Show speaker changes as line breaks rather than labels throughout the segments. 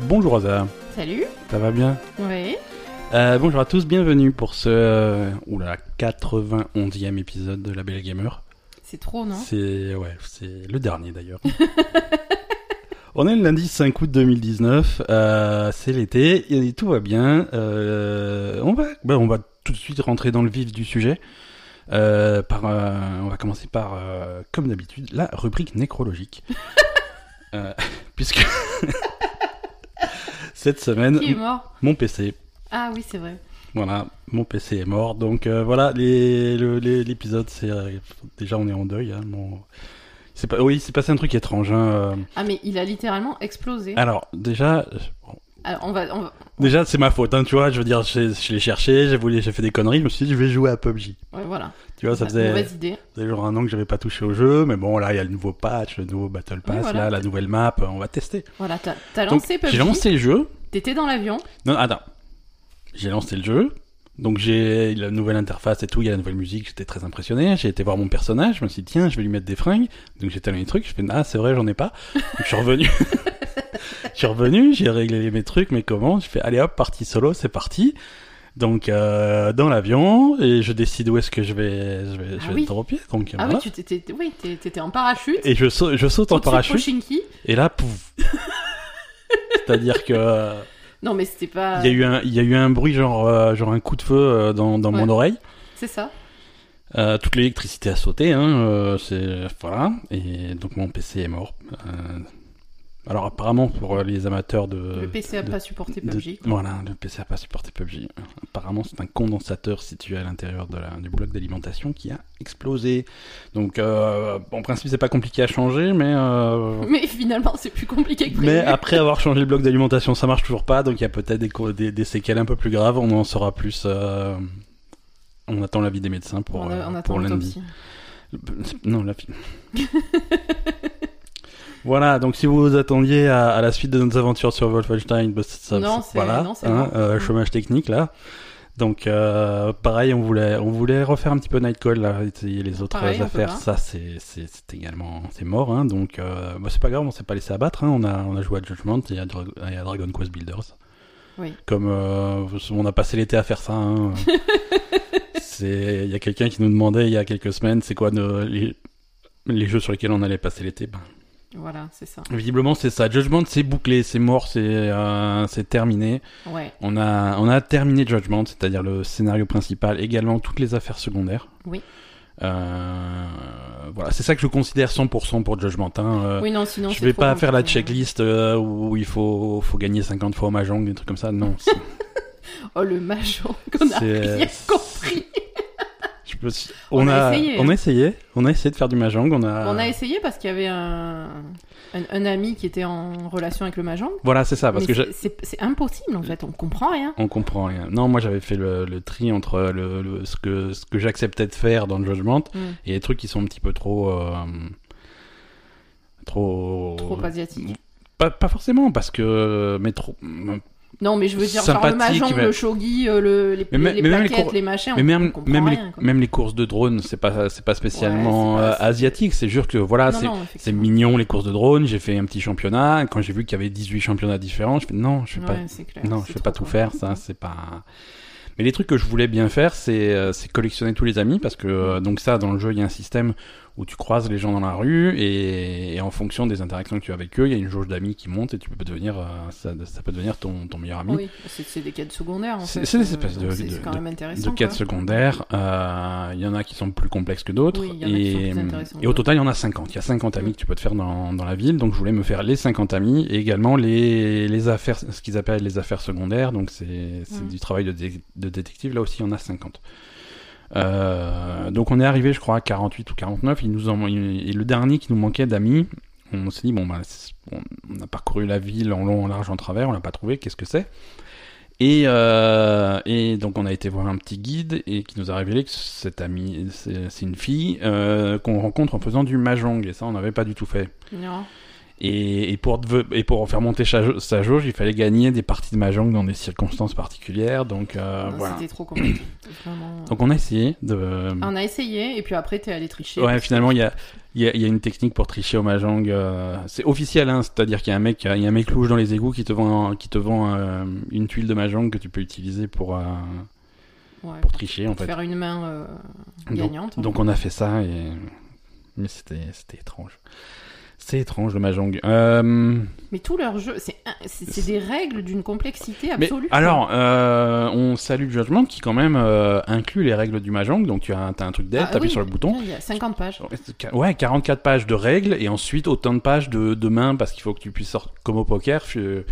Bonjour Rosa,
Salut.
ça va bien
Oui.
Euh, Bonjour à tous, bienvenue pour ce euh, oula, 91e épisode de La Belle Gamer.
C'est trop, non
C'est ouais, c'est le dernier d'ailleurs. On est le lundi 5 août 2019, euh, c'est l'été, et tout va bien. euh, on, va, bah, on va tout de suite rentrer dans le vif du sujet. Euh, par, euh, on va commencer par, euh, comme d'habitude, la rubrique nécrologique. Euh, puisque cette semaine,
Qui est mort
mon PC,
Ah oui, c'est vrai.
voilà, mon PC est mort. Donc euh, voilà, les- le- les- l'épisode, c'est euh, déjà on est en deuil. hein, mon- c'est pas, oui, c'est passé un truc étrange. hein, euh.
Ah mais il a littéralement explosé.
Alors déjà, euh,
Alors, on va, on va-
déjà c'est ma faute, hein, tu vois. Je veux dire, je, je l'ai cherché, j'ai voulu, j'ai fait des conneries. Je me suis dit, je vais jouer à PUBG.
ouais, voilà.
Tu vois, ça
Bah,
faisait,
Mauvaise idée.
ça faisait genre un an que j'avais pas touché au jeu, mais bon, là il y a le nouveau patch, le nouveau Battle Pass,
voilà.
là la nouvelle map, euh, on va tester.
Voilà, t'as t'as
Donc,
lancé
j'ai
PUBG.
lancé le jeu.
T'étais dans l'avion.
Non, attends. J'ai lancé le jeu. Donc j'ai la nouvelle interface et tout, il y a la nouvelle musique, j'étais très impressionné, j'ai été voir mon personnage, je me suis dit tiens, je vais lui mettre des fringues. Donc j'ai talonné les trucs, je fais ah, c'est vrai, j'en ai pas. Donc, je suis revenu. je suis revenu, j'ai réglé mes trucs, mes commandes, je fais allez hop, partie solo, c'est parti. Donc euh, dans l'avion et je décide où est-ce que je vais je vais,
Ah
je vais
oui.
dropper. Donc
Ah
voilà.
oui, tu t'étais, oui, t'es- t'étais en parachute.
Et je saute, je saute en
au-dessus de
parachute
Pochinki.
et là pouf. C'est-à-dire que euh,
Non mais c'était pas.
il y, a eu un, il y a eu un bruit, genre, euh, genre un coup de feu euh, dans, dans mon
Ouais.
oreille.
C'est ça.
Euh, toute l'électricité a sauté, hein, euh, c'est, voilà. Et donc mon PC est mort. Euh, alors apparemment pour euh, les amateurs de...
le PC a
de-
pas supporté
de-
PUBG. quoi.
voilà, le PC a pas supporté PUBG. Apparemment c'est un condensateur situé à l'intérieur de la- du bloc d'alimentation qui a explosé. Donc euh, en principe c'est pas compliqué à changer, mais... euh,
Mais finalement, c'est plus compliqué que prévu.
mais ah, après avoir changé le bloc d'alimentation, ça marche toujours pas, donc il y a peut-être des, co- des, des séquelles un peu plus graves. On en saura plus. euh, On attend l'avis des médecins pour,
on, a-
euh,
on attend
pour lundi.
l'autopsie.
Le- Non, l'avis. voilà, donc si vous vous attendiez à, à la suite de nos aventures sur Wolfenstein, bah, ça,
Non,
ça-
c'est-
voilà,
non, c'est
hein,
mort.
euh,
Mm.
chômage technique là. Donc euh, pareil, on voulait, on voulait refaire un petit peu Nightcall là, essayer les autres
Pareil, on peut
affaires.
pas.
Ça, c'est c'est- c'est également, c'est mort. Hein, donc euh, bah, c'est pas grave, on s'est pas laissé abattre. Hein, on a, on a joué à Judgment et à, Dra- et à Dragon Quest Builders.
Oui.
Comme euh, on a passé l'été à faire ça. hein. c'est, il y a quelqu'un qui nous demandait il y a quelques semaines, c'est quoi nos- les, les jeux sur lesquels on allait passer l'été. Ben,
Voilà, c'est ça.
visiblement, c'est ça. Judgment, c'est bouclé, c'est mort, c'est, euh, c'est terminé.
Ouais.
On a, on a terminé Judgment, c'est-à-dire le scénario principal, également toutes les affaires secondaires.
Oui.
Euh, voilà, c'est ça que je considère 100% pour Judgment. Hein. Euh,
Oui, non, sinon
je
c'est
vais
trop
pas faire la
compliqué.
checklist euh, où il faut, faut gagner 50 fois au Mahjong, des trucs comme ça. Non, c'est-
Oh le major qu'on a
C'est-
rien compris.
je peux-
On
on,
a
a,
essayé,
on
hein.
a essayé, on a essayé de faire du Mahjong, on a,
On a essayé parce qu'il y avait un, un, un ami qui était en relation avec le Mahjong.
voilà, c'est ça, Ah, parce que
mais
je-
c'est- c'est c'est impossible en fait, on comprend rien.
On comprend rien. Non, moi j'avais fait le, le tri entre le, le- ce que, ce que j'acceptais de faire dans le judgment
Mm.
et les trucs qui sont un petit peu trop. euh, trop.
Trop asiatique.
pas, pas forcément, parce que. Mais trop. Mais
Non, mais je veux dire, genre le
Sympathique,
Mahjong,
mais-
le shogi, euh, le, les,
Mais même-
les
mais même les
plaquettes, les,
cours-
machins, on,
même,
comprend
même,
rien.
les, même les courses de drone, c'est pas, c'est pas spécialement
Ouais, c'est pas-
euh,
c'est-
asiatique, c'est juste que voilà, c'est. C'est mignon les courses de drone, j'ai fait un petit championnat, quand j'ai vu qu'il y avait 18 championnats différents, je fais non, je fais pas, Non, je vais pas tout faire, ça, c'est pas. Mais les trucs que je voulais bien faire, c'est euh, c'est collectionner tous les amis parce que euh, donc ça dans le jeu il y a un système où tu croises les gens dans la rue et, et en fonction des interactions que tu as avec eux, il y a une jauge d'amis qui monte et tu peux devenir euh, ça, ça peut devenir ton, ton meilleur ami.
Oui, c'est c'est des quêtes secondaires en
C'est-
fait.
c'est des
euh,
espèces de-
donc C'est
de-
c'est quand même intéressant.
De quêtes
quoi.
secondaires, euh, il y en a qui sont plus complexes que d'autres.
Oui, il y en a qui sont
et,
plus intéressants,
et au
ouais.
total, il y en a 50. Il y a 50 amis
Mm.
que tu peux te faire dans, dans la ville. Donc, je voulais me faire les 50 amis et également les, les affaires, ce qu'ils appellent les affaires secondaires. Donc, c'est c'est
Mm.
du travail de, dé- de détective. Là aussi, il y en a 50. Euh, donc, on est arrivé, je crois, à 48 ou 49. Il nous en, il- et le dernier qui nous manquait d'amis, on s'est dit, bon, bah, c'est- on, on a parcouru la ville en long, en large, en travers. On l'a pas trouvé. Qu'est-ce que c'est et, euh, et donc on a été voir un petit guide et qui nous a révélé que cette amie, c'est c'est une fille euh, qu'on rencontre en faisant du mahjong et ça on n'avait pas du tout fait.
Non.
Et, et pour deve- et pour faire monter sa, jau- sa jauge, il fallait gagner des parties de mahjong dans des circonstances particulières. Donc euh,
non,
voilà.
Ah, C'était trop compliqué. Vraiment, euh,
Donc on a essayé de. euh,
On a essayé et puis après t'es allé tricher.
ouais, finalement il y a Il y, a, il y a une technique pour tricher au Mahjong. euh, c'est officiel, hein, c'est-à-dire qu'il y a un mec, il y a un mec louche dans les égouts qui te vend, un- qui te vend euh, une tuile de Mahjong que tu peux utiliser pour, euh,
Ouais.
pour tricher en fait.
Faire une main euh,
Donc-
gagnante.
Donc on a fait ça et mais c'était c'était étrange. C'est étrange le mahjong. Euh,
Mais tout leur jeu, c'est un- c'est c'est des règles d'une complexité
mais
absolue. quoi.
alors, euh, on salue Judgment qui quand même euh, inclut les règles du mahjong. Donc tu as, un- t'as un truc d'aide,
Ah
t'appuies
oui,
sur le bouton.
Il y a 50 pages.
Ouais, 44 pages de règles et ensuite autant de pages de, de mains parce qu'il faut que tu puisses sortir comme au poker. Tu,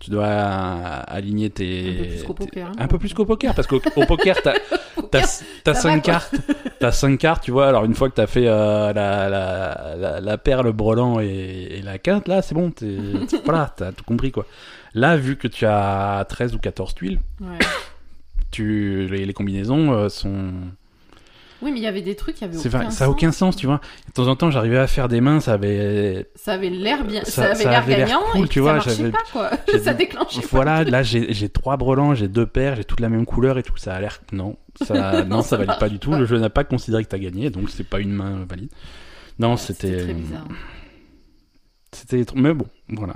tu dois aligner
Un peu
tes.
plus qu'au
tes-
poker. hein,
Un
quoi.
peu plus qu'au poker, parce qu'au au poker, t'as t'as- t'as
ça va,
cinq
quoi.
cartes. T'as cinq cartes, tu vois. Alors, une fois que t'as fait euh, la, la, la, la paire, le brelan et, et la quinte, là, c'est bon. t'es- t'es- voilà, t'as tout compris, quoi. Là, vu que tu as 13 ou 14 tuiles,
Ouais.
tu, les, les combinaisons euh, sont.
Oui, mais il y avait des trucs, il y avait
c'est
aucun
vrai, ça a aucun sens, tu vois. De temps en temps, j'arrivais à faire des mains, ça avait
sens. Ça avait l'air bien,
Ça-
ça,
ça
avait l'air
avait l'air
gagnant,
cool,
et
tu
puis
vois,
ça marchait
j'avais-
pas quoi.
j'ai
ça
dit-
déclenchait pas.
Voilà, là j'ai j'ai trois brelans, j'ai deux paires, j'ai toutes la même couleur et tout, ça a l'air... Non, ça, non,
Non,
ça
ça
valide
marche
pas du tout,
pas.
le jeu n'a pas considéré que t'as gagné, donc c'est pas une main valide. Non, c'était...
très bizarre.
C'était... tr- Mais bon, voilà.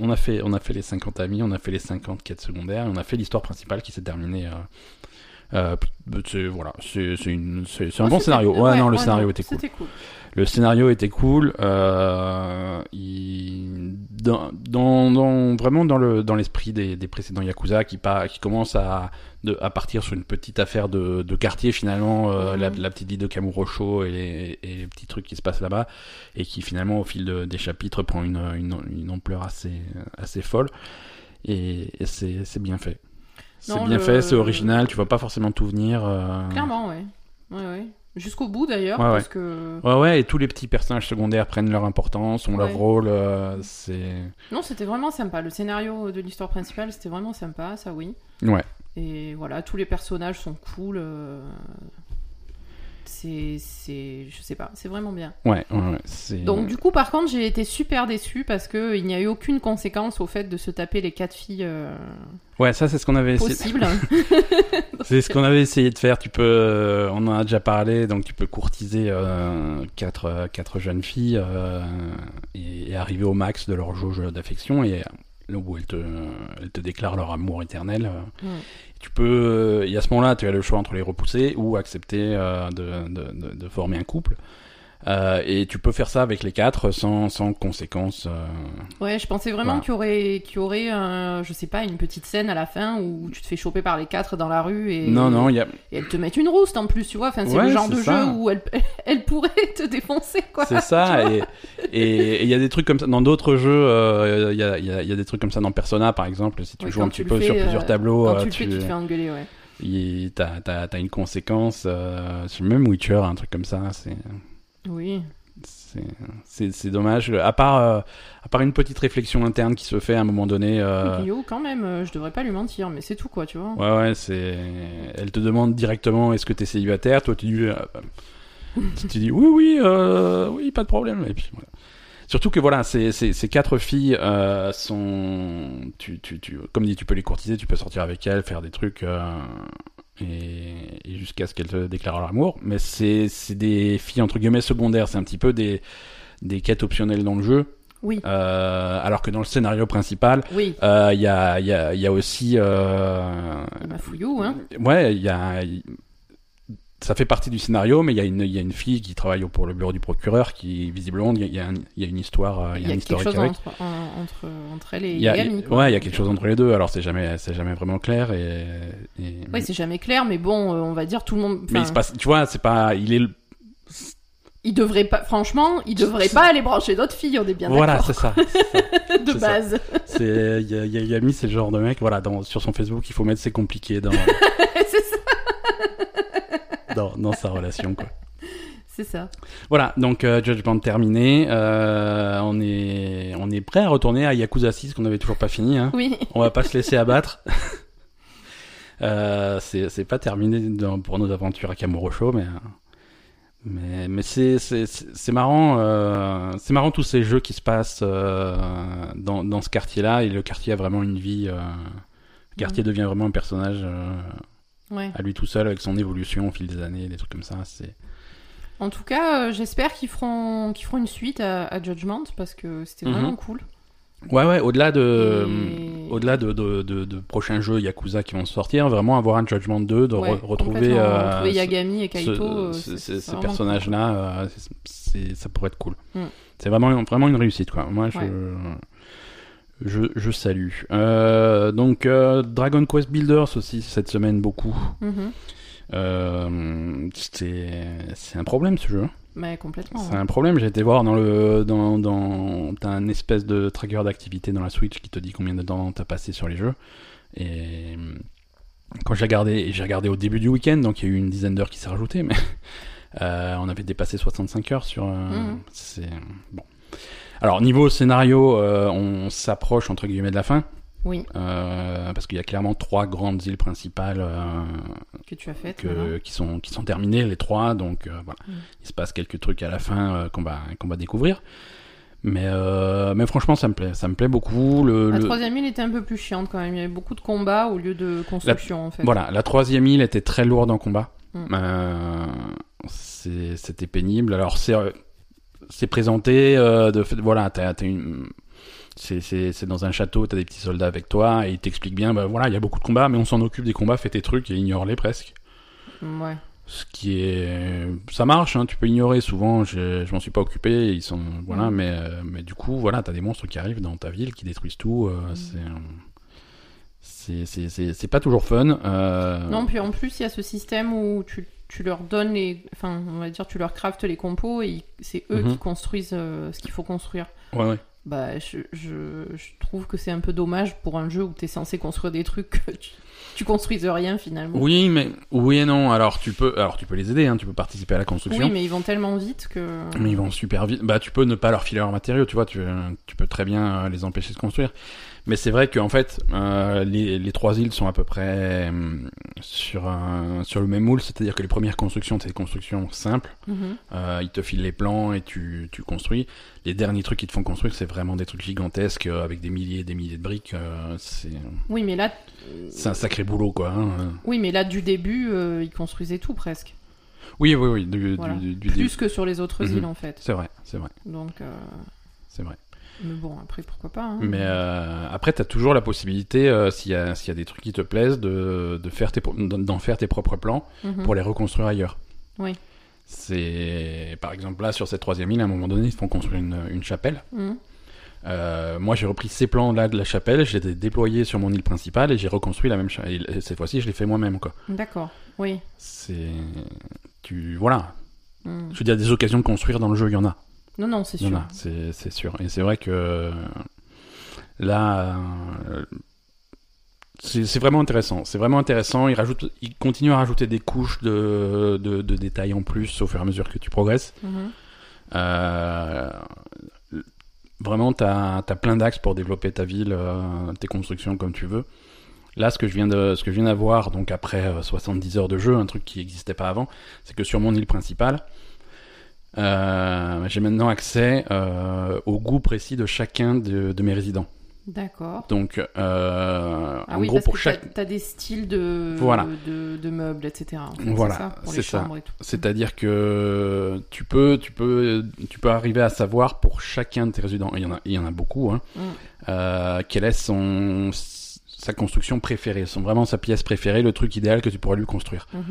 On a, fait, on a fait les 50 amis, on a fait les 50 quêtes secondaires, et on a fait l'histoire principale qui s'est terminée... euh, euh, c'est- voilà, c'est c'est une- c'est- c'est un
Oh,
bon
c'était-
scénario. Ouais, non, le
ouais,
scénario était cool.
C'était cool.
Le scénario était cool. euh, il- dans, dans- dans- vraiment dans le dans l'esprit des, des précédents Yakuza qui, pa- qui commence à, de- à partir sur une petite affaire de, de quartier finalement, euh,
Mhm.
la, la petite vie de Kamurocho et les, et les petits trucs qui se passent là-bas et qui finalement au fil de- des chapitres prend une, une, une ampleur assez, assez folle. Et, et c'est c'est bien fait. C'est
Non,
bien
le-
fait, c'est original, tu vois pas forcément tout venir. euh.
Clairement, ouais. Ouais, ouais. Jusqu'au bout d'ailleurs,
Ouais,
parce que.
Ouais, ouais, et tous les petits personnages secondaires prennent leur importance, ont leur
Ouais.
rôle, euh, c'est...
Non, c'était vraiment sympa. Le scénario de l'histoire principale, c'était vraiment sympa, ça oui.
Ouais.
Et voilà, tous les personnages sont cool. euh, C'est. c'est- Je sais pas, c'est vraiment bien.
Ouais, ouais, ouais, c'est...
Donc du coup, par contre, j'ai été super déçue parce que il n'y a eu aucune conséquence au fait de se taper les quatre filles euh,
Ouais, ça, c'est ce qu'on avait essayé...
possibles.
C'est ce qu'on avait essayé de faire, tu peux... euh, On en a déjà parlé, donc tu peux courtiser euh, quatre, euh, quatre jeunes filles euh, et, et arriver au max de leur jauge d'affection, et euh, là où elles te, elles te déclarent leur amour éternel... euh,
Ouais.
Tu peux, euh, et à ce moment-là, tu as le choix entre les repousser ou accepter euh, de, de- de- de former un couple. Euh, et tu peux faire ça avec les quatre sans, sans conséquences. euh.
Ouais, je pensais
Voilà.
vraiment qu'il y aurait, qu'il y aurait un- je sais pas, une petite scène à la fin où tu te fais choper par les quatre dans la rue et,
Non, non, il y a...
et elles te mettent une rouste en plus, tu vois. Enfin, c'est
Ouais,
le genre
c'est
de
ça.
jeu où elles, elles pourraient te défoncer, quoi.
c'est ça. et et- et il y a des trucs comme ça. Dans d'autres jeux, euh, il y, a, il y a- il y a des trucs comme ça dans Persona, par exemple. Si tu
Ouais,
joues
quand
un petit
tu le
peu
fais,
sur
euh,
plusieurs tableaux,
Quand
euh,
tu le fais, tu te fais engueuler, ouais.
il- t'as t'as- t'as une conséquence. Euh, sur même Witcher, un truc comme ça. C'est.
Oui.
C'est- C'est c'est dommage. À part, euh, à part une petite réflexion interne qui se fait à un moment donné. euh,
Rio, quand même, euh, je devrais pas lui mentir, mais c'est tout, quoi, tu vois.
Ouais, ouais, c'est. Elle te demande directement est-ce que t'es célibataire Toi, tu dis. euh, tu- tu dis oui, oui, euh, oui, pas de problème. Et puis voilà. Surtout que voilà, ces, ces, ces quatre filles euh, sont. Tu, tu, tu, comme dit, tu peux les courtiser, tu peux sortir avec elles, faire des trucs. euh, et, et jusqu'à ce qu'elles te déclarent leur amour. Mais c'est c'est des filles, entre guillemets, secondaires. C'est un petit peu des, des quêtes optionnelles dans le jeu.
Oui.
Euh, alors que dans le scénario principal,
Oui.
euh, il y, a, il y, a, il y a aussi. euh,
Il m'a fouillou, hein.
Ouais, il y a. il- Ça fait partie du scénario, mais il y, a une- il y a une fille qui travaille au- pour le bureau du procureur qui, visiblement, il y a- il y, a un- il y a une histoire, euh, il
Il
y a un
quelque
historique
chose
avec.
entre, en- entre, entre elle et
Il y a-
Yami, quoi.
ouais, il y a quelque chose entre les deux, alors c'est jamais, c'est jamais vraiment clair. Et, et-
Ouais, c'est jamais clair, mais bon, euh, on va dire tout le monde.
mais il
enfin,
se passe, tu vois, c'est pas. Il est, le-
Il devrait pas, franchement, il devrait pas aller brancher d'autres filles, on est bien
voilà,
d'accord.
c'est ça. c'est ça.
de
c'est ça.
base.
C'est- Il y a, il y a Yami, c'est le genre de mec, voilà, dans, sur son Facebook, il faut mettre c'est compliqué dans,
c'est ça.
dans, dans sa relation, quoi.
C'est ça.
Voilà, donc euh, Judgment terminé. Euh, on, est, on est prêt à retourner à Yakuza 6 qu'on n'avait toujours pas fini. Hein.
Oui.
On va pas se laisser abattre. euh, c'est c'est pas terminé dans- pour nos aventures à Kamurocho, mais, euh, mais, mais c'est c'est- c'est- c'est marrant. euh, c'est marrant tous ces jeux qui se passent euh, dans, dans ce quartier-là. Et le quartier a vraiment une vie. euh, le quartier devient vraiment un personnage euh,
Ouais.
à lui tout seul avec son évolution au fil des années, des trucs comme ça. C'est
En tout cas, euh, j'espère qu'ils feront, qu'ils feront une suite à, à Judgment parce que c'était
Mhm.
vraiment cool.
Ouais, ouais, au-delà de,
Et-
au-delà de, de, de- de prochains jeux Yakuza qui vont sortir, vraiment avoir un Judgment 2, de re-
Ouais,
retrouver,
complètement,
euh,
retrouver
ce-
Yagami et Kaito.
ce-
euh,
ce-
c'est-
ces-
c'est
ces
vraiment
personnages-là, euh, c'est- c'est- ça pourrait être cool.
Mm.
C'est vraiment, vraiment une réussite, quoi. Moi, je,
Ouais.
je, je salue. Euh, donc, euh, Dragon Quest Builders aussi, cette semaine, beaucoup.
cool. Mhm.
Euh, c'est c'est un problème, ce jeu. hein.
Mais complètement.
C'est un problème. J'ai été voir dans le. Dans, dans, t'as un espèce de tracker d'activité dans la Switch qui te dit combien de temps t'as passé sur les jeux. Et. hum, Quand j'ai regardé, j'ai regardé au début du week-end, donc il y a eu une dizaine d'heures qui s'est rajoutée, mais euh, on avait dépassé 65 heures sur. euh,
Mhm.
C'est bon. Alors niveau scénario, euh, on s'approche entre guillemets de la fin
Oui,
euh, parce qu'il y a clairement trois grandes îles principales euh,
que tu as fait.
que- qui, sont, qui sont terminés, les trois. Donc euh, voilà,
Mm.
il se passe quelques trucs à la fin euh, qu'on va, qu'on va découvrir. Mais, euh, mais franchement, ça me plaît. Ça me plaît beaucoup. Le,
La
le-
troisième île était un peu plus chiante quand même. Il y avait beaucoup de combats au lieu de construction en fait.
Voilà, la troisième île était très lourde en combat.
Mm.
Euh, c'est- C'était pénible. Alors, c'est euh, c'est présenté euh, de fait. Voilà, t'as- t'as une- c'est- C'est c'est dans un château, t'as des petits soldats avec toi et ils t'expliquent bien, bah voilà, il y a beaucoup de combats, mais on s'en occupe des combats, fais tes trucs et ignore-les presque.
Ouais.
Ce qui est, ça marche, hein, tu peux ignorer. Souvent, je, je m'en suis pas occupé. Ils sont, voilà,
Mm.
mais, euh, mais du coup, voilà, t'as des monstres qui arrivent dans ta ville, qui détruisent tout.
Mm.
euh, c'est, euh, c'est, c'est, c'est, c'est pas toujours fun. euh,
Non, puis en plus, il y a ce système où tu, tu leur donnes les. Enfin, on va dire, tu leur craftes les compos et ils- c'est eux
Mhm.
qui construisent euh, ce qu'il faut construire.
ouais, ouais.
Bah, je, je, je trouve que c'est un peu dommage pour un jeu où t'es censé construire des trucs que tu, tu construises rien finalement.
Oui, mais oui et non. Alors tu peux, alors tu peux les aider. hein, tu peux participer à la construction.
Oui, mais ils vont tellement vite que.
Mais ils vont super vite. Bah, tu peux ne pas leur filer leurs matériaux, tu vois, tu, tu peux très bien euh, les empêcher de construire. Mais c'est vrai qu'en fait, euh, les, les trois îles sont à peu près hum, sur, un- sur le même moule, c'est-à-dire que les premières constructions, c'est des constructions simples.
Mhm.
Euh, ils te filent les plans et tu, tu construis. Les derniers trucs qu'ils te font construire, c'est vraiment des trucs gigantesques euh, avec des milliers et des milliers de briques. euh, c'est
Oui, mais là,
c'est un sacré boulot, quoi. hein.
oui, mais là, du début, euh, ils construisaient tout presque.
Oui, oui, oui, du,
Voilà.
du- du- du-
Plus que sur les autres
Mhm.
îles en fait.
C'est vrai, c'est vrai,
Donc, euh,
c'est vrai.
mais bon, après, pourquoi pas. hein.
Mais euh, après, t'as toujours la possibilité, euh, s'il y, a- s'il y a des trucs qui te plaisent, de, de faire tes pro- d'en d'en faire tes propres plans
Mhm.
pour les reconstruire ailleurs.
Oui.
C'est par exemple là sur cette troisième île, à un moment donné, ils te font construire une, une chapelle.
Mhm.
Euh, moi, j'ai repris ces plans-là de la chapelle, je les ai déployés sur mon île principale et j'ai reconstruit la même chapelle. Et cette fois-ci, je l'ai fait moi-même, quoi.
D'accord, oui.
C'est tu voilà.
Mhm.
Je veux dire, des occasions de construire dans le jeu, il y en a.
Non, non, c'est
Il y en
sûr.
a, c'est c'est sûr. Et c'est vrai que euh, là, euh, c'est c'est vraiment intéressant. C'est vraiment intéressant. Il, rajoute, il continue à rajouter des couches de, de, de détails en plus au fur et à mesure que tu progresses.
Mhm.
Euh, vraiment, tu as, plein d'axes pour développer ta ville, euh, tes constructions comme tu veux. Là, ce que je viens de, ce que je viens d'avoir, donc après euh, 70 heures de jeu, un truc qui n'existait pas avant, c'est que sur mon île principale, euh, j'ai maintenant accès euh, au goût précis de chacun de, de mes résidents.
D'accord.
Donc, euh,
Ah
en
oui,
gros,
parce
pour
que
chaque,
t'as- t'as des styles de,
Voilà.
de, de meubles, etc. en fait,
Voilà,
c'est ça, pour
c'est
les
ça.
chambres et tout.
C'est-à-dire que tu peux, tu peux, tu peux arriver à savoir pour chacun de tes résidents, il y en a, il y en a beaucoup, hein,
Mm.
euh, quelle est son, sa construction préférée, son, vraiment sa pièce préférée, le truc idéal que tu pourrais lui construire.
Mhm.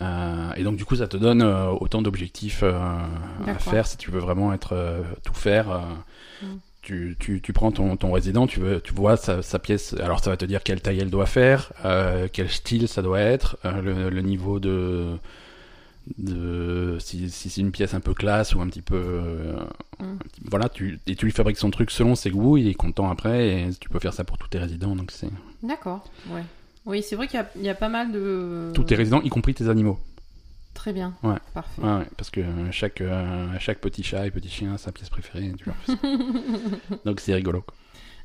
Euh, et donc du coup, ça te donne euh, autant d'objectifs euh, à
D'accord.
faire si tu veux vraiment être euh, tout faire. euh,
Mm.
Tu, tu, tu prends ton, ton résident, tu, veux, tu vois sa, sa pièce, alors ça va te dire quelle taille elle doit faire, euh, quel style ça doit être, euh, le, le niveau de... de si, si c'est une pièce un peu classe ou un petit peu... euh,
Mm.
un petit- voilà, tu, et tu lui fabriques son truc selon ses goûts, il est content après, et tu peux faire ça pour tous tes résidents, donc c'est...
D'accord, ouais. Oui, c'est vrai qu'il y a- il y, a pas mal de...
Tous tes résidents, y compris tes animaux.
Très bien,
Ouais.
parfait.
Ouais, ouais, parce que euh, chaque, euh, chaque petit chat et petit chien a sa pièce préférée. et tu leur fais ça. Donc c'est rigolo. quoi.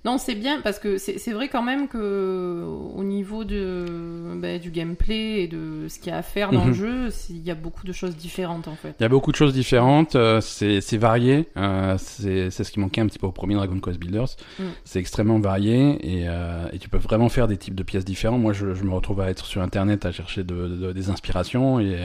Non, c'est bien parce que c'est c'est vrai quand même que au niveau de, bah, du gameplay et de ce qu'il y a à faire dans
Mhm.
le jeu, c'est- il y a beaucoup de choses différentes en fait.
Il y a beaucoup de choses différentes, euh, c'est c'est varié, euh, c'est c'est ce qui manquait un petit peu au premier Dragon Quest Builders.
Mm.
C'est extrêmement varié et, euh, et tu peux vraiment faire des types de pièces différents. Moi, je, je me retrouve à être sur Internet à chercher de, de- des inspirations et,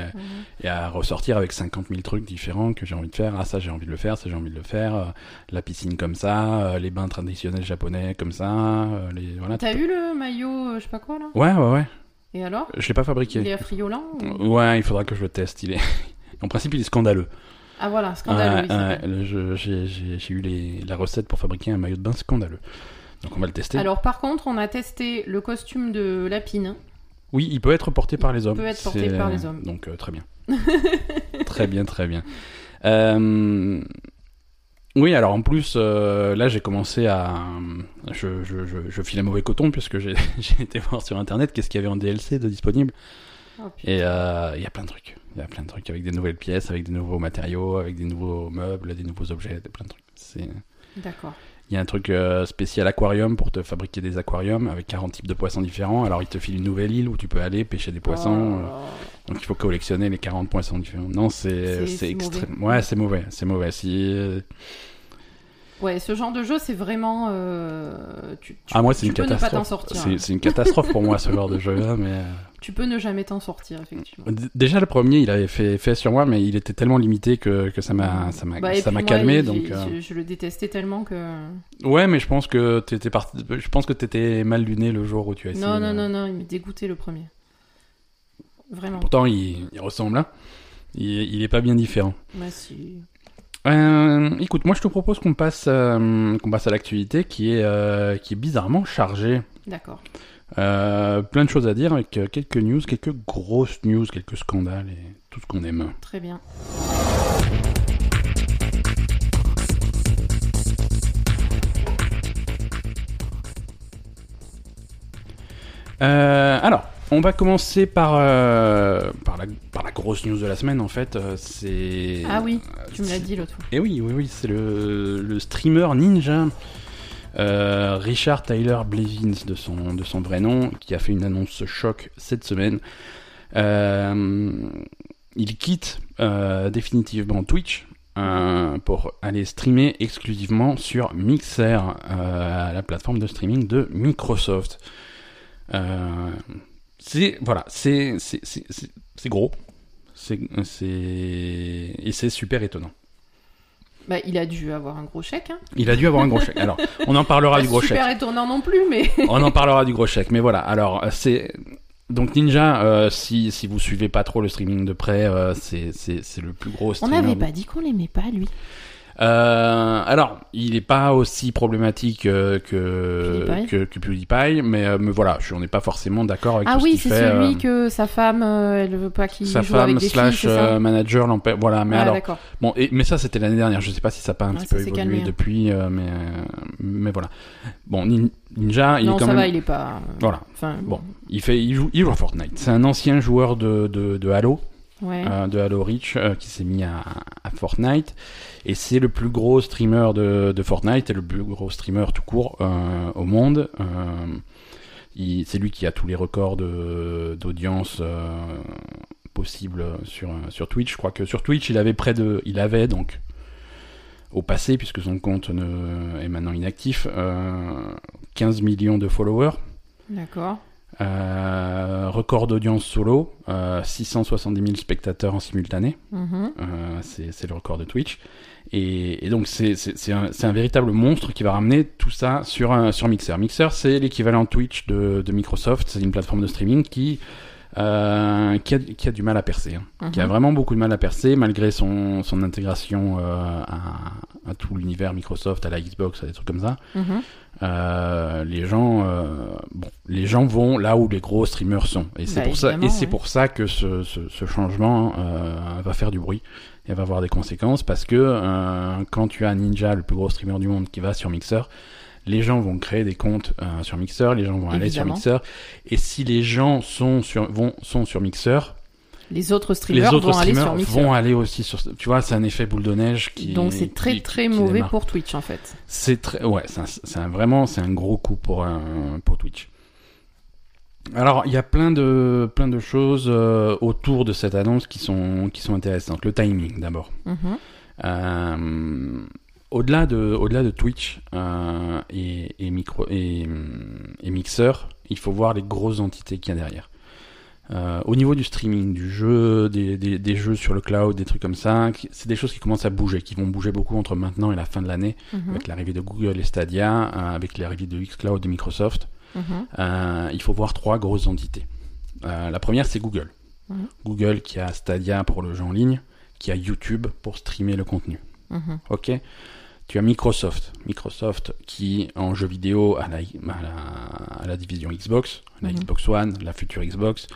et à ressortir avec 50 000 trucs différents que j'ai envie de faire. Ah ça, j'ai envie de le faire, ça, j'ai envie de le faire. Euh, la piscine comme ça, euh, les bains traditionnels japonais comme ça. euh, les, voilà,
T'as
tu
eu le maillot, euh, je sais pas quoi là
peux- Ouais, ouais, ouais.
Et alors
Je l'ai pas
Il est
fabriqué.
affriolant ou-
Ouais, il faudra que je le teste. Il est... en principe, il est scandaleux.
Ah voilà, scandaleux. il
Ouais, ouais,
s'appelle.
le- je- j'ai- J'ai j'ai eu les- la recette pour fabriquer un maillot de bain scandaleux. Donc on va le tester.
Alors par contre, on a testé le costume de Lapine.
oui, il peut être porté par les hommes.
peut être porté
C'est-
par les hommes.
Donc euh, très bien. très bien, très bien. Euh, Oui, alors en plus, euh, là j'ai commencé à... Je, je, je, je file un mauvais coton puisque j'ai j'ai été voir sur Internet qu'est-ce qu'il y avait en DLC de disponible.
Oh, putain.
Et euh, il y a plein de trucs. Il y a plein de trucs avec des nouvelles pièces, avec des nouveaux matériaux, avec des nouveaux meubles, des nouveaux objets, des- plein de trucs. C'est...
D'accord.
Il y a un truc euh, spécial aquarium pour te fabriquer des aquariums avec 40 types de poissons différents. Alors, il te file une nouvelle île où tu peux aller pêcher des poissons.
Oh là
euh,
là.
Donc, il faut collectionner les 40 poissons différents. Non, c'est
C'est-
c'est
c'est
extrême. Ouais, c'est mauvais. C'est mauvais. Si, euh,
Ouais, ce genre de jeu, c'est vraiment. euh, tu, tu-
Ah, moi, c'est
tu
une
peux ne pas t'en
catastrophe.
sortir.
C'est c'est une catastrophe pour moi, ce genre de jeu-là. Mais... euh,
Tu peux ne jamais t'en sortir, effectivement.
d- Déjà, le premier, il avait fait, fait sur moi, mais il était tellement limité que, que ça m'a ça m'a-
Bah, et
ça
puis
m'a
moi,
calmé.
il-
donc,
il-
euh,
je, je le détestais tellement que.
Ouais, mais je pense que t'étais parti... je pense que t'étais mal luné le jour où tu as essayé.
Non,
euh,
non, non, non, il m'a dégoûté le premier. Vraiment.
Pourtant, il, il ressemble. hein. Il, il est pas bien différent.
Bah, si.
Euh, écoute, moi je te propose qu'on passe, euh, qu'on passe à l'actualité qui, est, euh, qui est bizarrement chargée.
D'accord.
Euh, plein de choses à dire avec euh, quelques news, quelques grosses news, quelques scandales et tout ce qu'on aime.
Très bien.
Euh, alors, on va commencer par, euh, par, la, par la grosse news de la semaine en fait. euh, C'est...
Ah oui, tu me l'as
c'est-
dit l'autre fois.
Eh oui, oui, oui, c'est le, le streamer ninja euh, Richard Tyler Blevins de son, de son vrai nom qui a fait une annonce choc cette semaine. Euh, il quitte euh, définitivement Twitch euh, pour aller streamer exclusivement sur Mixer, euh, la plateforme de streaming de Microsoft. Euh, c'est voilà, c'est c'est- c'est- c'est- c'est gros, c'est c'est- et c'est super étonnant.
Bah, il a dû avoir un gros chèque. Hein.
Il a dû avoir un gros chèque. Alors, on en parlera
Pas
du gros
Ah, super
chèque.
étonnant non plus, mais.
On en parlera du gros chèque. Mais voilà, alors, euh, c'est. Donc, Ninja, euh, si, si vous suivez pas trop le streaming de près, euh, c'est- c'est c'est le plus gros
On
streamer.
n'avait
du-
pas dit qu'on l'aimait pas, lui.
Bah, Euh, alors, il n'est pas aussi problématique euh, que,
PewDiePie.
que, que PewDiePie, mais, euh, mais voilà, je, on n'est pas forcément d'accord avec
Ah
tout ce
oui,
qu'il
c'est
fait,
celui
euh,
que sa femme, euh, elle veut pas qu'il
Sa
joue avec
femme
des
slash
filles, c'est ça
euh, manager l'empêche. Voilà, mais
Ah,
alors,
d'accord.
Bon, et, mais ça c'était l'année dernière. Je sais pas si ça a pas un
Ouais,
petit
ça
peu
s'est
évolué
calmé, hein.
depuis, euh, mais euh, mais voilà. Bon, Nin- Ninja, il
non,
est
ça
quand même.
va, il est pas.
Voilà.
Enfin,
Bon, il fait, il joue, il joue à Fortnite. C'est un ancien joueur de de, de Halo,
Ouais.
euh, de Halo Reach, euh, qui s'est mis à, à Fortnite, et c'est le plus gros streamer de, de Fortnite et le plus gros streamer tout court euh, au monde. Euh, il- c'est lui qui a tous les records de d'audience. euh, possibles sur, sur Twitch. Je crois que sur Twitch, il avait près de... Il avait donc au passé, puisque son compte ne- est maintenant inactif, euh, 15 millions de followers.
D'accord.
Euh, record d'audience solo, euh, 670 000 spectateurs en simultané,
Mhm.
Euh, c'est c'est le record de Twitch. Et, et donc c'est- c'est c'est un, c'est un véritable monstre qui va ramener tout ça sur, un- sur Mixer. Mixer, c'est l'équivalent Twitch de, de Microsoft, c'est une plateforme de streaming qui, euh, qui, a, qui a du mal à percer. hein. Qui a
Mhm.
vraiment beaucoup de mal à percer malgré son, son intégration euh, à, à tout l'univers Microsoft, à la Xbox, à des trucs comme ça.
Mhm.
Euh, les gens, euh, bon, les gens vont là où les gros streamers sont, et c'est
Bah,
pour ça, et
évidemment,
c'est
ouais.
pour ça que ce, ce- ce changement euh, va faire du bruit et va avoir des conséquences parce que euh, quand tu as Ninja, le plus gros streamer du monde, qui va sur Mixer, les gens vont créer des comptes euh, sur Mixer, les gens vont aller sur
Évidemment.
Mixer, et si les gens sont sur vont sont sur Mixer,
Les autres
les
streamers
autres
vont aller sur
streamers
Mixer.
vont aller aussi sur. Tu vois, c'est un effet boule de neige qui.
Donc c'est très
qui-
très
qui
mauvais
démarre.
pour Twitch en fait.
C'est très, ouais, c'est un- c'est un- vraiment, c'est un gros coup pour un- pour Twitch. Alors, il y a plein de plein de choses euh, autour de cette annonce qui sont qui sont intéressantes. Le timing d'abord.
Mhm.
Euh, au-delà de au-delà de Twitch euh, et, et micro et, hum, et Mixer, il faut voir les grosses entités qu'il y a derrière. Euh, au niveau du streaming, du jeu, des, des- des jeux sur le cloud, des trucs comme ça, qui- c'est des choses qui commencent à bouger, qui vont bouger beaucoup entre maintenant et la fin de l'année,
Mhm.
avec l'arrivée de Google et Stadia, euh, avec l'arrivée de xCloud et Microsoft.
Mhm.
Euh, il faut voir trois grosses entités. Euh, la première, c'est Google.
Mhm.
Google qui a Stadia pour le jeu en ligne, qui a YouTube pour streamer le contenu.
Mhm.
Ok. Tu as Microsoft. Microsoft qui, en jeu vidéo, a la, a la- a la division Xbox, la
Mhm.
Xbox One, la future Xbox.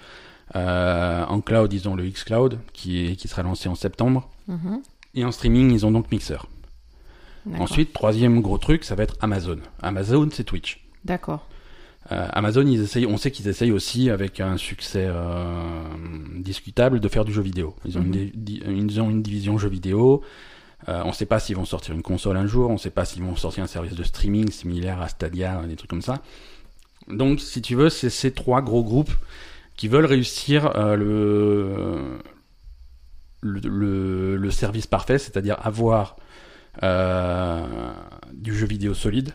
Euh, en cloud, ils ont le Xcloud qui, est- qui sera lancé en septembre.
Mhm.
Et en streaming, ils ont donc Mixer.
D'accord.
Ensuite, troisième gros truc, ça va être Amazon. Amazon, c'est Twitch.
D'accord.
Euh, Amazon, ils essayent, on sait qu'ils essayent aussi, avec un succès euh, discutable, de faire du jeu vidéo. Ils ont,
Mhm.
une, di- di- ils ont une division jeu vidéo. Euh, on ne sait pas s'ils vont sortir une console un jour. On ne sait pas s'ils vont sortir un service de streaming similaire à Stadia, des trucs comme ça. Donc, si tu veux, c'est ces trois gros groupes qui veulent réussir euh, le, le, le- le service parfait, c'est-à-dire avoir euh, du jeu vidéo solide,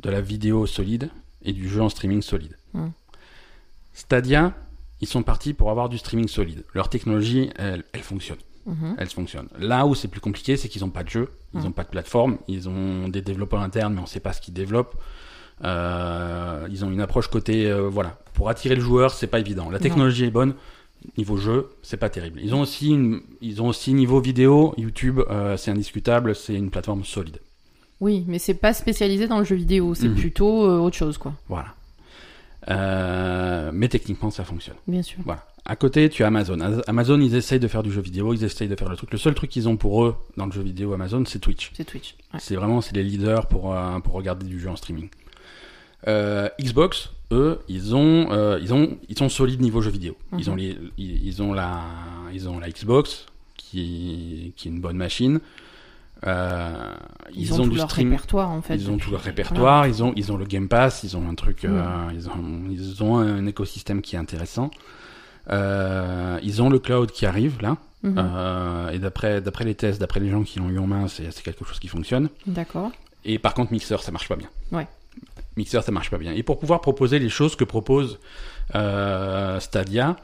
de la vidéo solide et du jeu en streaming solide.
Mm.
Stadia, ils sont partis pour avoir du streaming solide. Leur technologie, elle, elle fonctionne.
Mhm.
Elle fonctionne. Là où c'est plus compliqué, c'est qu'ils n'ont pas de jeu, ils
Mm.
n'ont pas de plateforme, ils ont des développeurs internes, mais on ne sait pas ce qu'ils développent. Euh, ils ont une approche côté, euh, voilà, pour attirer le joueur, c'est pas évident. La technologie est bonne, niveau jeu, c'est pas terrible. Ils ont aussi, une- ils ont aussi niveau vidéo, YouTube, euh, c'est indiscutable, c'est une plateforme solide.
Oui, mais c'est pas spécialisé dans le jeu vidéo, c'est
Mhm.
plutôt euh, autre chose quoi.
Voilà. Euh, mais techniquement, ça fonctionne.
Bien sûr.
Voilà. À côté, tu as Amazon. Az- Amazon, ils essayent de faire du jeu vidéo, ils essayent de faire le truc. Le seul truc qu'ils ont pour eux dans le jeu vidéo Amazon, c'est Twitch.
C'est Twitch. Ouais.
C'est vraiment, c'est les leaders pour, euh, pour regarder du jeu en streaming. Euh, Xbox, eux, ils ont, euh, ils ont, ils sont solides niveau jeu vidéo. Ils
Mhm.
ont les, ils, ils ont la, ils ont la Xbox, qui, qui est une bonne machine. Euh,
Ils, ont, tout
du
leur
stream.
répertoire en fait.
Ils ont tout leur
Voilà.
répertoire, ils, ont, ils ont le Game Pass, ils ont un
Mm.
truc, euh, ils, ont, ils ont un écosystème qui est intéressant. Euh, ils ont le cloud qui arrive là,
Mhm.
Euh, et d'après d'après les tests, d'après les gens qui l'ont eu en main, c'est c'est quelque chose qui fonctionne.
D'accord.
Et par contre, Mixer, ça marche pas bien.
Ouais.
Mixer, ça marche pas bien. Et pour pouvoir proposer les choses que propose euh, Stadia,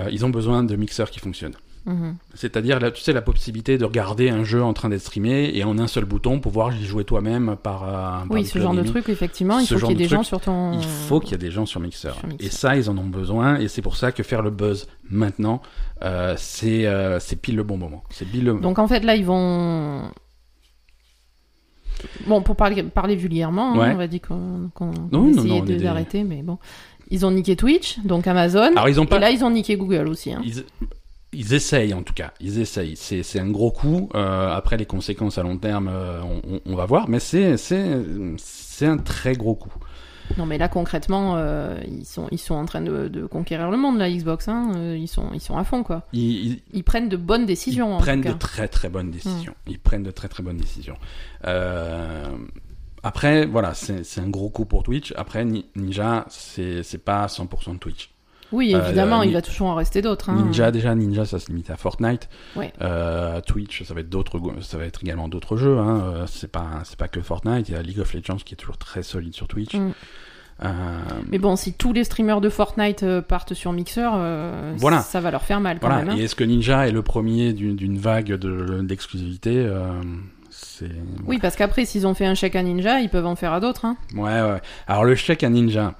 euh, ils ont besoin de mixeurs qui fonctionnent.
Mhm.
C'est-à-dire, là, tu sais, la possibilité de regarder un jeu en train d'être streamé et en un seul bouton pouvoir y jouer toi-même par. euh, par
Oui,
du
ce genre de
cloud gaming.
truc effectivement, il
Ce
faut qu'il y
genre
ait
de
des
truc,
gens sur ton.
Il faut qu'il y ait des gens sur Mixer.
Euh, Sur Mixer.
Et ça, ils en ont besoin. Et c'est pour ça que faire le buzz maintenant, euh, c'est euh, c'est pile le bon moment. C'est pile le.
Donc en fait là ils vont. Bon, pour parler, parler vulgairement, hein,
Ouais.
on va dire qu'on qu'on-
non,
qu'on
non,
essayait
on
de
est des-
les arrêter, mais bon. Ils ont niqué Twitch, donc Amazon.
Alors, ils ont pas.
Et là, ils ont niqué Google aussi. hein.
Ils, ils essayent en tout cas. Ils essayent. C'est c'est un gros coup. Euh, après, les conséquences à long terme, euh, on, on- on va voir. Mais c'est c'est c'est un très gros coup.
Non, mais là, concrètement, euh, ils, sont, ils sont en train de, de conquérir le monde, la Xbox. hein. Euh, Ils, sont, ils sont à fond, quoi.
Ils- ils-
Ils prennent de bonnes décisions,
Ils
en
prennent
tout
de
cas. Mm.
très très bonnes décisions. Ils prennent de très très bonnes décisions. Euh, Après, voilà, c'est c'est un gros coup pour Twitch. Après, Ni- Ninja, c'est c'est pas 100% de Twitch.
Oui,
Euh,
évidemment,
euh,
il
Ni-
va toujours en rester d'autres. hein.
Ninja, déjà, Ninja, ça se limite à Fortnite.
Ouais.
Euh, Twitch, ça va être d'autres, go- ça va être également d'autres jeux. Hein. Euh, C'est pas, c'est pas que Fortnite. Il y a League of Legends qui est toujours très solide sur Twitch.
Mm.
Euh,
Mais bon, si tous les streamers de Fortnite euh, partent sur Mixer, euh,
Voilà.
ça va leur faire mal, quand
voilà.
même. hein.
Et est-ce que Ninja est le premier d'une d'une vague de- d'exclusivité euh, C'est
Oui, parce qu'après, s'ils ont fait un chèque à Ninja, ils peuvent en faire à d'autres. hein.
Ouais, ouais. Alors le chèque à Ninja,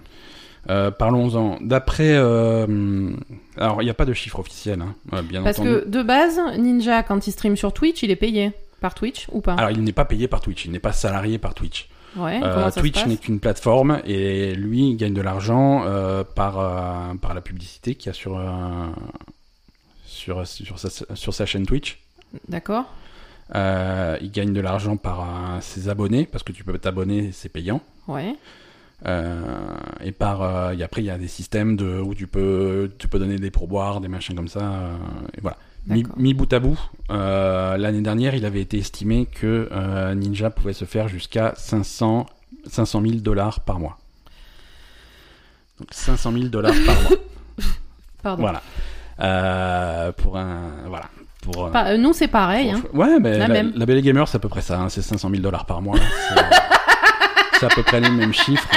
euh, parlons-en. D'après, euh, hum, alors il n'y a pas de chiffre officiel, hein, euh, bien
Parce
entendu.
que, de base, Ninja, quand il stream sur Twitch, il est payé. Par Twitch ou pas
Alors il n'est pas payé par Twitch, il n'est pas salarié par Twitch.
Ouais,
Euh,
Eh, comment ça se
Twitch
passe
n'est qu'une plateforme et lui il gagne de l'argent euh, par euh, par la publicité qu'il y a sur euh, sur sur sa, sur sa chaîne Twitch.
D'accord.
Euh, il gagne de l'argent par euh, ses abonnés parce que tu peux t'abonner, c'est payant.
Ouais.
Euh, et par euh, et après il y a des systèmes de où tu peux tu peux donner des pourboires, des machins comme ça. euh, et voilà. Mi,
D'accord.
mi bout à bout, euh, l'année dernière, il avait été estimé que euh, Ninja pouvait se faire jusqu'à 500 500 000 dollars par mois. Donc 500 000 dollars par mois.
Pardon.
voilà. Euh, pour un voilà pour. euh,
Pas- euh, nous, c'est pareil. hein.
pour- Ouais, mais la,
La même.
la Belle et Gamer, c'est à peu près ça. hein, c'est 500 000 dollars par mois. euh, C'est- C'est à peu près les mêmes chiffres.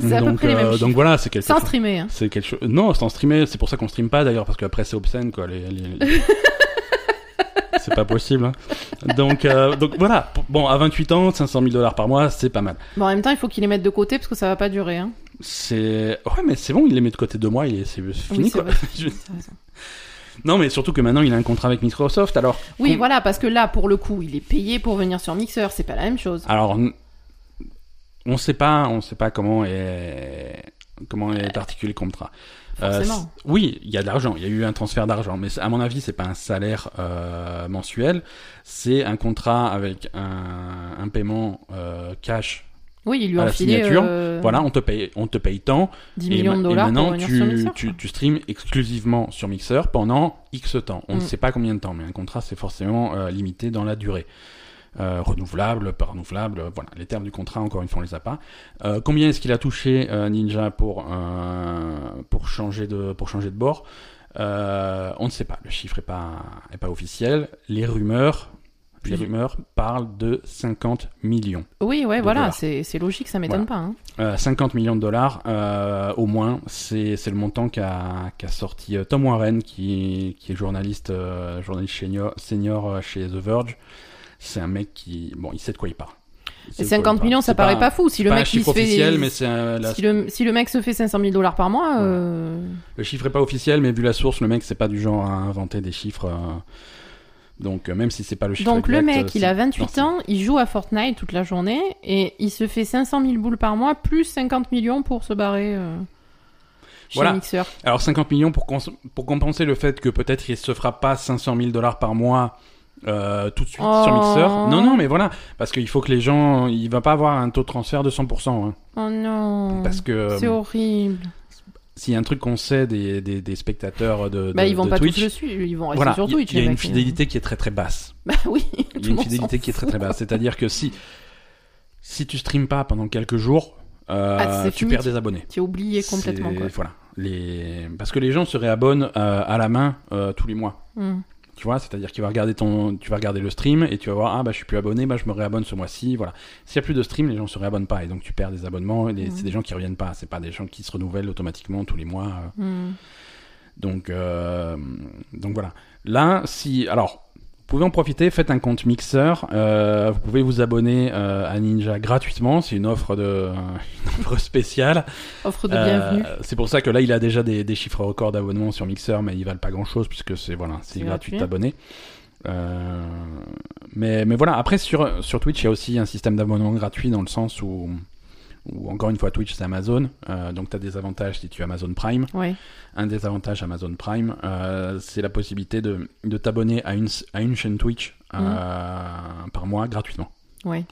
C'est à peu
donc,
près les mêmes
euh,
chiffres.
donc voilà, c'est quelque
Sans
chose.
streamer. hein.
C'est quelque chose. Non, c'est en streamer. C'est pour ça qu'on stream pas d'ailleurs, parce qu'après c'est obscène quoi. les- les- les- c'est pas possible. hein. Donc euh, donc voilà. Bon, à 28 ans, 500 000 dollars par mois, c'est pas mal.
Bon, en même temps, il faut qu'ils les mettent de côté parce que ça va pas durer. hein.
C'est ouais, mais c'est bon. Il les met de côté deux mois et c'est c'est
Oui,
fini
c'est
quoi.
vrai.
Je- Non, mais surtout que maintenant il a un contrat avec Microsoft. Alors
Oui,
Com-
voilà, parce que là, pour le coup, il est payé pour venir sur Mixer. C'est pas la même chose.
Alors, n- on sait pas, on sait pas comment est comment est articulé le contrat. Euh,
Forcément.
c- oui, il y a de l'argent, il y a eu un transfert d'argent, mais c'est- à mon avis, c'est pas un salaire euh, mensuel, c'est un contrat avec un, un paiement euh, cash.
oui, ils lui
à
ont
la
filé
signature,
euh,
Voilà, on te paye, on te paye tant.
10
et
millions
ma-
de
et
dollars pour
maintenant,
venir
tu,
sur Mixer.
tu,
quoi.
tu streams exclusivement sur Mixer pendant X temps. On ne
Mm.
sait pas combien de temps, mais un contrat, c'est forcément euh, limité dans la durée. Euh, renouvelable, pas renouvelable, euh, voilà. Les termes du contrat, encore une fois, on les a pas. Euh, combien est-ce qu'il a touché euh, Ninja pour, euh, pour, changer de, pour changer de bord Euh, On ne sait pas. Le chiffre est pas, est pas officiel. Les rumeurs, les
Oui.
rumeurs parlent de 50 millions.
Oui, ouais,
de
voilà,
dollars.
c'est c'est logique, ça m'étonne pas. hein.
Euh, 50 millions de dollars euh, au moins, c'est c'est le montant qu'a qu'a sorti euh, Tom Warren, qui, qui est journaliste, euh, journaliste senior, senior, euh, chez The Verge. C'est un mec qui, bon, il sait de quoi il parle. Il sait
Et
de quoi il
50
parle.
millions, ça
C'est
paraît pas, fou. Si
c'est
le
pas un
mec il
chiffre
se fait.
officiel, mais c'est un- la-
si, le, si le mec se fait 500 000 dollars par mois,
Voilà.
euh,
le chiffre est pas officiel, mais vu la source, le mec c'est pas du genre à inventer des chiffres. euh, Donc euh, même si c'est pas le chiffre.
donc le
exact, euh,
mec, il
c'est-
a
non,
28
c'est-
ans, il joue à Fortnite toute la journée et il se fait 500 000 boules par mois plus 50 millions pour se barrer euh, chez
Voilà.
Mixer.
Alors 50 millions pour, cons- pour compenser le fait que peut-être il se fera pas 500 000 dollars par mois euh, tout de suite sur
Oh.
Mixer. Non, non, mais voilà, parce qu'il faut que les gens, il va pas avoir un taux de transfert de 100%. hein.
Oh non,
parce que
c'est
euh,
horrible.
s'il y a un truc qu'on sait des, des, des spectateurs de, de-
bah ils vont
de
pas
Twitch,
tous le suivre, ils vont rester
voilà,
sur
il y-
Twitch.
il y a
les
une
mecs,
fidélité qui est très très basse.
Bah oui.
Il
tout
y
le
a une
monde
fidélité
s'en
qui est très
fout.
très basse. C'est-à-dire que si si tu streames pas pendant quelques jours, euh,
Ah, c'est
tu
fini,
perds des abonnés.
T'es oublié complètement
C'est-
quoi.
Voilà. Les... Parce que les gens se réabonnent euh, à la main euh, tous les mois.
Hum.
Tu vois, c'est-à-dire qu'il va regarder ton, tu vas regarder le stream et tu vas voir ah bah je suis plus abonné, bah je me réabonne ce mois-ci, voilà. S'il y a plus de stream, les gens se réabonnent pas et donc tu perds des abonnements. Et des-
Mhm.
C'est des gens qui reviennent pas, c'est pas des gens qui se renouvellent automatiquement tous les mois. euh.
Hum.
Donc euh, donc voilà. Là, si alors vous pouvez en profiter, faites un compte mixeur, euh, vous pouvez vous abonner euh, à Ninja gratuitement, c'est une offre de une offre spéciale.
Offre de
Euh,
bienvenue.
c'est pour ça que là, il a déjà des, des chiffres records d'abonnements sur Mixer, mais ils valent pas grand chose puisque c'est voilà, c'est
C'est
gratuit
gratuit.
d'abonner. Euh, mais, mais voilà, après sur, sur Twitch, il y a aussi un système d'abonnement gratuit dans le sens où, où, encore une fois, Twitch c'est Amazon, euh, donc tu as des avantages si tu as Amazon Prime.
Ouais.
Un des avantages Amazon Prime, euh, c'est la possibilité de, de t'abonner à une, à une chaîne Twitch euh,
Mhm.
par mois gratuitement
Ouais.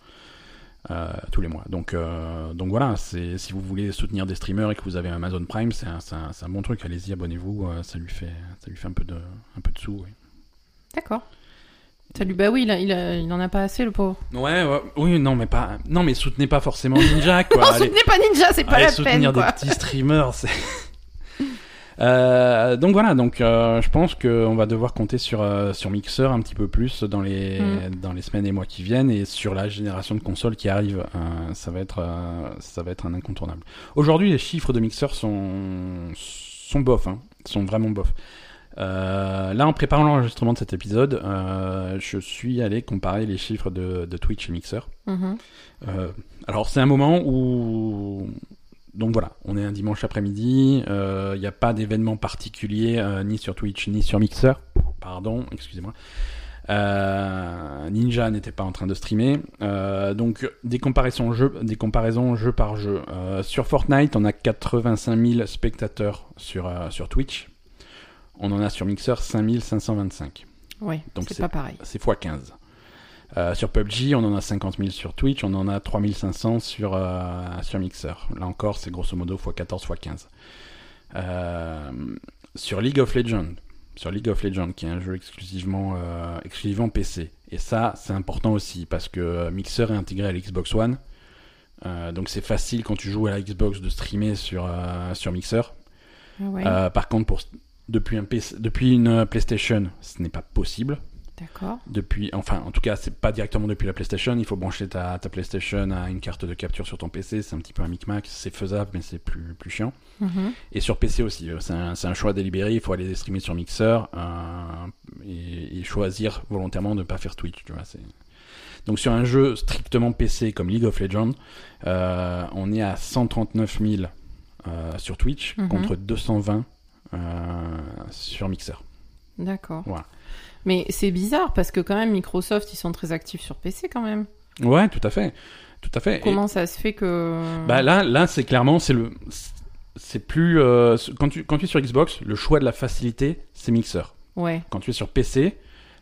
euh, tous les mois. Donc, euh, donc voilà, c'est si vous voulez soutenir des streamers et que vous avez Amazon Prime, c'est un, c'est un- c'est un bon truc. Allez-y, abonnez-vous, euh, ça lui fait, ça lui fait un peu de, un peu de sous. oui.
D'accord. Salut, bah oui, il, a- il, a- il en a pas assez le pauvre.
Ouais, ouais, oui, non, mais pas, non, mais soutenez pas forcément Ninja, quoi.
non,
Allez-
soutenez pas Ninja, c'est pas
Allez
la
soutenir
peine
des
quoi.
petits streamers, c'est. Euh, donc voilà, donc euh, je pense qu'on va devoir compter sur euh, sur Mixer un petit peu plus dans les
Mm.
dans les semaines et mois qui viennent et sur la génération de consoles qui arrive, Euh, ça va être euh, ça va être un incontournable. Aujourd'hui, les chiffres de Mixer sont sont bof, hein, sont vraiment bof. Euh, là, en préparant l'enregistrement de cet épisode, euh, je suis allé comparer les chiffres de, de Twitch et Mixer.
Mhm.
Euh, alors c'est un moment où donc voilà, on est un dimanche après-midi, euh, il n'y a pas d'événement particulier euh, ni sur Twitch ni sur Mixer. Pardon, excusez-moi. Euh, Ninja n'était pas en train de streamer, Euh, donc des comparaisons jeu, des comparaisons jeu par jeu. Euh, sur Fortnite, on a 85 000 spectateurs sur euh, sur Twitch. On en a sur Mixer 5525.
Ouais,
Donc
c'est
c'est-
pas pareil.
c'est x 15. Euh, sur PUBG, on en a 50 000 sur Twitch, on en a 3500 sur, euh, sur Mixer. Là encore, c'est grosso modo x14, x15. Euh, sur League of Legends, sur League of Legends, qui est un jeu exclusivement, euh, exclusivement PC. Et ça, c'est important aussi, parce que euh, Mixer est intégré à la Xbox One. Euh, donc c'est facile quand tu joues à la Xbox de streamer sur, euh, sur Mixer.
Ah ouais,
Euh, par contre, pour, depuis, un PC depuis une euh, PlayStation, ce n'est pas possible.
d'accord.
Depuis, enfin, en tout cas, c'est pas directement depuis la PlayStation. Il faut brancher ta, ta PlayStation à une carte de capture sur ton PC. C'est un petit peu un micmac. C'est faisable, mais c'est plus, plus chiant.
Mhm.
Et sur PC aussi, euh, c'est un, c'est un choix délibéré, il faut aller streamer sur Mixer euh, et, et choisir volontairement de ne pas faire Twitch, tu vois. c'est- Donc sur un jeu strictement PC comme League of Legends, euh, on est à 139 000 euh, sur Twitch
Mhm.
contre 220 euh, sur Mixer.
D'accord.
Voilà.
Mais c'est bizarre parce que quand même Microsoft ils sont très actifs sur PC quand même.
Ouais, tout à fait, tout à fait. Et-
Comment ça se fait que
Bah là, là, c'est clairement, c'est le, c'est plus euh, quand tu quand tu es sur Xbox, le choix de la facilité, c'est Mixer.
Ouais.
quand tu es sur PC,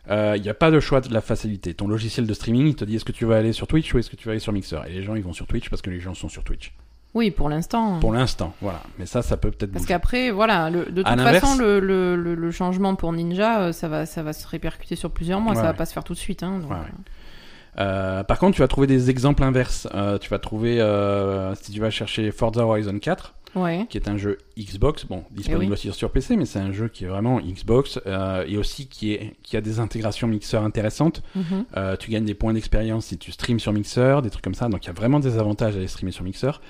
euh, il n'y a pas de choix de la facilité. Ton logiciel de streaming, il te dit est-ce que tu vas aller sur Twitch ou est-ce que tu vas aller sur Mixer Et les gens, ils vont sur Twitch parce que les gens sont sur Twitch.
Oui, pour l'instant.
Pour l'instant, voilà. Mais ça, ça peut peut-être
Mm. Parce
bouger.
qu'après, voilà, le- de
À
toute
l'inverse-
façon, le, le- le- le changement pour Ninja, euh, ça va, ça va se répercuter sur plusieurs mois,
Ouais,
ça va
ouais.
pas se faire tout de suite. Hein, donc,
Ouais, ouais. Euh, par contre, tu vas trouver des exemples inverses. Euh, tu vas trouver, euh, si tu vas chercher Forza Horizon 4,
euh, ouais.
qui est un jeu Xbox, bon, disponible
Eh oui.
aussi sur PC, mais c'est un jeu qui est vraiment Xbox euh, et aussi qui, est, qui a des intégrations Mixer intéressantes.
Mhm.
Euh, tu gagnes des points d'expérience si tu streams sur Mixer, des trucs comme ça. Donc il y a vraiment des avantages à aller streamer sur Mixer.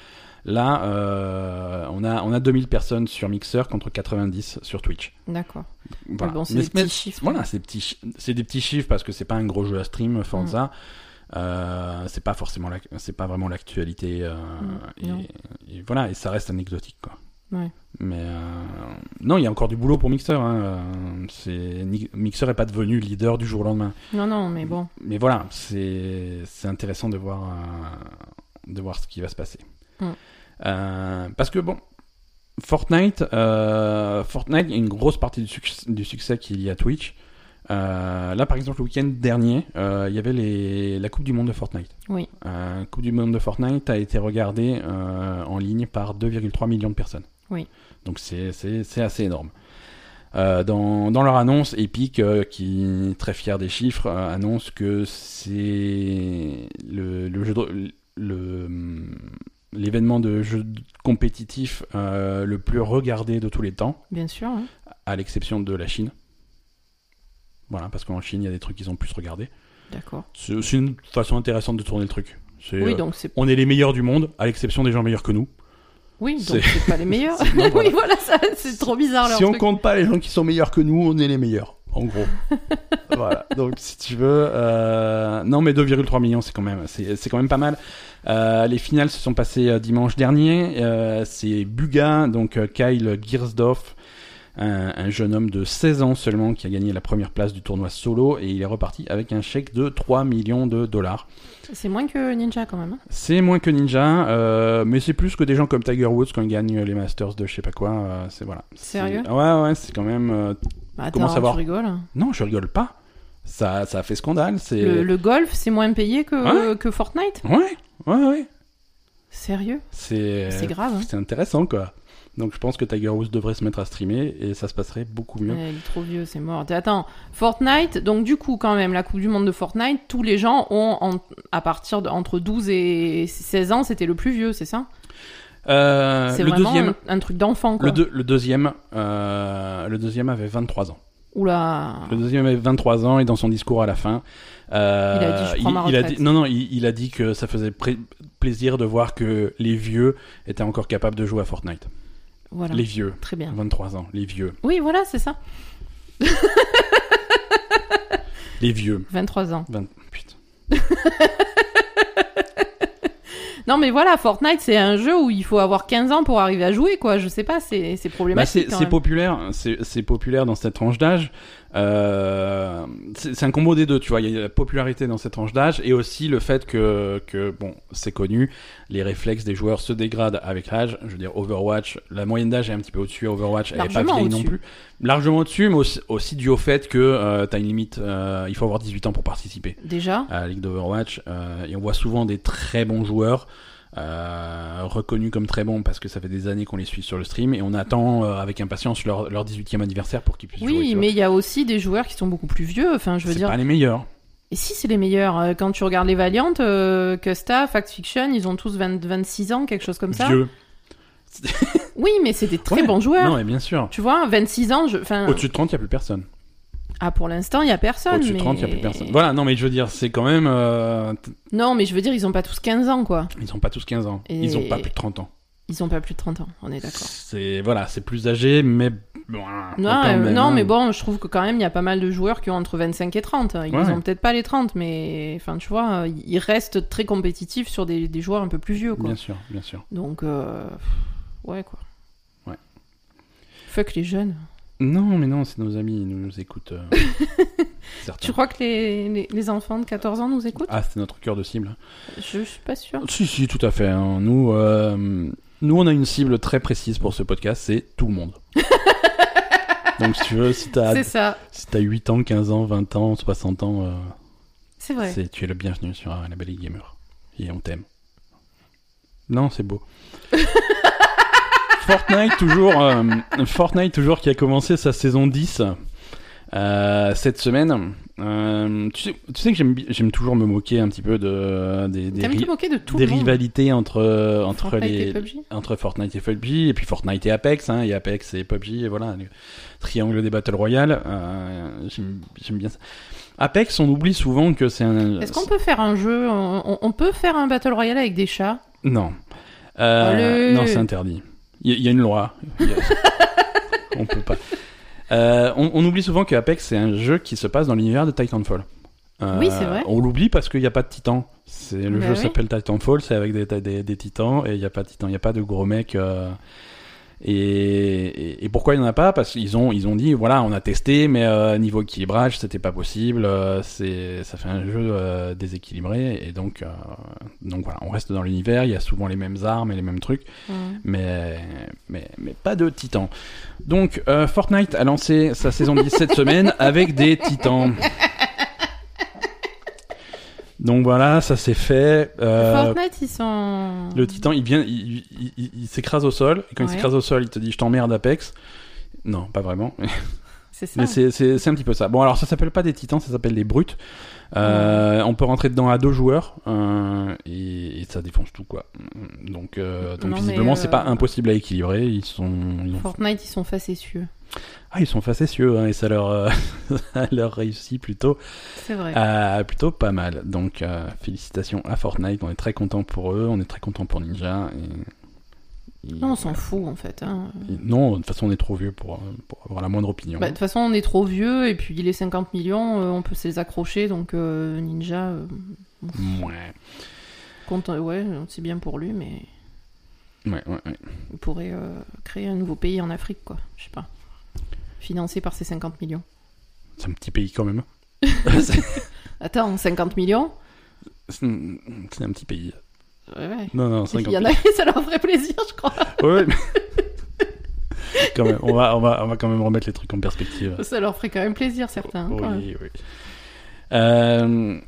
Là, euh, on, a, on a 2000 personnes sur Mixer contre 90 sur Twitch.
D'accord.
Voilà.
Mais bon, c'est
Mais-
des
mais-
petits chiffres.
Voilà, c'est des petits chi- c'est des petits chiffres parce que c'est pas un gros jeu à stream, Forza.
Mm.
Euh, c'est pas forcément l'ac- c'est pas vraiment l'actualité euh,
Mm, non.
et, et voilà et ça reste anecdotique quoi.
Ouais.
Mais euh, non, il y a encore du boulot pour Mixer. Hein. Euh, c'est- Ni- Mixer n'est pas devenu leader du jour au lendemain.
Non, non, mais bon.
Mais voilà, c'est c'est intéressant de voir, euh, de voir ce qui va se passer.
Mm.
Euh, parce que bon, Fortnite, euh, Fortnite, il y a une grosse partie du, succ- du succès qui est lié à Twitch. Euh, là, par exemple, le week-end dernier, euh, il y avait les, la Coupe du Monde de Fortnite.
Oui.
Euh, Coupe du Monde de Fortnite a été regardée euh, en ligne par 2,3 millions de personnes.
Oui.
Donc c'est- c'est c'est assez énorme. Euh, dans, dans leur annonce, Epic, euh, qui est très fier des chiffres, euh, annonce que c'est le, le jeu de- le- l'événement de jeu de- compétitif euh, le plus regardé de tous les temps,
Bien sûr. hein.
à l'exception de la Chine. Voilà, parce qu'en Chine, il y a des trucs qu'ils ont plus regardé.
D'accord.
C'est c'est une façon intéressante de tourner le truc. C'est,
Oui,
euh,
donc c'est.
on est les meilleurs du monde, à l'exception des gens meilleurs que nous.
Oui, donc
c'est-
c'est pas les meilleurs.
C'est- non, voilà.
oui, voilà, ça, c'est trop bizarre leur
si on
truc.
compte pas les gens qui sont meilleurs que nous, on est les meilleurs, en gros. voilà. Donc si tu veux, euh, non mais 2,3 millions, c'est quand même, c'est c'est quand même pas mal. Euh, les finales se sont passées euh, dimanche dernier. Euh, c'est Buga, donc euh, Kyle Giersdorf. Un, un jeune homme de 16 ans seulement qui a gagné la première place du tournoi solo et il est reparti avec un chèque de 3 millions de dollars.
C'est moins que Ninja quand même. hein.
C'est moins que Ninja, euh, mais c'est plus que des gens comme Tiger Woods quand ils gagnent les Masters de je sais pas quoi. euh, c'est voilà. C'est-
Sérieux
Ouais, ouais, c'est quand même. euh,
Bah,
Comment
attends,
savoir
tu rigoles.
Non, je rigole pas. Ça, ça a fait scandale. C'est.
Le, le golf, c'est moins payé que,
Hein
que Fortnite
Ouais, ouais, ouais.
Sérieux
C'est.
C'est grave. hein.
C'est intéressant quoi. Donc je pense que Tiger Woods devrait se mettre à streamer et ça se passerait beaucoup mieux.
Ouais, Eh, il est trop vieux, c'est mort. Attends, Fortnite, donc du coup, quand même, la Coupe du Monde de Fortnite, tous les gens ont, en- à partir de, entre 12 et 16 ans, c'était le plus vieux, c'est ça
Euh,
C'est
le
vraiment
deuxième.
un, un truc d'enfant, quoi.
Le, deux- le deuxième, euh, le deuxième avait 23 ans.
Oula,
Le deuxième avait 23 ans et dans son discours à la fin, euh,
Il a dit, je prends ma
il a
retraite.
dit- non non, il, il a dit que ça faisait pré- plaisir de voir que les vieux étaient encore capables de jouer à Fortnite.
voilà,
Les vieux,
très bien.
23 ans, les vieux,
Oui, voilà, c'est ça,
les vieux.
23 ans.
20... Putain.
Non, mais voilà, Fortnite, c'est un jeu où il faut avoir 15 ans pour arriver à jouer, quoi. Je sais pas, c'est c'est
Bah,
problématique.
c'est
quand
c'est
même.
populaire, c'est c'est populaire dans cette tranche d'âge. Euh, c'est c'est un combo des deux, tu vois. Il y a la popularité dans cette tranche d'âge et aussi le fait que, que bon, c'est connu, les réflexes des joueurs se dégradent avec l'âge. Je veux dire, Overwatch, la moyenne d'âge est un petit peu au-dessus. Overwatch, elle est pas
Largement
vieille non
au-dessus.
plus. Largement au-dessus, mais aussi, aussi dû au fait que euh, t'as une limite, euh, il faut avoir 18 ans pour participer
Déjà
à la Ligue d'Overwatch. euh, et on voit souvent des très bons joueurs, euh, reconnus comme très bons parce que ça fait des années qu'on les suit sur le stream, et on attend euh, avec impatience leur, leur 18e anniversaire pour qu'ils puissent jouer.
Oui,
tu vois.
mais il y a aussi des joueurs qui sont beaucoup plus vieux. Enfin, je veux
C'est
dire.
pas les meilleurs.
Et si c'est les meilleurs euh, Quand tu regardes les Valiant, euh, Custa, Fact Fiction, ils ont tous 20 26 ans, quelque chose comme ça.
Vieux.
Oui, mais c'est des très
Ouais.
bons joueurs.
Non, mais bien sûr.
Tu vois, 26 ans, je... enfin,
Au-dessus de 30, il n'y a plus personne.
ah, pour l'instant, il y a personne.
Au-dessus de
mais...
30, il n'y a plus personne. Voilà, non, mais je veux dire, c'est quand même. euh, t-
Non, mais je veux dire, ils ont pas tous 15 ans, quoi.
ils n'ont pas tous 15 ans.
Et-
Ils n'ont pas plus de 30 ans.
Ils ont pas plus de 30 ans, on est d'accord.
C'est voilà, c'est plus âgé, mais. bon,
Non,
quand
euh,
même,
non,
hein.
mais bon, je trouve que quand même, il y a pas mal de joueurs qui ont entre 25 et 30. Ils
Ouais.
ont peut-être pas les 30, mais enfin, tu vois, euh, ils restent très compétitifs sur des, des joueurs un peu plus vieux, quoi.
Bien sûr, bien sûr.
Donc, euh, pff, ouais, quoi.
Ouais.
Fuck les jeunes.
Non, mais non, c'est nos amis, ils nous, nous écoutent. euh, certains.
Tu crois que les, les, les enfants de 14 ans nous écoutent
Ah, c'est notre cœur de cible.
je, je suis pas sûre.
Si, si, tout à fait. hein. Nous, euh, nous, on a une cible très précise pour ce podcast, c'est tout le monde. Donc, si tu veux, si t'as
C'est ça,
si t'as 8 ans, 15 ans, 20 ans, 60 ans, euh,
c'est vrai.
c'est- tu es le bienvenu sur euh, la Belle Île Gamer. Et on t'aime. Non, c'est beau. Fortnite, toujours, euh, Fortnite, toujours, qui a commencé sa saison 10 euh, cette semaine. Euh, tu, sais, tu sais que j'aime bi- j'aime toujours me moquer un petit peu de, des, des
T'as
ri-
me moqué de tout
des
le monde.
rivalités entre, euh, entre
Fortnite
les
et PUBG.
entre Fortnite et PUBG et puis Fortnite et Apex hein, et Apex et PUBG et voilà le triangle des battle royale euh, j'aime j'aime bien ça Apex on oublie souvent que c'est un
Est-ce qu'on peut faire un jeu on, on- on peut faire un battle royale avec des chats
non Euh,
Allez.
non c'est interdit il y, a- il y a une loi Il y a- on peut pas Euh, on, on oublie souvent que Apex c'est un jeu qui se passe dans l'univers de Titanfall Euh,
Oui, c'est vrai.
On l'oublie parce qu'il n'y a pas de titan. C'est, le
Bah
jeu
oui.
s'appelle Titanfall, c'est avec des, des, des titans et il n'y a pas de titan, il n'y a pas de gros mecs. euh, Et, et, et pourquoi il n'y en a pas Parce qu'ils ont, ils ont dit voilà, on a testé, mais euh, niveau équilibrage, c'était pas possible. euh, c'est, ça fait un jeu euh, déséquilibré et donc, euh, donc voilà, on reste dans l'univers. Il y a souvent les mêmes armes et les mêmes trucs mais, mais, mais pas de titans. Donc, euh, Fortnite a lancé sa saison 10 cette semaine avec des titans. Donc voilà, ça c'est fait. Euh,
Fortnite, ils sont.
le titan, il vient, il, il- il- il s'écrase au sol. Et quand il
Ouais.
s'écrase au sol, il te dit je t'emmerde Apex. Non, pas vraiment.
C'est ça.
Mais c'est- c'est c'est un petit peu ça. Bon, alors ça s'appelle pas des titans, ça s'appelle des brutes. Euh, On peut rentrer dedans à deux joueurs euh, et, et ça défonce tout quoi. Donc, euh, donc
Non, mais,
visiblement,
euh,
c'est pas impossible à équilibrer. Ils sont, ils ont-
Fortnite, ils sont facétieux.
ah, ils sont facétieux hein, et ça leur, euh, ça leur réussit plutôt,
C'est vrai.
euh, plutôt pas mal. Donc, euh, félicitations à Fortnite. On est très content pour eux, on est très content pour Ninja. et- et-
Non, on s'en fout en fait. hein.
et- non, de toute façon, on est trop vieux pour, euh, pour avoir la moindre opinion.
Bah, De toute façon, on est trop vieux et puis les 50 millions, euh, on peut se les accrocher. Donc euh, Ninja, euh,
Ouais,
content- ouais, c'est bien pour lui, mais
ouais, ouais, ouais.
il pourrait euh, créer un nouveau pays en Afrique, quoi. Je sais pas. Financé par ces 50 millions.
C'est un petit pays quand même.
Attends, 50 millions
C'est c'est un petit pays.
Ouais, ouais.
Non, non,
Il
50
y en a qui ça leur ferait plaisir, je crois.
Ouais, mais- quand même, on va, on, va, on va quand même remettre les trucs en perspective.
Ça leur ferait quand même plaisir, certains. hein, quand même.
Oh, Oui, oui. Euh,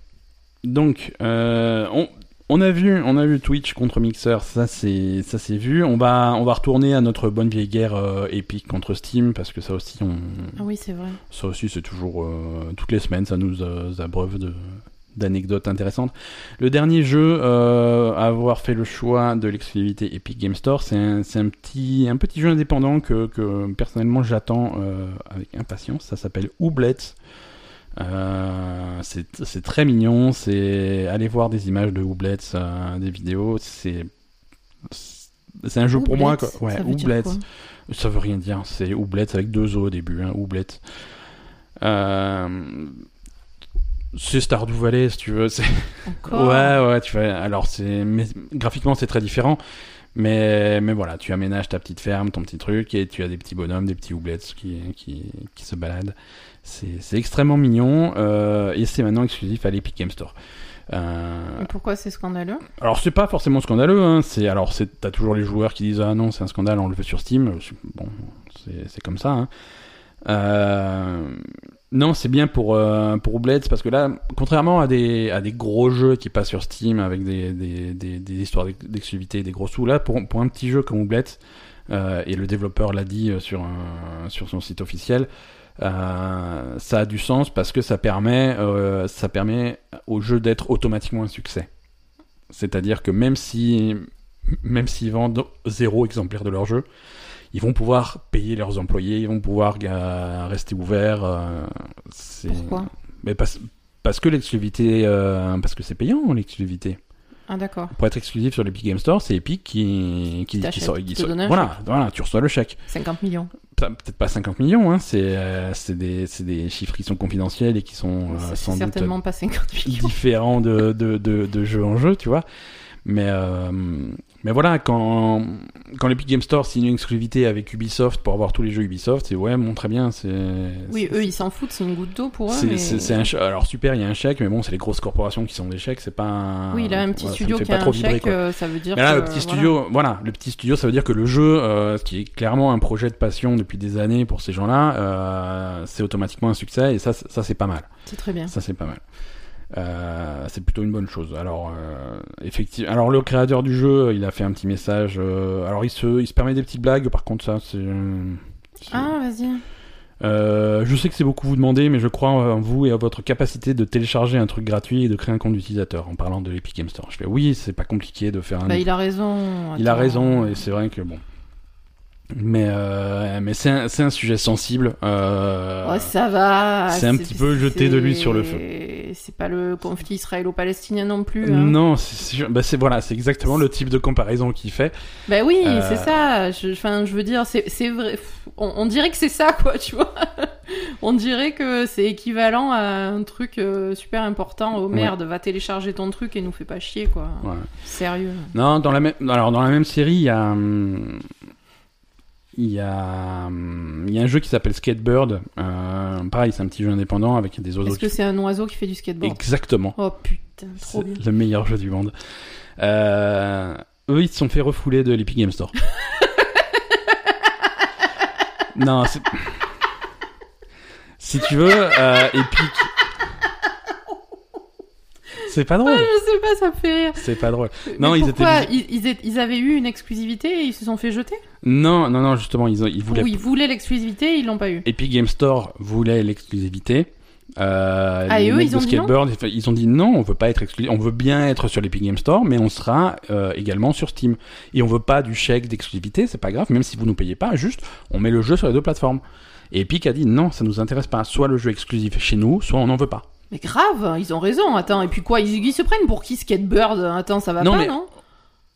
donc, euh, on, on, a vu, on a vu Twitch contre Mixer, ça c'est ça c'est vu. On va, on va retourner à notre bonne vieille guerre euh, Epic contre Steam, parce que ça aussi, on,
Ah oui, c'est vrai.
ça aussi c'est toujours euh, toutes les semaines, ça nous euh, abreuve de d'anecdotes intéressantes. Le dernier jeu euh, à avoir fait le choix de l'exclusivité Epic Game Store, c'est un, c'est un petit un petit jeu indépendant que, que personnellement j'attends euh, avec impatience. Ça s'appelle Oublette. Euh, c'est c'est très mignon. C'est allez voir des images de Oublette, des vidéos. C'est c'est un jeu pour moi quoi.
Oublette,
Ouais,
ça veut dire
Oublette.
quoi
Ça veut rien dire, c'est oublette avec deux O au début, hein, oublette. Euh, C'est Stardew Valley, si tu veux. c'est-
Encore
Ouais, ouais, tu vois. Alors, c'est mais graphiquement, c'est très différent. Mais, mais voilà, tu aménages ta petite ferme, ton petit truc, et tu as des petits bonhommes, des petits houblets qui, qui, qui se baladent. C'est c'est extrêmement mignon, euh, et c'est maintenant exclusif à l'Epic Game Store. Euh,
Et Pourquoi c'est scandaleux
alors c'est pas forcément scandaleux, hein. c'est alors c'est t'as toujours les joueurs qui disent ah non c'est un scandale on le veut sur Steam, Je suis- bon c'est c'est comme ça. hein. Euh, Non c'est bien pour euh, pour Oublets parce que là contrairement à des à des gros jeux qui passent sur Steam avec des des, des, des histoires d'ex- d'exclusivité des gros sous là pour pour un petit jeu comme Oublets euh, et le développeur l'a dit euh, sur un- sur son site officiel euh, ça a du sens parce que ça permet euh, ça permet au jeu d'être automatiquement un succès. C'est-à-dire que même si même s'ils vendent zéro exemplaire de leur jeu, ils vont pouvoir payer leurs employés, ils vont pouvoir euh, rester ouverts. euh, c'est-
Pourquoi
Mais parce, parce que l'exclusivité, euh, parce que c'est payant l'exclusivité.
Ah d'accord.
Pour être exclusif sur l'Epic Game Store, c'est Epic qui qui,
t'achète,
sort-
qui te
sort-
donne un
voilà, voilà, tu reçois le chèque.
50 millions.
Pe- peut-être pas 50 millions, hein, c'est euh, c'est des, c'est des chiffres qui sont confidentiels et qui sont euh,
C'est
sans doute
certainement pas 50 millions.
différents de, de, de, de jeu en jeu, tu vois. Mais, euh, mais voilà, quand, quand l'Epic Game Store signe une exclusivité avec Ubisoft pour avoir tous les jeux Ubisoft, c'est ouais, bon, très bien, c'est.
Oui,
c'est-
eux ils s'en foutent, c'est une goutte d'eau pour eux.
c'est
mais-
c'est- c'est un chè- alors super il y a un chèque mais bon c'est les grosses corporations qui sont des chèques c'est pas un,
Oui, là un
voilà,
petit
ça me
studio
fait
qui
pas
a
trop
un
vibrer,
chèque,
quoi.
euh, ça veut dire.
Mais là, le
que,
petit
voilà.
studio, voilà. le petit studio, ça veut dire que le jeu, euh, ce qui est clairement un projet de passion depuis des années pour ces gens-là, euh, c'est automatiquement un succès et ça, c'est- ça c'est pas mal.
C'est très bien.
Ça c'est pas mal. Euh, c'est plutôt une bonne chose. Alors, euh, effectivement, alors le créateur du jeu, il a fait un petit message. euh, alors, il se, il se permet des petites blagues. Par contre, ça, c'est. c'est-
Ah vas-y.
euh, je sais que c'est beaucoup vous demander, mais je crois en vous et à votre capacité de télécharger un truc gratuit et de créer un compte d'utilisateur. En parlant de l'Epic Game Store, je fais oui, c'est pas compliqué de faire un
Bah il a raison.
il a
attends.
raison, et c'est vrai que bon. Mais, euh, mais c'est un, c'est un sujet sensible. euh,
Ouais, Oh, ça va.
c'est un petit peu jeter de l'huile sur le
c'est- C'est pas le conflit israélo-palestinien non plus. hein.
non, c'est sûr- bah, c'est voilà, c'est exactement le type de comparaison qu'il fait.
Bah oui,
Euh,
c'est ça. Je, enfin, je veux dire, c'est c'est vrai. Pff, On, on dirait que c'est ça, quoi, tu vois. on dirait que c'est équivalent à un truc euh, super important. Oh merde, va télécharger ton truc et nous fais pas chier, quoi.
Ouais.
Sérieux.
Non, dans la même, alors dans la même série, il y a, hum, il y a, hum, il y a un jeu qui s'appelle Skatebird. euh, pareil, c'est un petit jeu indépendant avec des oiseaux.
Est-ce que
qui-
c'est un oiseau qui fait du skateboard
Exactement.
Oh putain, trop bien.
C'est le meilleur jeu du monde. Euh, eux, ils se sont fait refouler de l'Epic Game Store. non, c'est... Si tu veux, euh, Epic... C'est pas drôle.
Je sais pas, ça me fait rire.
C'est pas drôle.
Mais
Non, ils
pourquoi
étaient-
ils, ils étaient- ils avaient eu une exclusivité et ils se sont fait jeter
Non, non, non, justement, ils, ont- ils voulaient...
Ou ils voulaient l'exclusivité et ils l'ont pas eu
Epic Game Store voulait l'exclusivité. Euh,
Ah, et
les
eux,
mecs
ils
de
ont dit non
Skatebird, ils- ils ont dit non, on veut pas être exclusif, on veut bien être sur l'Epic Game Store, mais on sera euh, également sur Steam. Et on veut pas du chèque d'exclusivité, c'est pas grave, même si vous nous payez pas, juste on met le jeu sur les deux plateformes. Et Epic a dit non, ça nous intéresse pas, soit le jeu est exclusif chez nous, soit on n'en veut pas.
Mais grave, ils ont raison. Attends, et puis quoi Ils, ils se prennent pour qui Skatebird Attends, ça va
Non,
pas,
mais-
non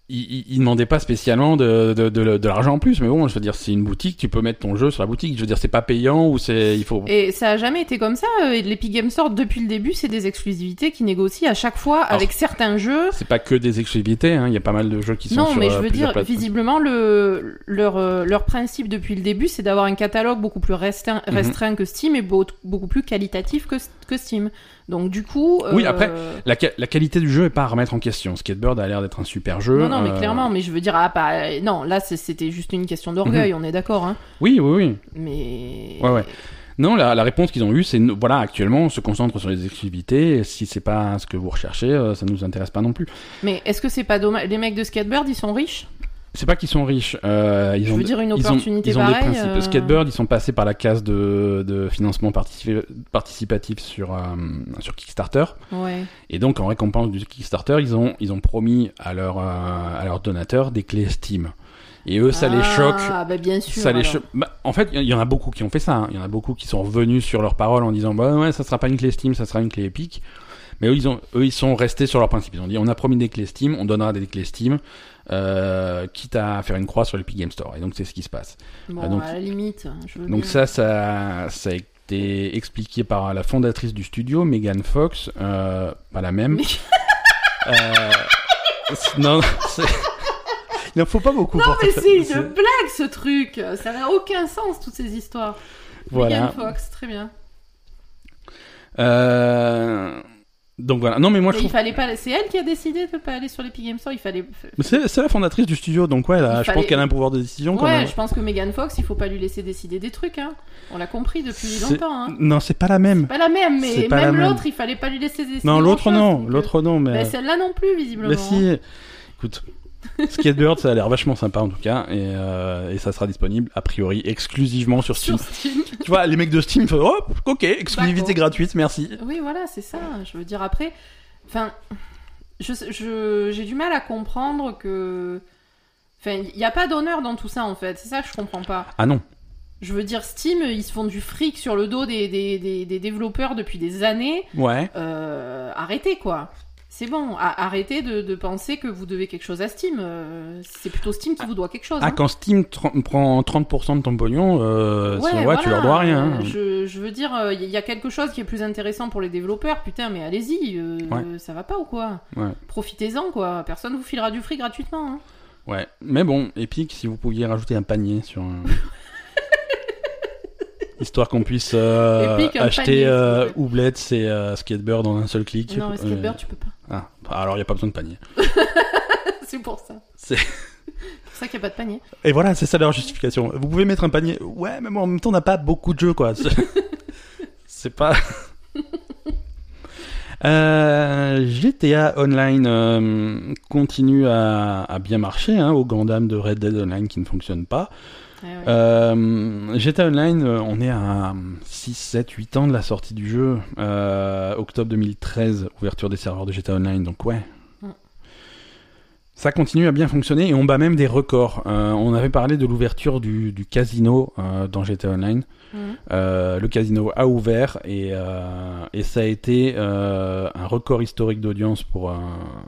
Ils- Ils ils demandaient pas spécialement de, de, de, de l'argent en plus, mais bon, je veux dire, c'est une boutique, tu peux mettre ton jeu sur la boutique. Je veux dire, c'est pas payant ou c'est, il faut.
Et ça a jamais été comme ça. euh, et L'Epic Games Store, depuis le début, c'est des exclusivités qui négocient à chaque fois
Alors-
avec certains jeux.
C'est pas que des exclusivités, hein, il y a pas mal de jeux qui sont
Non,
sur
mais
euh,
je veux
plusieurs
dire,
plateformes.
visiblement, le, leur, euh, leur principe depuis le début, c'est d'avoir un catalogue beaucoup plus restreint,
Mhm.
restreint que Steam et beau- beaucoup plus qualitatif que, que Steam. Donc, du coup. euh,
Oui, après, La, qua- la qualité du jeu est pas à remettre en question. Skatebird a l'air d'être un super jeu.
Non, non, mais
euh,
clairement, mais je veux dire, ah, pas, euh, non, là, c'est- c'était juste une question d'orgueil, on est d'accord, hein.
Oui, oui, oui.
Mais.
Mhm. Ouais, ouais. Non, la, la réponse qu'ils ont eue, c'est no- voilà, actuellement, on se concentre sur les exclusivités. et Si c'est pas ce que vous recherchez, euh, ça nous intéresse pas non plus.
Mais est-ce que c'est pas dommage Les mecs de Skatebird, ils sont riches
C'est pas qu'ils sont riches. euh, ils
Je
ont,
veux dire, une
ils ont-
opportunité
ils ont,
pareille,
des principes.
euh,
Skatebird, ils sont passés par la case de, de financement participa- participatif sur, euh, sur Kickstarter.
Ouais.
Et donc, en récompense du Kickstarter, ils ont, ils ont promis à leurs euh, à leurs donateurs des clés Steam. Et eux, ça les choque
Ah, bah, bien sûr.
ça les
alors.
che- bah, en fait, il y en a beaucoup qui ont fait ça. hein. Il y en a beaucoup qui sont revenus sur leur parole en disant bah ouais, ça sera pas une clé Steam, ça sera une clé Epic. Mais eux, ils ont, eux, ils sont restés sur leur principe. Ils ont dit on a promis des clés Steam, on donnera des clés Steam, euh, quitte à faire une croix sur l'Epic Game Store. Et donc c'est ce qui se passe.
Bon,
Ah, donc-
à la limite, je veux
Donc
bien.
ça, ça, ça a été expliqué par la fondatrice du studio, Megan Fox, euh, pas la même.
Mais-
Euh, c'est- non, c'est- Il n'en faut pas beaucoup.
Non,
pour
Oh, mais
faire-
c'est une blague ce truc Ça n'a aucun sens toutes ces histoires. William
Voilà.
Fox, très bien.
Euh, Donc voilà. Non, mais moi, je
Mais il
trouve.
fallait pas. C'est elle qui a décidé de pas aller sur l'Epic Games Store. Il fallait.
C'est c'est la fondatrice du studio, donc ouais, elle a-
Il
je pense
fallait-
qu'elle a un pouvoir de décision quand
Ouais,
même.
je pense que Megan Fox, il faut pas lui laisser décider des trucs. Hein. On l'a compris depuis
C'est-
longtemps. Hein.
Non, c'est pas la même.
Pas la même, mais
C'est pas la
même
même.
l'autre, il fallait pas lui laisser décider.
Non, l'autre
grand-chose,
non,
donc, euh,
l'autre non, mais.
bah, celle-là non plus, visiblement.
Mais si. Écoute, Skatebird, ça a l'air vachement sympa en tout cas, et, euh, et ça sera disponible a priori exclusivement sur Steam.
Sur Steam.
tu vois, les mecs de Steam font oh, ok, exclusivité
D'accord.
gratuite, merci.
Oui, voilà, c'est ça. Je veux dire, après, enfin, je, je- j'ai du mal à comprendre que. Enfin, il n'y a pas d'honneur dans tout ça, en fait. C'est ça que je comprends pas.
Ah non,
Je veux dire, Steam, ils se font du fric sur le dos des, des, des- des développeurs depuis des années.
ouais.
Euh, arrêtez, quoi. C'est bon, a- arrêtez de, de penser que vous devez quelque chose à Steam. Euh, c'est plutôt Steam qui vous doit quelque chose.
Ah,
hein.
quand Steam tr- prend 30% de ton pognon, euh, c'est- ouais, tu
voilà,
leur dois rien. hein.
euh, Je, je veux dire, il y a quelque chose qui est plus intéressant pour les développeurs, putain, mais allez-y, euh,
Ouais.
ça va pas ou quoi
Ouais.
Profitez-en, quoi. Personne vous filera du fric gratuitement. hein.
Ouais, mais bon, Epic, si vous pouviez rajouter un panier sur un... Histoire qu'on puisse euh,
Epic, un
acheter
panier,
euh,
s'il
Oublette et euh, Skatebird en un seul clic.
Non, mais Skatebird,
Euh,
tu peux pas.
ah, alors il n'y a pas besoin de panier.
c'est pour ça.
C'est-
pour ça qu'il n'y a pas de panier.
Et voilà, c'est ça leur justification. Vous pouvez mettre un panier. Ouais, mais bon, en même temps, on n'a pas beaucoup de jeux, quoi. C'est- C'est pas. Euh, GTA Online euh, continue à, à bien marcher, hein, au grand dam de Red Dead Online qui ne fonctionne pas.
Ouais, ouais.
Euh, GTA Online, euh, on est à 6, 7, 8 ans de la sortie du jeu. Euh, octobre 2013, ouverture des serveurs de GTA Online, donc ouais.
Mm.
Ça continue à bien fonctionner et on bat même des records. Euh, on avait parlé de l'ouverture du, du casino euh, dans GTA Online.
Mhm.
Euh, le casino a ouvert et, euh, et ça a été euh, un record historique d'audience pour, un-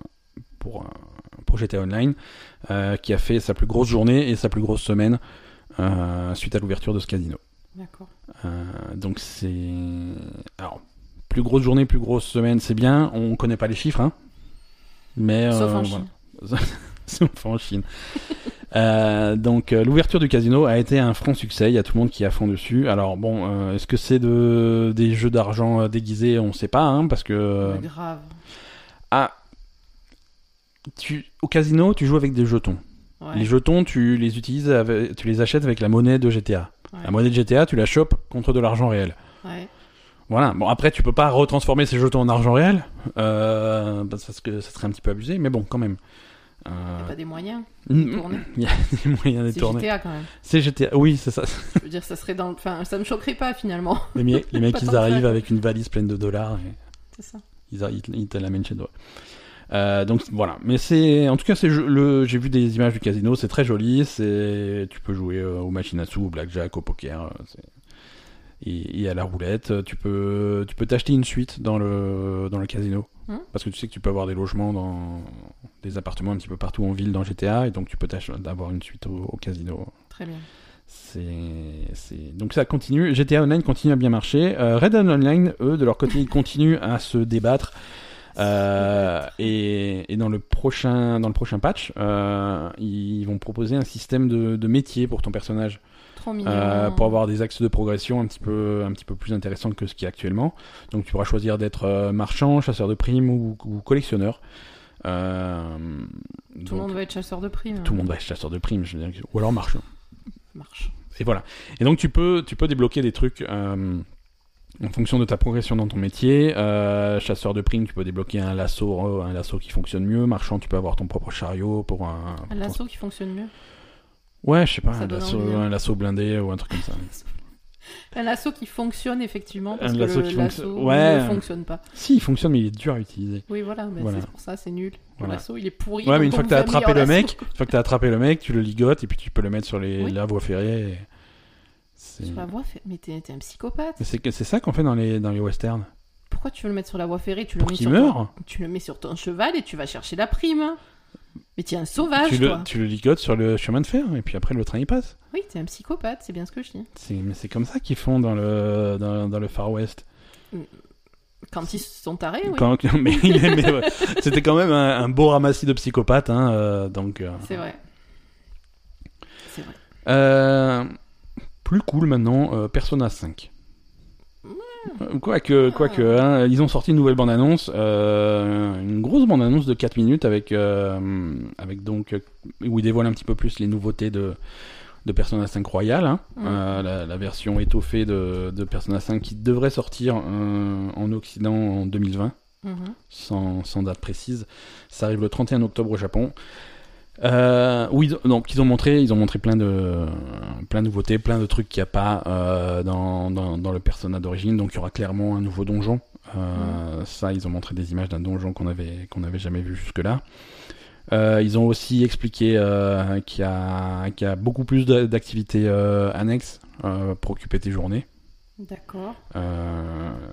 pour, un- pour GTA Online euh, qui a fait sa plus grosse journée et sa plus grosse semaine euh, suite à l'ouverture de ce casino.
D'accord.
Euh, donc c'est... Alors, plus grosse journée, plus grosse semaine, c'est bien, on connaît pas les chiffres, hein, mais...
Sauf
euh,
en
voilà.
Chine.
Sauf en Chine. Euh, donc euh, l'ouverture du casino a été un franc succès, il y a tout le monde qui a fond dessus. Alors bon, euh, est-ce que c'est de, des jeux d'argent euh, déguisés On sait pas, hein, parce que...
Mais Grave.
ah, tu, au casino, tu joues avec des jetons.
Ouais.
Les jetons, tu les utilises, avec- tu les achètes avec la monnaie de GTA.
Ouais.
La monnaie de GTA, tu la chopes contre de l'argent réel.
Ouais.
Voilà. Bon, après, tu peux pas retransformer ces jetons en argent réel, euh, parce que ça serait un petit peu abusé, mais bon, quand même. Euh,
Y a pas des moyens.
mm,
tourner.
Il y a des moyens de
Eh ben, C'est
tourner.
GTA quand même.
C'est GTA. Oui, c'est ça.
Je veux dire, ça serait dans. le- Enfin, ça me choquerait pas finalement.
Les, me- les mecs,
Pas
ils
tant que ça.
arrivent avec une valise pleine de dollars. et-
C'est ça.
ils, a- ils te- ils te l'amènent chez toi. Euh, donc voilà, mais c'est en tout cas c'est jo- le j'ai vu des images du casino, c'est très joli, c'est tu peux jouer euh, au machinatsu, au blackjack, au poker, euh, c'est- et, et à la roulette, Euh, tu peux tu peux t'acheter une suite dans le dans le casino
Hmm.
parce que tu sais que tu peux avoir des logements dans des appartements un petit peu partout en ville dans GTA et donc tu peux t'ach- avoir une suite au, au casino.
Très bien.
C'est c'est- donc ça continue. GTA Online continue à bien marcher. Euh, Red Dead Online, eux, de leur côté, ils continuent à se débattre. Euh, et, et dans le prochain dans le prochain patch, euh, ils vont proposer un système de, de métier pour ton personnage,
Trop mignon.
euh, pour avoir des axes de progression un petit peu un petit peu plus intéressants que ce qu'il y a actuellement. Donc tu pourras choisir d'être euh, marchand, chasseur de primes ou, ou collectionneur. Euh,
Tout le monde va être chasseur de primes.
tout le monde va être chasseur de primes, je veux dire, ou alors marchand.
Marche.
Et voilà. Et donc tu peux, tu peux débloquer des trucs euh, en fonction de ta progression dans ton métier. Euh, chasseur de primes, tu peux débloquer un lasso, euh, un lasso qui fonctionne mieux. Marchand, tu peux avoir ton propre chariot pour un.
Un
pour-
L'assaut qui fonctionne mieux.
Ouais, je sais pas,
Ça
un
donne
lasso,
envie, hein.
un lasso blindé ou un truc comme ça.
Un lasso qui fonctionne effectivement parce
Un
que
lasso
le
qui
lasso
fonctionne. Ouais.
ne fonctionne pas.
si, il fonctionne, mais il est dur à utiliser.
Oui voilà, mais
Voilà.
c'est pour ça c'est nul. Le
Voilà.
lasso il est pourri.
Ouais, mais une
donc
fois
on
que t'as
vous améliore
attrapé le
l'assaut.
mec, une fois que t'as attrapé le mec, tu le ligotes et puis tu peux le mettre sur les,
Oui.
la voie ferrée. et C'est
Sur la voie ferrée, mais t'es t'es un psychopathe.
mais c'est que- c'est ça qu'on fait dans les, dans les westerns.
Pourquoi tu veux le mettre sur la voie ferrée Tu le
Pour
mets
qu'il
sur ton-
meure,
Tu le mets sur ton cheval et tu vas chercher la prime. Mais t'es un sauvage
tu
toi.
le, tu le ligotes sur le chemin de fer et puis après le train il passe.
Oui, t'es un psychopathe, c'est bien ce que je dis.
C'est, mais c'est comme ça qu'ils font dans le, dans, dans le Far West.
Quand ils sont tarés, Eh oui.
Quand- mais, il est- mais ouais. C'était quand même un, un beau ramassis de psychopathes, hein, euh, donc euh,
C'est vrai. c'est vrai.
Euh, plus cool maintenant, euh, Persona 5. Euh, Quoique, quoique hein, ils ont sorti une nouvelle bande-annonce, euh, une grosse bande-annonce de 4 minutes avec, euh, avec donc, euh, où ils dévoilent un petit peu plus les nouveautés de, de Persona 5 Royal, hein,
Mm.
euh, la, la version étoffée de, de Persona 5 qui devrait sortir euh, en Occident en 2020
Mhm.
sans, sans date précise. Ça arrive le 31 octobre au Japon. Euh, où ils, ont- donc ils ont montré, ils ont montré plein de, plein de nouveautés, plein de trucs qu'il n'y a pas euh, dans, dans, dans le persona d'origine. Donc il y aura clairement un nouveau donjon. Euh,
Mm.
Ça, ils ont montré des images d'un donjon qu'on avait qu'on n'avait jamais vu jusque là. ils ont aussi expliqué euh, qu'il y, a- qu'il y a beaucoup plus d'a- d'activités euh, annexes euh, pour occuper tes journées.
D'accord.
Euh,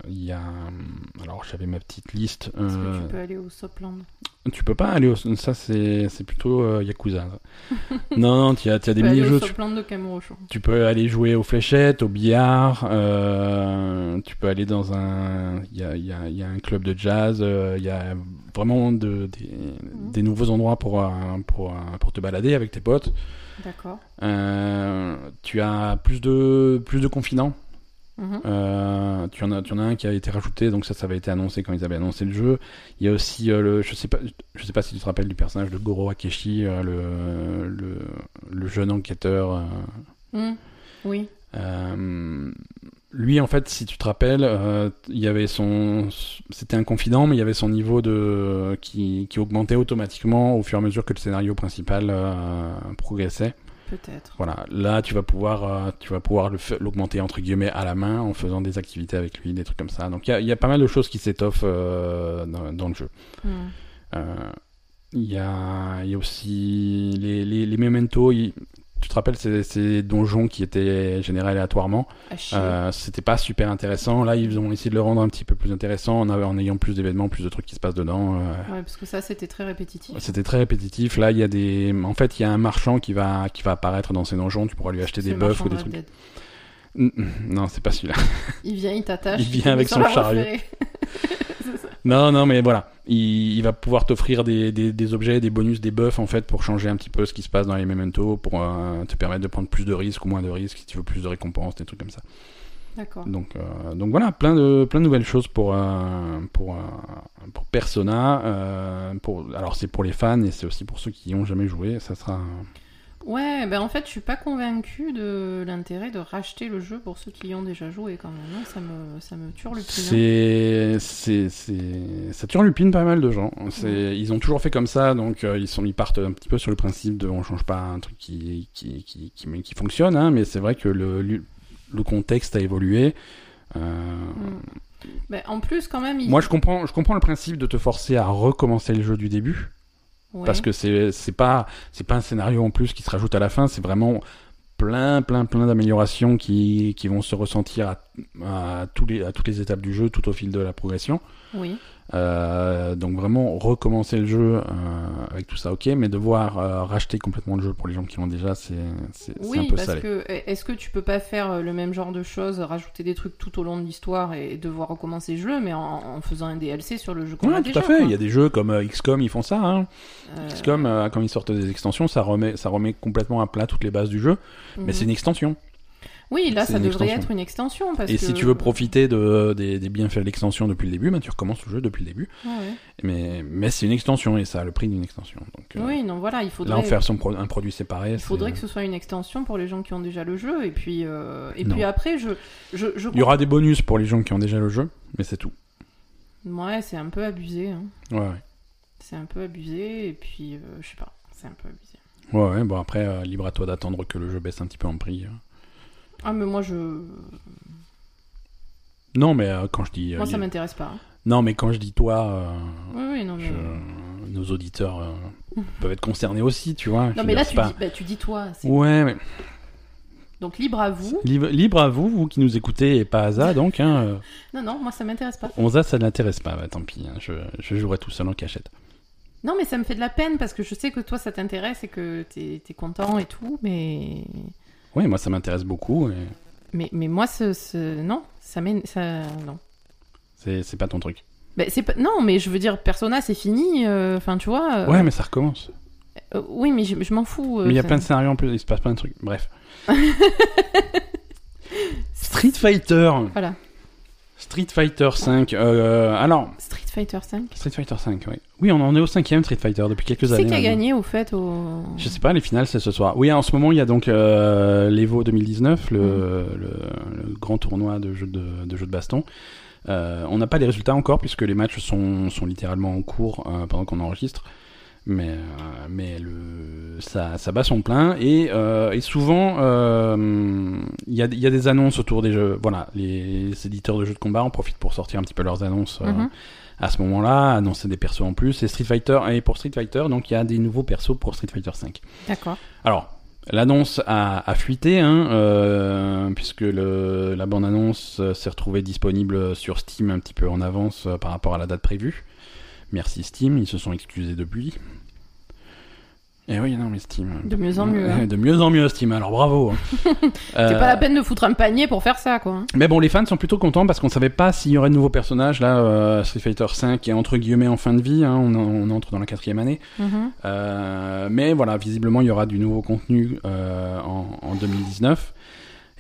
Il y a. hum, Alors, j'avais ma petite liste.
Est-ce
euh,
que tu peux aller au Sopland
tu, peux... pas aller au. Ça, c'est c'est plutôt euh, Yakuza. ça. non, non, tu as, tu as des
Tu peux aller au
mini-jeux. Tu,
Sopland de Kamurocho.
tu peux aller jouer aux fléchettes, au billard. euh, tu peux aller dans un. Il y a, il y a- il y a un club de jazz. euh, Il y a vraiment de- des,
Mhm.
des nouveaux endroits pour, euh, pour, euh, pour te balader avec tes potes.
D'accord.
Euh, tu as plus de, plus de confidents.
Mhm.
Euh, tu, en as, tu en as un qui a été rajouté, donc ça, ça avait été annoncé quand ils avaient annoncé le jeu. Il y a aussi euh, le, je sais pas, je sais pas si tu te rappelles du personnage de Goro Akeshi, euh, le, le, le jeune enquêteur. euh,
Mhm. Oui.
euh, lui, en fait, si tu te rappelles, euh, il y avait son, c'était un confident, mais il y avait son niveau de qui, qui augmentait automatiquement au fur et à mesure que le scénario principal euh, progressait.
Peut-être.
Voilà, là tu vas pouvoir, euh, tu vas pouvoir le fa- l'augmenter entre guillemets à la main en faisant des activités avec lui, des trucs comme ça. Donc il y a, il y a pas mal de choses qui s'étoffent euh, dans, dans le jeu.
Mhm.
Euh, Il y, a, il y a aussi les, les, les mementos. il- tu te rappelles ces, ces donjons qui étaient générés aléatoirement
À chier.
Euh, C'était pas super intéressant. Là ils ont essayé de le rendre un petit peu plus intéressant en, av- en ayant plus d'événements, plus de trucs qui se passent dedans. euh,
Ouais, parce que ça, c'était très répétitif.
c'était très répétitif. Là, il y a des. En fait, il y a un marchand qui va, qui va apparaître dans ces donjons. Tu pourras lui acheter
C'est
des
le
bœufs
marchand
ou des
de
trucs.
Red
Non, c'est pas celui-là.
Dead. Il vient, il t'attache.
Il vient
te met
avec
sur
son
la voie
chariot.
ferrée.
Non, non, mais voilà. Il, il va pouvoir t'offrir des, des, des objets, des bonus, des buffs, en fait, pour changer un petit peu ce qui se passe dans les mementos, pour euh, te permettre de prendre plus de risques ou moins de risques, si tu veux plus de récompenses, des trucs comme ça.
D'accord.
Donc, euh, donc voilà, plein de, plein de nouvelles choses pour, euh, pour, euh, pour Persona. euh, pour, alors, c'est pour les fans et c'est aussi pour ceux qui y ont jamais joué. Ça sera.
Ouais, ben en fait, je suis pas convaincue de l'intérêt de racheter le jeu pour ceux qui y ont déjà joué quand même. Non, ça me, ça me tue le
C'est,
pied.
c'est, c'est, ça turlupine pas mal de gens. C'est, ils ont toujours fait comme ça, donc euh, ils sont, ils partent un petit peu sur le principe de, on change pas un truc qui, qui, qui, qui, mais qui fonctionne, hein, mais c'est vrai que le, le le contexte a évolué. Euh,
hein. Ben, en plus, quand même, il...
Moi, je comprends, je comprends le principe de te forcer à recommencer le jeu du début,
Ouais.
parce que c'est, c'est pas, c'est pas un scénario en plus qui se rajoute à la fin, c'est vraiment plein, plein, plein d'améliorations qui, qui vont se ressentir à, à tous les, à toutes les étapes du jeu, tout au fil de la progression.
Oui.
Euh, donc vraiment recommencer le jeu euh, avec tout ça ok mais devoir euh, racheter complètement le jeu pour les gens qui l'ont déjà c'est c'est c'est un
Oui,
peu
parce
salé
que e-, est-ce que tu peux pas faire euh, le même genre de choses, rajouter des trucs tout au long de l'histoire et devoir recommencer le jeu, mais en, en faisant un DLC sur le jeu qu'on
Ouais,
a
tout
déjà,
à fait
quoi.
il y a des jeux comme euh, XCOM ils font ça hein.
Euh,
XCOM euh, quand ils sortent des extensions ça remet ça remet complètement à plat toutes les bases du jeu mais
mhm.
c'est une extension
Oui, là,
c'est
ça
une
devrait
extension.
être une extension. Parce
et
que...
si tu veux profiter de des, des bienfaits de l'extension depuis le début bah, tu recommences le jeu depuis le début
Ouais, ouais.
mais mais c'est une extention et ça a le prix d'une extension donc euh,
Oui, non, voilà, il faudrait.
là en faire son pro- un produit séparé
Il
c'est-
faudrait que ce soit une extension pour les gens qui ont déjà le jeu. Et puis, euh, et
Non.
puis après, je. je, je
euh, il y aura des bonus pour les gens qui ont déjà le jeu mais c'est tout
Ouais, c'est un peu abusé. hein.
ouais, ouais.
C'est un peu abusé. Et puis, euh, je sais pas, c'est un peu abusé.
Ouais, ouais, bon après, euh, libre à toi d'attendre que le jeu baisse un petit peu en prix. euh.
Ah, mais moi, je.
Non, mais euh, quand je dis... euh,
Moi, ça
li-
m'intéresse pas. hein.
non, mais quand je dis toi, euh,
Oui, oui, non, mais.
je- nos auditeurs euh, peuvent être concernés aussi, tu vois. Je
Non,
veux
mais
dire,
là,
c'est
tu,
pas-
dis, bah, tu dis toi. c'est-
Ouais, mais
Donc, libre à vous.
libre, libre à vous, vous qui nous écoutez, et pas Asa, donc. Hein, euh,
Non, non, moi, ça m'intéresse pas.
Onza, ça ne l'intéresse pas, bah, tant pis, hein, je, je jouerai tout seul en cachette.
Non, mais ça me fait de la peine parce que je sais que toi, ça t'intéresse et que t'es t'es content et tout, mais.
Ouais, moi ça m'intéresse beaucoup, et
Mais, mais moi, ce, ce- non, ça mène. Ça... Non.
c'est c'est pas ton truc.
Ben, c'est pas... Non, mais je veux dire, Persona, c'est fini. euh, Enfin, tu vois. euh,
Ouais, mais ça recommence.
Euh, oui, mais je, je m'en fous. euh,
Mais il y a
ça-
plein de scénarios en plus, il se passe plein de trucs. Bref. Street Fighter
Voilà.
Street Fighter 5. euh, alors,
Street Fighter 5.
Street Fighter 5, oui. Oui, on en est au cinquième Street Fighter depuis quelques
Qui c'est
années. hein,
qui a
maintenant.
gagné au fait au...
Je sais pas, les finales c'est ce soir. Oui, en ce moment il y a donc euh, l'Evo 2019, le,
Mm.
le- le grand tournoi de jeux de, de, jeux de baston. Euh, on n'a pas les résultats encore puisque les matchs sont, sont littéralement en cours euh, pendant qu'on enregistre. Mais, euh, mais le, ça, ça bat son plein et, euh, et souvent euh, il y, a, il y a des annonces autour des jeux. Voilà, les, éditeurs de jeux de combat en profitent pour sortir un petit peu leurs annonces euh,
Mhm.
à ce moment-là, annoncer des persos en plus. Et Street Fighter, et pour Street Fighter, donc il y a des nouveaux persos pour Street Fighter 5.
D'accord.
Alors, l'annonce a, a fuité, hein, euh, puisque le, la bande-annonce euh, s'est retrouvée disponible sur Steam un petit peu en avance euh, par rapport à la date prévue. Merci Steam, ils se sont excusés depuis. Et oui, non, mais Steam.
De mieux en mieux, hein.
De mieux en mieux, Steam, alors bravo.
C'est
Euh,
pas la peine de foutre un panier pour faire ça, quoi. hein.
mais bon, les fans sont plutôt contents parce qu'on savait pas s'il y aurait de nouveaux personnages. Là, euh, Street Fighter 5 est entre guillemets en fin de vie, hein, on, en- on entre dans la quatrième année.
Mhm.
Euh, mais voilà, visiblement, il y aura du nouveau contenu euh, en, en 2019.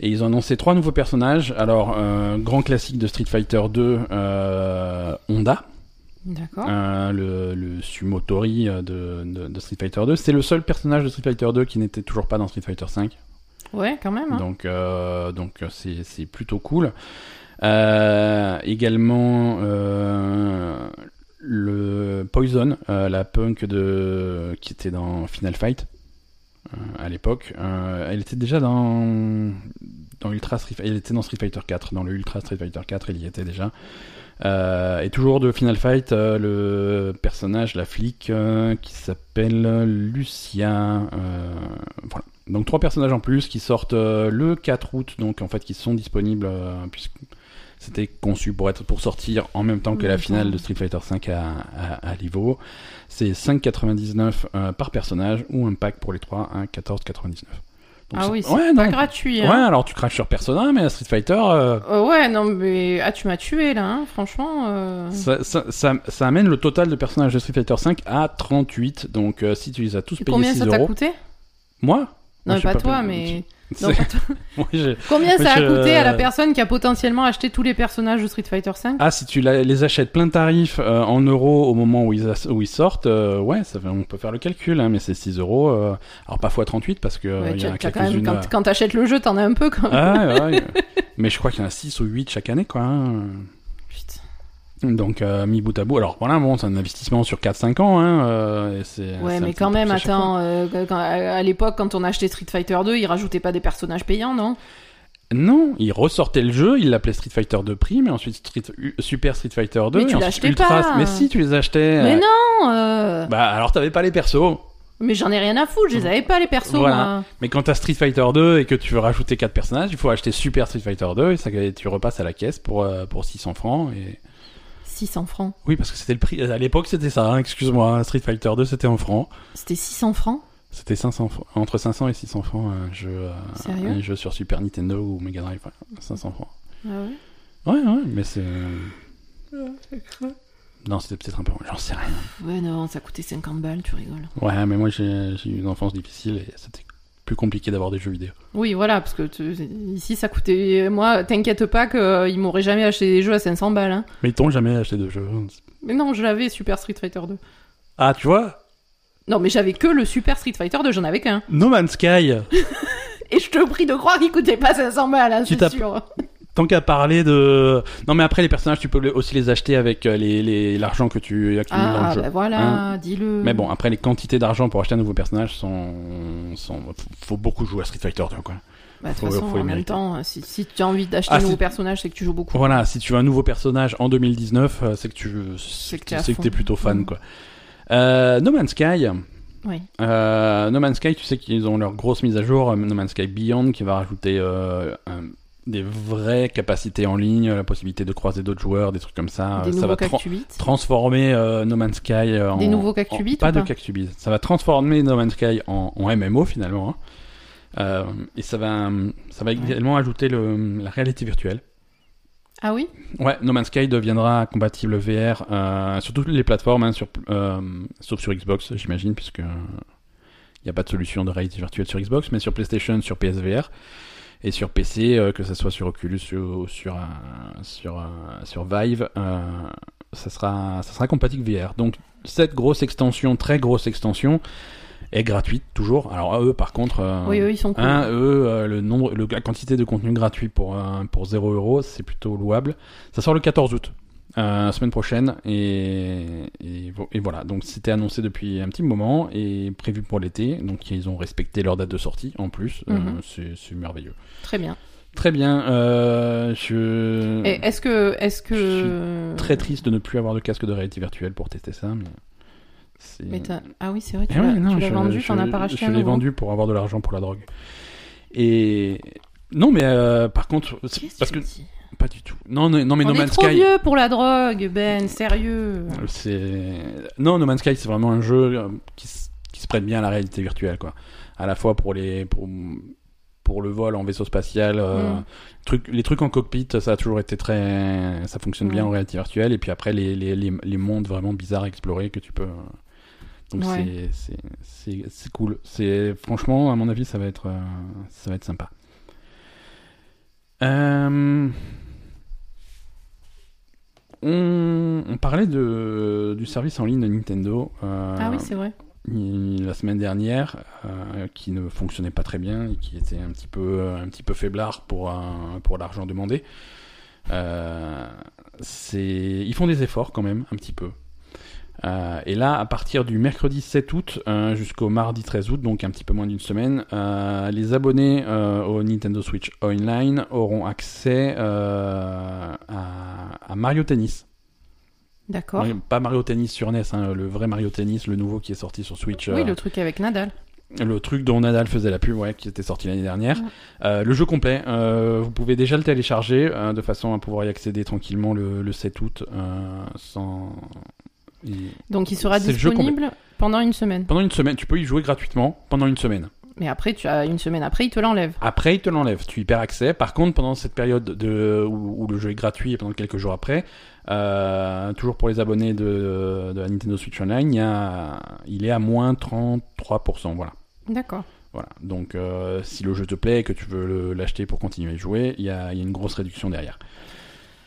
Et ils ont annoncé trois nouveaux personnages. Alors, euh, grand classique de Street Fighter 2, euh, Honda,
D'accord.
euh, le, le Sumotori euh, de, de- de Street Fighter 2. C'est le seul personnage de Street Fighter 2 qui n'était toujours pas dans Street Fighter 5.
Ouais, quand même. hein.
Donc, euh, donc euh, c'est, c'est plutôt cool. Euh, également, euh, le Poison, euh, la punk de qui était dans Final Fight euh, à l'époque. Euh, elle était déjà dans dans Ultra Street, elle était dans Street Fighter 4, dans le Ultra Street Fighter 4, elle y était déjà. Euh, et toujours de Final Fight, euh, le personnage, la flic euh, qui s'appelle Lucia. euh, voilà. Donc trois personnages en plus qui sortent euh, le 4 août, donc en fait qui sont disponibles euh, puisque c'était conçu pour être pour sortir en même temps que la
Mhm.
finale de Street Fighter 5 à, à, à Livo. C'est 5,99 euh, par personnage ou un pack pour les trois à 14,99. Donc
Ah
c'est-
oui, c'est
ouais,
pas
non.
gratuit.
Ouais,
hein.
alors tu craches sur Persona, mais à Street Fighter, euh,
Euh, ouais, non, mais ah, tu m'as tué là, hein, franchement. euh.
ça, ça, ça- ça amène le total de personnages de Street Fighter 5 à 38. Donc euh, si tu les as tous
Et
payés
combien
6
ça t'a
euros.
coûté
Moi
Non,
Moi,
mais
j'ai
pas, toi,
payé-
mais.
C'est-
Non, pas toi.
Moi, j'ai-
Combien ça a
Monsieur,
coûté à la
euh,
personne qui a potentiellement acheté tous les personnages de Street Fighter 5
Ah, si tu la- les achètes plein tarif euh, en euros au moment où ils, as- où ils sortent, euh, ouais, ça fait- on peut faire le calcul, hein, mais c'est 6 euros. euh, Alors pas fois 38 parce que euh,
Ouais,
il y
tu-
en a
tu as quand, même,
quelques-unes.
quand,
euh,
quand t'achètes le jeu, t'en as un peu quand même.
Ah, ouais, ouais. mais je crois qu'il y en a 6 ou 8 chaque année, quoi. hein.
Putain.
Donc, euh, mis bout à bout. Alors, voilà, bon, c'est un investissement sur 4-5 ans. Hein, euh, et c'est- c'est
Ouais,
un
mais
petit
quand
peu
même,
plus à chaque fois.
attends, euh, quand- quand- à à l'époque, quand on achetait Street Fighter 2, ils rajoutaient pas des personnages payants, non
Non, il ressortait le jeu, il l'appelait Street Fighter 2 Prime, et ensuite Street, U- Super Street Fighter 2.
Mais tu
et ensuite
l'achetais
Ultra-
pas.
Mais si, tu les achetais.
Mais
euh,
non euh,
Bah, alors t'avais pas les persos.
Mais j'en ai rien à foutre, je les avais pas les persos,
Voilà.
moi.
Mais quand t'as Street Fighter 2 et que tu veux rajouter 4 personnages, il faut acheter Super Street Fighter 2 et ça, tu repasses à la caisse pour, euh, pour 600 francs. Et...
600 francs.
Oui, parce que c'était le prix. À l'époque, c'était ça, hein, excuse-moi. hein, Street Fighter 2, c'était en francs.
C'était 600 francs
C'était 500 fr- entre 500 et 600 francs un jeu, euh,
Sérieux
un jeu sur Super Nintendo ou Mega Drive. ouais, 500 francs.
Ah ouais
Ouais, ouais, mais c'est. Non, c'était peut-être un peu. J'en sais rien.
Ouais, non, ça coûtait 50 balles, tu rigoles.
Ouais, mais moi j'ai j'ai eu une enfance difficile et c'était plus compliqué d'avoir des jeux vidéo.
Oui, voilà, parce que tu- ici, ça coûtait... Moi, t'inquiète pas qu'ils m'auraient jamais acheté des jeux à 500 balles. hein.
Mais ils t'ont jamais acheté de jeux.
Mais non, je l'avais, Super Street Fighter 2.
Ah, tu vois
Non, mais j'avais que le Super Street Fighter 2, j'en avais qu'un.
No Man's Sky
Et je te prie de croire qu'il coûtait pas 500 balles, hein,
Tu
c'est
tapes-
sûr.
Tant qu'à parler de. Non, mais après, les personnages, tu peux le- aussi les acheter avec euh, les- les- l'argent que tu accumules dans
Ah,
le jeu.
bah voilà,
Hein.
dis-le.
Mais bon, après, les quantités d'argent pour acheter un nouveau personnage sont. sont... faut- Faut beaucoup jouer à Street Fighter 2, quoi.
Bah, de toute
faut- faut
façon,
les
en même
mériter.
temps, si, si tu as envie d'acheter
Ah,
un nouveau
c'est-
personnage, c'est que tu joues beaucoup.
Voilà, si tu veux un nouveau personnage en 2019, euh, c'est que tu c'est
que t'es à
c'est que
fond.
t'es plutôt fan,
Mm.
quoi. Euh, no Man's Sky.
Oui.
Euh, no Man's Sky, tu sais qu'ils ont leur grosse mise à jour, euh, No Man's Sky Beyond, qui va rajouter euh, un- des vraies capacités en ligne, la possibilité de croiser d'autres joueurs, des trucs comme ça.
des
Euh, ça va
nouveaux
tra-
cactus
transformer euh, No Man's Sky euh, en...
Des nouveaux cactubits
en- Pas
ou pas
de cactubits. Ça va transformer No Man's Sky en, en MMO finalement. hein. Euh, et ça va, ça va également ajouter le, la réalité virtuelle.
Ah oui
Ouais, No Man's Sky deviendra compatible VR euh, sur toutes les plateformes, hein, sur, euh, sauf sur Xbox, j'imagine, puisque Il n'y a pas de solution de réalité virtuelle sur Xbox, mais sur PlayStation, sur PSVR et sur PC, euh, que ce soit sur Oculus ou sur, un- sur, un- sur Vive, euh, ça, sera, ça sera compatible VR. Donc cette grosse extension, très grosse extension, est gratuite toujours. Alors à eux, par contre, euh,
Oui, eux, ils sont cool.
hein, eux, euh, le nombre, le- la quantité de contenu gratuit pour, euh, pour 0 euros, c'est plutôt louable. Ça sort le 14 août, euh, semaine prochaine, et, et, vo- et voilà. Donc c'était annoncé depuis un petit moment et prévu pour l'été. Donc ils ont respecté leur date de sortie en plus. Euh,
Mhm.
c'est- c'est merveilleux.
Très bien.
Très bien. euh, je
Et est-ce que, est-ce que.
Je très triste de ne plus avoir de casque de réalité virtuelle pour tester ça, mais c'est.
Mais t'as- ah oui, c'est vrai, tu
Eh ouais,
l'as
non,
tu l'as
je-
vendu,
je-
t'en as pas racheté
Je
un
l'ai
nouveau.
vendu pour avoir de l'argent pour la drogue. Et non, mais euh, par contre, c'est-
Qu'est-ce
parce
tu
que
dis
pas du tout. Non, non, non mais
On
No
est
Man's
trop
Sky. Euh,
vieux pour la drogue, Ben, sérieux.
C'est non, No Man's Sky, c'est vraiment un jeu euh, qui, s- qui se prête bien à la réalité virtuelle, quoi. À la fois pour les pour pour le vol en vaisseau spatial, euh,
Mm.
truc- les trucs en cockpit, ça a toujours été très, ça fonctionne bien
Ouais.
en réalité virtuelle. Et puis après les, les, les, les mondes vraiment bizarres à explorer que tu peux. euh, Donc
Ouais.
c'est c'est- c'est c'est cool. C'est franchement, à mon avis, ça va être euh, ça va être sympa. Euh, On, on parlait de, du service en ligne de Nintendo euh,
Ah oui, c'est vrai.
il- euh, la semaine dernière, euh, qui ne fonctionnait pas très bien, et qui était un petit peu, euh, un petit peu faiblard pour, un- pour l'argent demandé. Euh, c'est- ils font des efforts quand même, un petit peu. Euh, et là, à partir du mercredi 7 août euh, jusqu'au mardi 13 août, donc un petit peu moins d'une semaine, euh, les abonnés euh, au Nintendo Switch Online auront accès euh, à, à Mario Tennis.
D'accord.
Mario- pas Mario Tennis sur NES, hein, le vrai Mario Tennis, le nouveau qui est sorti sur Switch.
Oui,
euh,
le truc avec Nadal.
le truc dont Nadal faisait la pub, ouais, qui était sorti l'année dernière.
Ouais.
Euh, le jeu complet, euh, vous pouvez déjà le télécharger euh, de façon à pouvoir y accéder tranquillement le, le 7 août euh, sans. et-
Donc il sera
C'est le jeu
disponible pendant une semaine.
Pendant une semaine, tu peux y jouer gratuitement pendant une semaine.
Mais après, tu as une semaine après, il te l'enlève.
Après, il te l'enlève, tu y perds accès. Par contre, pendant cette période de, où, où le jeu est gratuit et pendant quelques jours après, euh, toujours pour les abonnés de, de la Nintendo Switch Online, il, y a- il est à moins 33%. Voilà.
D'accord.
Voilà. Donc, euh, si le jeu te plaît et que tu veux le- l'acheter pour continuer à y jouer, il y a, il y a une grosse réduction derrière.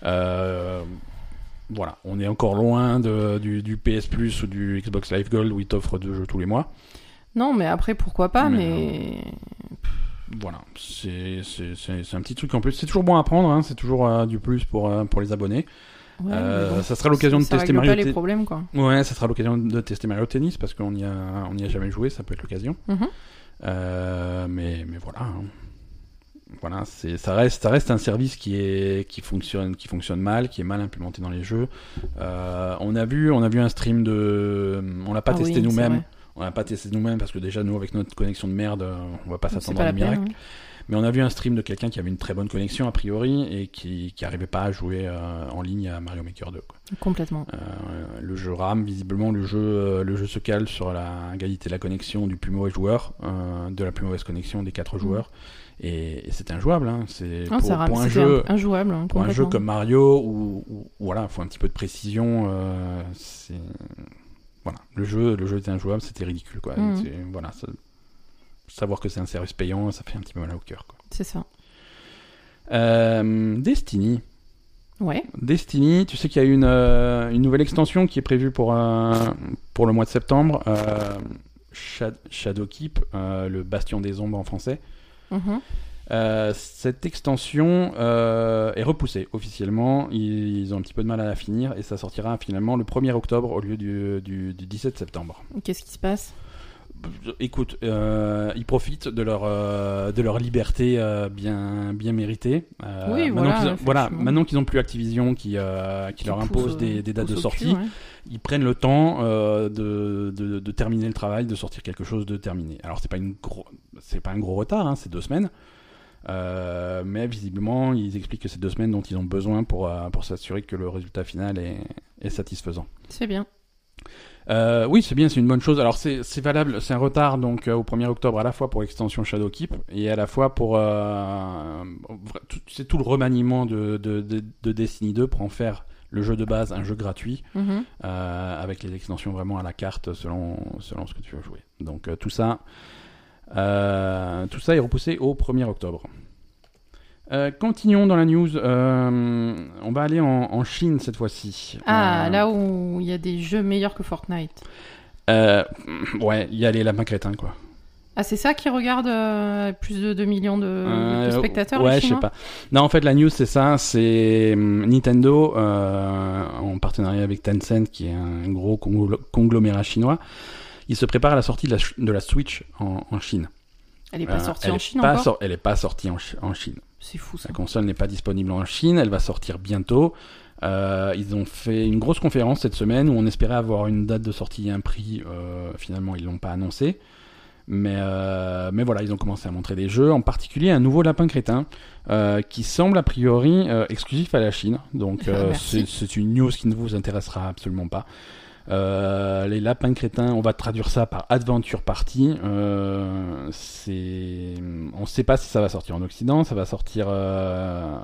Euh, voilà. On est encore loin de- du, du PS Plus ou du Xbox Live Gold où ils t'offrent deux jeux tous les mois.
Non, mais après, pourquoi pas,
Mais-
mais.
Voilà. C'est c'est- c'est- c'est un petit truc en plus. C'est toujours bon à prendre. hein. C'est toujours euh, du plus pour, euh, pour les abonnés.
Ouais,
Euh,
mais bon.
ça sera l'occasion de
Ça
tester
règle
Mario
pas les
Te-
problèmes, quoi.
Ouais, ça sera l'occasion de tester Mario Tennis parce qu'on n'y a, on y a jamais joué, Ah, ça peut être l'occasion.
Mhm.
Euh, mais, mais voilà. hein. Voilà, c'est, ça, reste, ça reste un service qui, est, qui, fonctionne, qui fonctionne mal, qui est mal implémenté dans les jeux. Euh, on, a vu, on a vu un stream de. On l'a pas
Ah
testé
oui, c'est
nous-mêmes.
vrai.
On l'a pas testé nous-mêmes parce que déjà, nous, avec notre connexion de merde, euh, on va pas
C'est
s'attendre
pas
à
la
des miracles.
peine. ouais.
Mais on a vu un stream de quelqu'un qui avait une très bonne connexion, a priori, et qui qui arrivait pas à jouer euh, en ligne à Mario Maker 2. quoi.
Complètement.
Euh, le jeu rame, visiblement le jeu, euh, le jeu se cale sur la qualité de la connexion du plus mauvais joueur, euh, de la plus mauvaise connexion des quatre joueurs. Et, et c'est injouable, hein. c'est pour,
Non, Mhm. Ah, ça rame,
pour un
c'était
jeu.
un- injouable. hein,
Pour un jeu
complètement.
comme Mario, où, où- où, voilà, faut un petit peu de précision. euh, c'est- voilà, le jeu, le jeu était injouable, c'était ridicule, quoi.
Mhm.
C'est- Voilà, ça- savoir que c'est un service payant, ça fait un petit peu mal au cœur, quoi.
C'est ça.
Euh, Destiny,
Ouais.
Destiny, tu sais qu'il y a une, euh, une nouvelle extension qui est prévue pour, euh, pour le mois de septembre. euh, Shad- Shadowkeep, euh, le bastion des ombres en français.
Mhm.
Euh, cette extension euh, est repoussée officiellement. Ils, ils ont un petit peu de mal à la finir et ça sortira finalement le 1er octobre au lieu du, du- du 17 septembre.
Qu'est-ce qui se passe
Écoute, euh, ils profitent de leur, euh, de leur liberté euh, bien, bien méritée. Euh,
Oui,
maintenant
voilà,
qu'ils ont- voilà,
effectivement.
maintenant qu'ils n'ont plus Activision qui, euh, qui, leur
Qui
impose
pousse,
des,
euh,
des dates de
pousse au cul,
sortie,
ouais.
ils prennent le temps euh, de, de- de terminer le travail, de sortir quelque chose de terminé. Alors c'est pas une gro- c'est pas un gros retard, hein, c'est deux semaines. Euh, mais visiblement, ils expliquent que c'est deux semaines dont ils ont besoin pour, euh, pour s'assurer que le résultat final est, est satisfaisant.
C'est bien.
Euh, oui, c'est bien, c'est une bonne chose. Alors c'est c'est valable, c'est un retard donc euh, au 1er octobre à la fois pour l'extension Shadowkeep et à la fois pour euh, vra- tout- c'est tout le remaniement de, de, de- de Destiny 2 pour en faire le jeu de base, un jeu gratuit,
Mhm.
euh, avec les extensions vraiment à la carte selon, selon ce que tu veux jouer. Donc euh, tout ça, euh, tout ça est repoussé au 1er octobre. Euh, continuons dans la news. euh, on va aller en, en Chine cette fois-ci.
Ah,
Euh,
là où il y a des jeux meilleurs que Fortnite.
euh, ouais, il y a les lapins crétins quoi.
Ah, c'est ça qui regarde euh, plus de 2 millions de, de
Euh,
spectateurs les
Ouais, je sais
Chinois
pas. Non, en fait, la news, c'est ça. C'est hum, Nintendo, euh, en partenariat avec Tencent, qui est un gros conglo- conglomérat chinois. Il se prépare à la sortie de la, ch- de la Switch en, en Chine.
Elle est pas
Euh,
sortie
elle
en
est
Chine
pas
encore.
sor- elle est pas sortie en, Chi- en Chine.
C'est fou ça.
La console n'est pas disponible en Chine. Elle va sortir bientôt. Euh, ils ont fait une grosse conférence cette semaine où on espérait avoir une date de sortie et un prix. Euh, finalement, ils l'ont pas annoncé. Mais, euh, mais voilà, ils ont commencé à montrer des jeux, en particulier un nouveau lapin crétin euh, qui semble a priori euh, exclusif à la Chine. Donc euh, c'est
Merci.
c'est une news qui ne vous intéressera absolument pas. Euh, les lapins crétins, on va traduire ça par Adventure Party. Euh, c'est, on ne sait pas si ça va sortir en Occident, ça va sortir euh,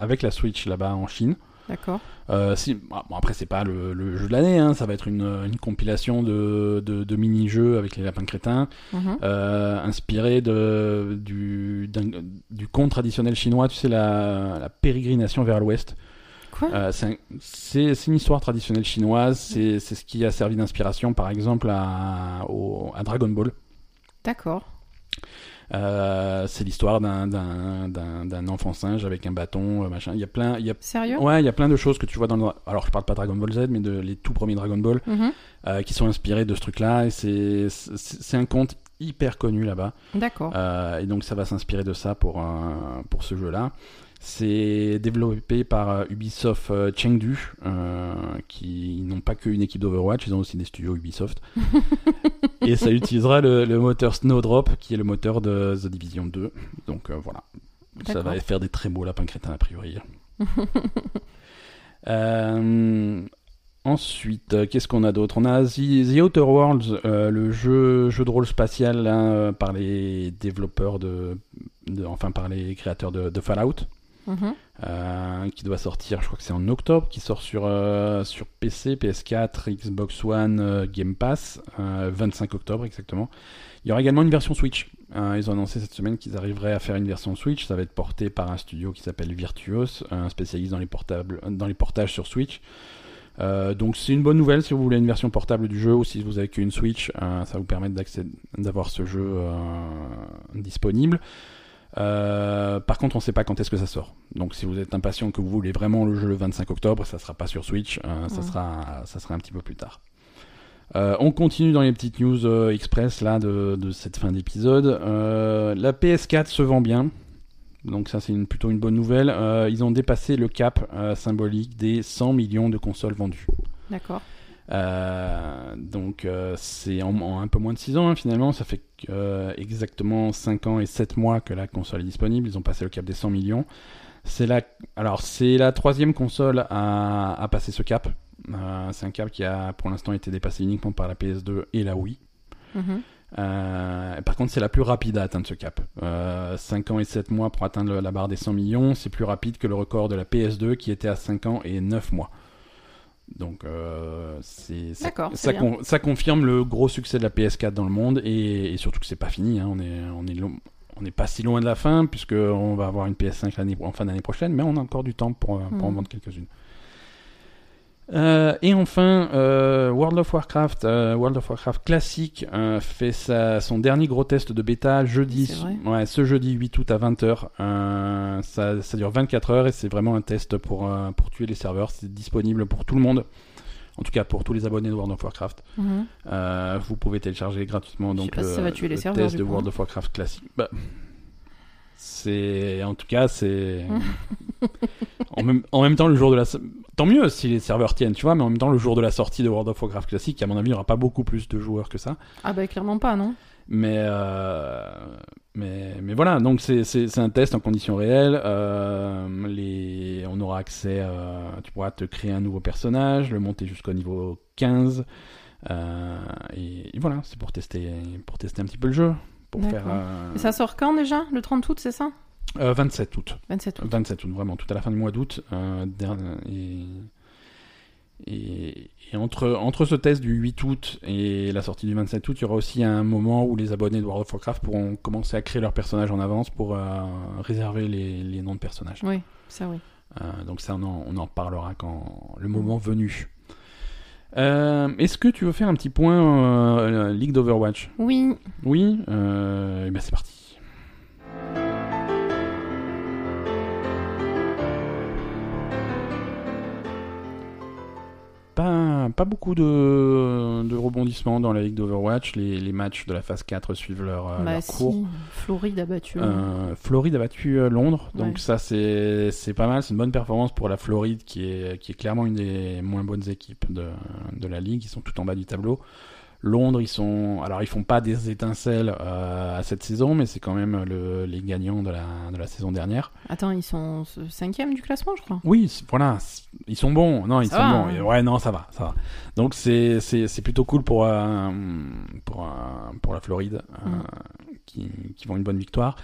avec la Switch là-bas en Chine.
D'accord.
Euh, si, ah, bon, après, c'est pas le, le jeu de l'année, hein, ça va être une, une compilation de, de, de mini-jeux avec les lapins crétins,
Mhm.
euh, inspiré de, du, d'un- du conte traditionnel chinois, tu sais, la, la pérégrination vers l'ouest.
Quoi
Euh, c'est un- c'est c'est une histoire traditionnelle chinoise, c'est c'est ce qui a servi d'inspiration, par exemple, à, au- à Dragon Ball.
D'accord.
Euh, c'est l'histoire d'un- d'un d'un- d'un enfant singe avec un bâton, euh, machin. Il y a plein, il y a
Sérieux
Ouais, il y a plein de choses que tu vois dans le. Alors, je parle pas de Dragon Ball Z, mais de les tout premiers Dragon Ball
Mhm.
euh, qui sont inspirés de ce truc-là. Et c'est c'est- c'est un conte hyper connu là-bas.
D'accord.
Euh, et donc, ça va s'inspirer de ça pour euh, pour ce jeu-là. C'est développé par euh, Ubisoft euh, Chengdu, euh, qui n'ont pas qu'une équipe d'Overwatch, ils ont aussi des studios Ubisoft. et ça utilisera le, le moteur Snowdrop, qui est le moteur de The Division 2. Donc euh, voilà, ça
D'accord.
va faire des très beaux lapins crétins a priori. Euh, ensuite, euh, qu'est-ce qu'on a d'autre On a The, The Outer Worlds, euh, le jeu, jeu de rôle spatial là, euh, par les développeurs de, de- enfin par les créateurs de, de Fallout,
Mhm.
euh, qui doit sortir, je crois que c'est en octobre, qui sort sur euh, sur PC, PS4, Xbox One, euh, Game Pass, euh, 25 octobre exactement. Il y aura également une version Switch. Euh, ils ont annoncé cette semaine qu'ils arriveraient à faire une version Switch. Ça va être porté par un studio qui s'appelle Virtuos, un spécialiste dans les, portables, dans les portages sur Switch. Euh, donc c'est une bonne nouvelle si vous voulez une version portable du jeu ou si vous avez qu'une Switch, euh, ça vous permet d'accé- d'avoir ce jeu euh, disponible. Euh, par contre, on ne sait pas quand est-ce que ça sort. Donc, si vous êtes impatient que vous voulez vraiment le jeu le 25 octobre, ça sera pas sur Switch, euh, ça
Ouais.
sera ça sera un petit peu plus tard. Euh, on continue dans les petites news euh, express là de, de cette fin d'épisode. Euh, la PS4 se vend bien, donc ça c'est une, plutôt une bonne nouvelle. Euh, ils ont dépassé le cap euh, symbolique des 100 millions de consoles vendues.
D'accord.
Euh, donc euh, c'est en, en un peu moins de 6 ans hein, finalement, ça fait euh, exactement 5 ans et 7 mois que la console est disponible, ils ont passé le cap des 100 millions. C'est la, alors c'est la troisième console à, à passer ce cap. Euh, c'est un cap qui a pour l'instant été dépassé uniquement par la PS2 et la Wii.
Mhm.
Euh, par contre, c'est la plus rapide à atteindre ce cap. 5 ans et 7 mois pour atteindre le- la barre des 100 millions, c'est plus rapide que le record de la PS2 qui était à 5 ans et 9 mois. Donc, euh, c'est, ça,
D'accord,
ça,
c'est
con- ça confirme le gros succès de la PS4 dans le monde et, et surtout que c'est pas fini. hein. on est, on est long- on n'est pas si loin de la fin puisque on va avoir une PS5 l'année, en fin d'année prochaine, mais on a encore du temps pour, euh, pour en
Mhm.
vendre quelques-unes. Euh, et enfin, euh, World of Warcraft, euh, World of Warcraft classique euh, fait sa, son dernier gros test de bêta jeudi,
C'est vrai.
ouais, ce jeudi 8 août à 20h. ça, ça dure 24 heures et c'est vraiment un test pour, euh, pour tuer les serveurs. C'est disponible pour tout le monde, en tout cas pour tous les abonnés de World of Warcraft.
Mhm.
Euh, vous pouvez télécharger gratuitement
Je sais
donc
pas si
le,
ça va tuer les
le
serveurs,
test
du
de
coup. hein.
World of Warcraft classique. Bah, c'est en tout cas c'est en, même, en même temps le jour de la so- tant mieux si les serveurs tiennent tu vois mais en même temps le jour de la sortie de World of Warcraft classique à mon avis il n'y aura pas beaucoup plus de joueurs que ça
Ah bah clairement pas, non
mais euh, mais mais voilà donc c'est c'est c'est un test en conditions réelles euh, les on aura accès euh, tu pourras te créer un nouveau personnage le monter jusqu'au niveau 15 euh, et, et voilà c'est pour tester pour tester un petit peu le jeu pour faire
D'accord.
euh,
Et Ça sort quand déjà Le 30 août, c'est ça
euh, 27 août
27 août.
27 août vraiment tout à la fin du mois d'août euh, dernier- et Et, et entre, entre ce test du 8 août et la sortie du 27 août, il y aura aussi un moment où les abonnés de World of Warcraft pourront commencer à créer leurs personnages en avance pour euh, réserver les, les noms de personnages.
Oui, ça oui.
Euh, donc ça, on en, on en parlera quand le moment venu. Euh, Est-ce que tu veux faire un petit point euh, Ligue d'Overwatch
Oui,
Oui euh, Eh bien, c'est parti. Pas, pas beaucoup de, de rebondissements dans la Ligue d'Overwatch. Les, les matchs de la phase 4 suivent leur, euh,
bah
leur
si,
cours.
Floride a battu. hein.
Euh, Floride a battu euh, Londres, donc
Ouais.
ça c'est c'est pas mal, c'est une bonne performance pour la Floride qui est, qui est clairement une des moins bonnes équipes de, de la ligue, ils sont tout en bas du tableau. Londres, ils sont alors ils font pas des étincelles euh, à cette saison, mais c'est quand même le, les gagnants de la, de la saison dernière.
Attends, ils sont ce- cinquième du classement, je crois.
Oui, c'est- voilà, c'est- ils sont bons, non ils
Ça
sont
va,
bons,
hein.
Et ouais non ça va, ça va. Donc c'est c'est c'est plutôt cool pour euh, pour euh, pour la Floride euh,
Mm.
qui, qui vont une bonne victoire.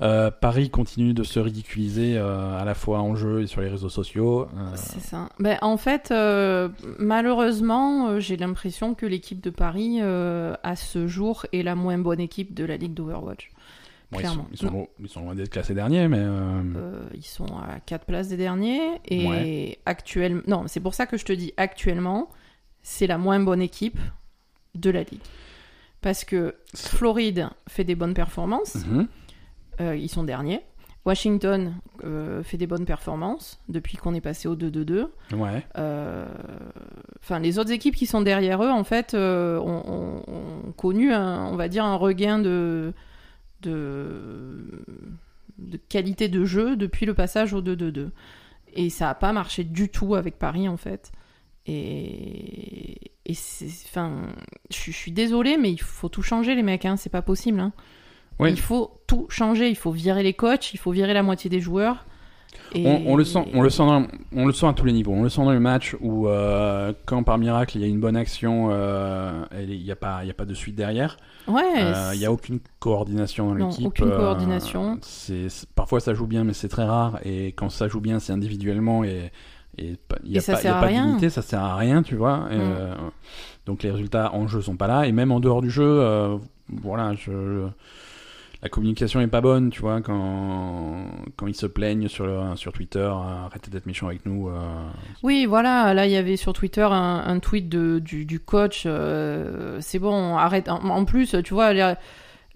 Euh, Paris continue de se ridiculiser euh, à la fois en jeu et sur les réseaux sociaux. Euh,
C'est ça. Ben, en fait, euh, malheureusement, euh, j'ai l'impression que l'équipe de Paris, euh, à ce jour, est la moins bonne équipe de la Ligue d'Overwatch.
bon, ils, sont,
clairement. Mm.
ils, sont loin, ils sont loin d'être classés derniers, mais euh,
Euh, ils sont à 4 places des derniers. Et
Ouais.
actuellement. Non, c'est pour ça que je te dis actuellement, c'est la moins bonne équipe de la Ligue. Parce que
c'est-
Floride fait des bonnes performances.
Mhm.
Euh, ils sont derniers. Washington euh, fait des bonnes performances depuis qu'on est passé au 2-2-2.
ouais.
Euh, Enfin, les autres équipes qui sont derrière eux, en fait, euh, ont, ont- ont connu, un- on va dire, un regain de, de, de qualité de jeu depuis le passage au 2-2-2. Et ça n'a pas marché du tout avec Paris, en fait. Et, et c'est- enfin, je suis- je suis désolée, mais il faut tout changer, les mecs. Hein, c'est pas possible. hein.
Oui.
Il faut tout changer. Il faut virer les coachs, il faut virer la moitié des joueurs. Et-
On, on le sent, on le sent, dans- on le sent à tous les niveaux. On le sent dans le match où euh, quand par miracle il y a une bonne action, euh, elle est- il n'y a pas, il y a pas de suite derrière.
Ouais.
Euh, Il n'y a aucune coordination dans
Non,
l'équipe. euh,
aucune coordination.
c'est- c'est- parfois ça joue bien, mais c'est très rare. Et quand ça joue bien, c'est individuellement et et pas- il n'y
Et
a
ça
pas, il y
sert
a
à
pas
rien.
d'unité, ça sert à rien, tu vois. Et,
Mm.
euh, donc les résultats en jeu sont pas là et même en dehors du jeu, euh, voilà, je, je- la communication est pas bonne, tu vois. Quand quand ils se plaignent sur le- sur Twitter, euh, arrêtez d'être méchants avec nous. euh,
Oui, voilà, là il y avait sur Twitter un, un tweet de, du, du coach, euh, c'est bon, arrête. En, en plus, tu vois, les-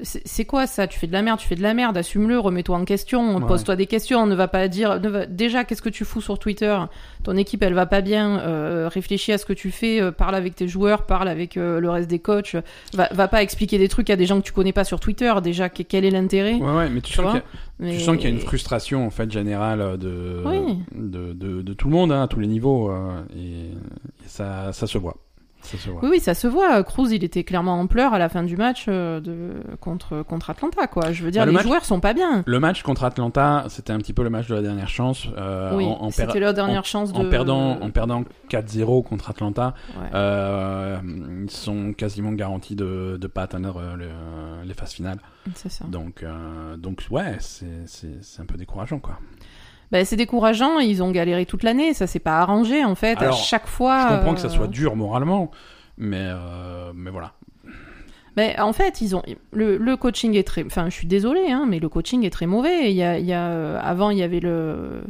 c'est c'est quoi ça Tu fais de la merde, tu fais de la merde, assume-le, remets-toi en question,
Ouais.
pose-toi des questions, ne va pas dire. ne va- déjà, qu'est-ce que tu fous sur Twitter Ton équipe, elle va pas bien, euh, réfléchis à ce que tu fais, euh, parle avec tes joueurs, parle avec euh, le reste des coachs, va, va pas expliquer des trucs à des gens que tu connais pas sur Twitter, déjà, que- quel est l'intérêt
Ouais, ouais, mais tu
Tu
sens
vois
qu'il y a- Tu sens qu'il y a une frustration en fait générale euh, de,
Oui.
de, de, de tout le monde hein, à tous les niveaux euh, et, et ça, ça se voit. Ça se voit.
Oui, oui, ça se voit. Cruz, il était clairement en pleurs à la fin du match euh, de... contre, contre Atlanta, quoi. Je veux dire,
Bah, le
les
match-
joueurs sont pas bien.
Le match contre Atlanta, c'était un petit peu le match de la dernière chance. euh,
oui,
en, en per-
c'était leur dernière chance de...
en perdant, en perdant 4-0 contre Atlanta,
Ouais.
euh, ils sont quasiment garantis de ne pas atteindre euh, le- les phases finales.
C'est ça.
Donc, euh, donc ouais, c'est- c'est c'est un peu décourageant quoi.
Bah, c'est décourageant, ils ont galéré toute l'année, ça s'est pas arrangé, en fait.
Alors,
à chaque fois...
Je comprends que ça
euh,
soit dur moralement, mais, euh, mais voilà.
Mais en fait, ils ont le, le coaching est très. Enfin, je suis désolée, hein, mais le coaching est très mauvais. Il y a, il y a, euh, avant, il y avait le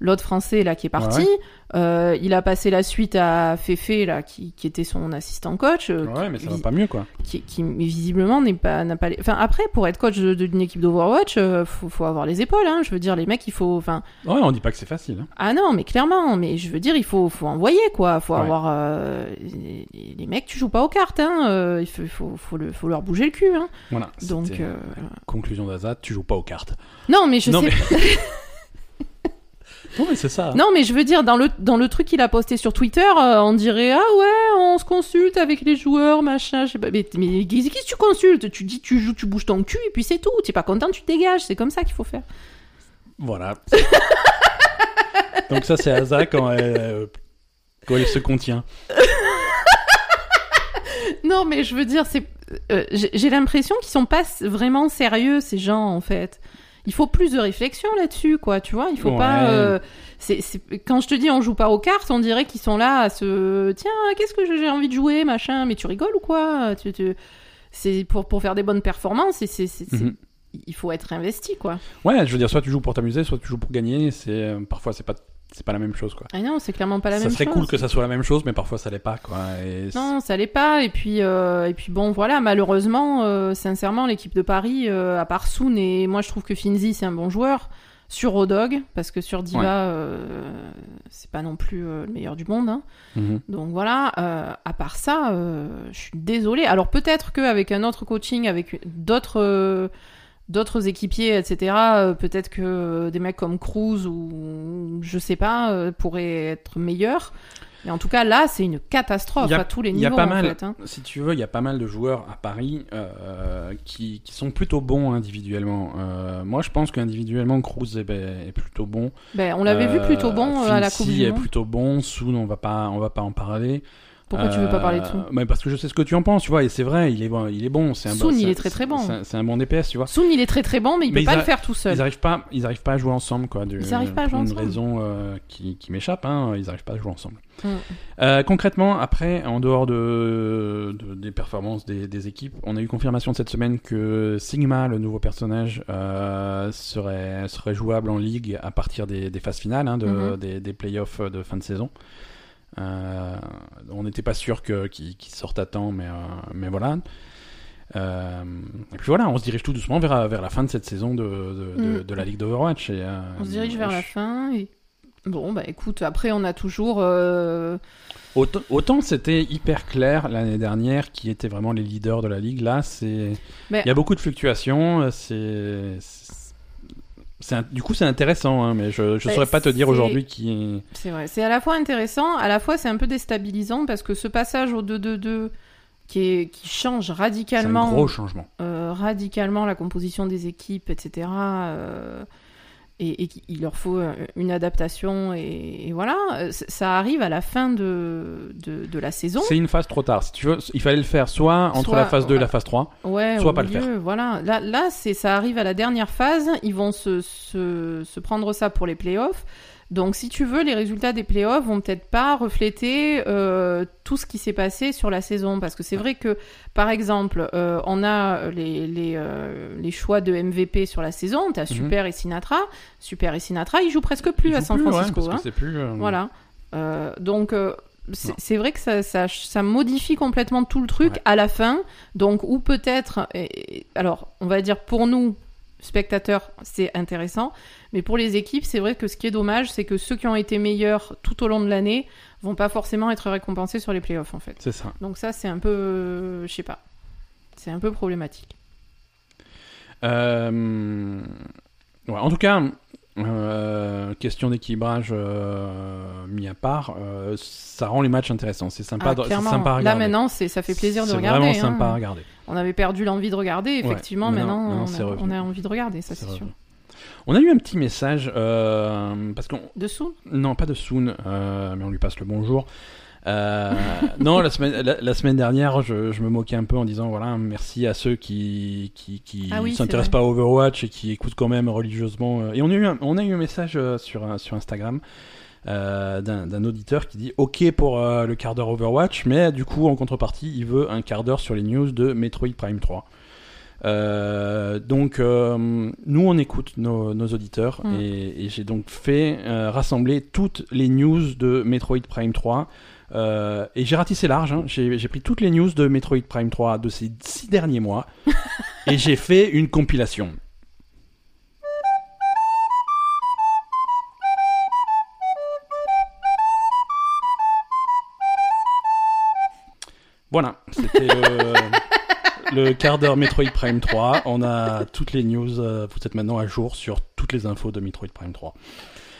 l'autre français là qui est parti.
Ouais,
Euh, il a passé la suite à Féfé là, qui, qui était son assistant coach, euh,
Ouais, mais ça va
vis-
pas mieux quoi.
qui, qui, mais visiblement n'est pas n'a pas les... enfin après pour être coach de- de- d'une équipe d'Overwatch euh, faut, faut avoir les épaules hein. je veux dire les mecs il faut enfin
Ouais, on dit pas que c'est facile. hein.
ah non mais clairement mais je veux dire il faut faut envoyer quoi faut
Ouais.
avoir euh, les, les- les mecs tu joues pas aux cartes hein euh, il faut faut faut, le, faut leur bouger le cul hein.
Voilà.
donc
c'était-
euh,
Conclusion d'Azad, tu joues pas aux cartes.
non mais je
non,
sais
mais... non mais c'est ça.
Non, mais je veux dire, dans le, dans le truc qu'il a posté sur Twitter, euh, on dirait Ah ouais, on se consulte avec les joueurs, machin. Je sais pas. Mais, mais qu'est-ce que tu consultes Tu dis, tu joues, tu bouges ton cul, et puis c'est tout. T'es pas content, tu te dégages. C'est comme ça qu'il faut faire.
Voilà. Donc ça c'est Azad quand elle, euh, quand elle se contient.
Non, mais je veux dire, c'est, euh, j'ai j'ai l'impression qu'ils sont pas s- vraiment sérieux, ces gens, en fait. il faut plus de réflexion là-dessus, quoi. Tu vois, il faut pas.
Ouais.
euh, c'est- c'est- Quand je te dis on joue pas aux cartes, on dirait qu'ils sont là à se. Tiens, qu'est-ce que j'ai envie de jouer, machin. Mais tu rigoles ou quoi tu, tu- C'est pour pour faire des bonnes performances. c'est- c'est- c'est-
Mhm.
Il faut être investi, quoi.
Ouais, je veux dire, soit tu joues pour t'amuser, soit tu joues pour gagner. C'est euh, parfois c'est pas c'est pas la même chose quoi.
Ah non, c'est clairement pas la
ça
même
serait
chose.
cool que ça soit la même chose, mais parfois ça l'est pas quoi. Et c'est-
Non, ça l'est pas. Et puis, euh, et puis bon, voilà, malheureusement, euh, sincèrement, l'équipe de Paris, euh, à part Soun, et moi je trouve que Finzi c'est un bon joueur, sur Odog, parce que sur Diva,
Ouais.
euh, c'est pas non plus euh, le meilleur du monde. hein.
Mhm.
Donc voilà, euh, à part ça, euh, je suis désolée. Alors peut-être qu'avec un autre coaching, avec d'autres euh, d'autres équipiers, etc., euh, peut-être que euh, des mecs comme Cruz ou je sais pas euh, pourraient être meilleurs. Mais en tout cas, là, c'est une catastrophe
Il y a-
à tous les
il
niveaux.
y a pas
en
mal.
fait, hein.
Si tu veux, il y a pas mal de joueurs à Paris euh, qui, qui sont plutôt bons individuellement. Euh, moi, je pense qu'individuellement, Cruz est, ben, est plutôt bon.
Ben, on l'avait vu
Euh,
plutôt bon euh, à la Coupe
Finzi
du
est
Monde.
plutôt bon. Soon, on va pas, on va pas en parler.
Pourquoi tu veux pas parler de
tout
Soun
mais Parce que je sais ce que tu en penses, tu vois, et c'est vrai, il est bon. Il est bon. c'est Un
Soun,
bon-
il
c'est-
est très, très bon.
c'est un- C'est un bon DPS, tu vois.
Soun, il est très très bon, mais il
Mais
peut pas
ils
le
a-
faire tout seul.
Ils arrivent pas, ils arrivent pas à jouer ensemble, quoi. de-
Ils arrivent pas à
pour
jouer
une
ensemble.
raison euh, qui, qui m'échappe, hein, ils arrivent pas à jouer ensemble.
Mm.
Euh, concrètement, après, en dehors de, de- des performances des, des équipes, on a eu confirmation cette semaine que Sigma, le nouveau personnage, euh, serait, serait jouable en ligue à partir des, des phases finales, hein, de-
Mhm.
des, des playoffs de fin de saison. Euh, on n'était pas sûr que- qu'il qu'il sorte à temps, mais, euh, mais voilà. Euh, et puis voilà, on se dirige tout doucement vers, vers la fin de cette saison de, de, de-
Mm.
de la Ligue d'Overwatch. et, euh,
On se dirige vers
je-
la fin. Et... Bon, bah écoute, après, on a toujours. euh,
Autant, autant c'était hyper clair l'année dernière qui étaient vraiment les leaders de la Ligue. Là, c'est
Mais-
il y a beaucoup de fluctuations. euh, C'est c'est- c'est un- du coup, c'est intéressant, hein, mais je ne
Mais
saurais pas te dire
c'est-
aujourd'hui qui.
C'est vrai. C'est à la fois intéressant, à la fois c'est un peu déstabilisant parce que ce passage au 2-2-2 qui, est- qui change
C'est un gros
radicalement,
changement.
euh, radicalement la composition des équipes, etc. euh, et et qu'il leur faut euh, une adaptation et, et voilà. Euh, c- Ça arrive à la fin de, de, de la saison.
C'est une phase trop tard. Si tu veux, il fallait le faire soit entre
Soit-
la phase 2 et
ouais.
la phase 3.
Ouais,
Soit
au
pas le
milieu, Voilà. Là, là c'est, ça arrive à la dernière phase. Ils vont se, se, se prendre ça pour les playoffs. Donc, si tu veux, les résultats des playoffs vont peut-être pas refléter euh, tout ce qui s'est passé sur la saison. Parce que c'est vrai que, par exemple, euh, on a les, les, euh, les choix de MVP sur la saison. Tu as
Mhm.
Super et Sinatra. Super et Sinatra, ils jouent presque plus
Ils
à
jouent
San
plus, ouais,
Francisco.
parce que
hein.
c'est plus, euh,
Voilà. Euh, donc, euh, c'est
Non.
c'est vrai que ça, ça, ça modifie complètement tout le truc
Ouais.
à la fin. Donc, ou peut-être, et- et- alors, on va dire pour nous, spectateurs, c'est intéressant. Mais pour les équipes, c'est vrai que ce qui est dommage, c'est que ceux qui ont été meilleurs tout au long de l'année vont pas forcément être récompensés sur les playoffs, en fait.
C'est ça.
Donc, ça, c'est un peu, euh, je sais pas, c'est un peu problématique.
Euh, ouais, en tout cas, euh, question d'équilibrage euh, mis à part, euh, ça rend les matchs intéressants. C'est sympa,
Ah,
de- c'est
clairement.
sympa à regarder.
Là, maintenant, c'est- ça fait plaisir de regarder.
C'est
hein.
vraiment sympa à regarder.
On avait perdu l'envie de regarder, effectivement,
maintenant-
maintenant,
maintenant,
on,
c'est
a,
revenu.
on a envie de regarder, ça,
C'est
c'est sûr.
revenu. On a eu un petit message, euh, parce qu'on...
Dessous
Non, pas de Soon, euh, mais on lui passe le bonjour. Euh, non, la semaine, la, la semaine dernière, je, je me moquais un peu en disant voilà, merci à ceux qui qui, qui
Ah oui, c'est
s'intéressent
vrai.
pas à Overwatch et qui écoutent quand même religieusement. euh, Et on a eu un, on a eu un message euh, sur un- sur Instagram euh, d'un d'un auditeur qui dit ok pour euh, le quart d'heure Overwatch, mais du coup en contrepartie, il veut un quart d'heure sur les news de Metroid Prime 3. Euh, donc euh, nous on écoute nos, nos auditeurs
Mm.
et, et j'ai donc fait euh, rassembler toutes les news de Metroid Prime 3 euh, et j'ai ratissé large, hein. j'ai j'ai pris toutes les news de Metroid Prime 3 de ces six derniers mois et j'ai fait une compilation. Voilà, c'était le, le quart d'heure Metroid Prime 3. On a toutes les news, euh, vous êtes maintenant à jour sur toutes les infos de Metroid Prime 3.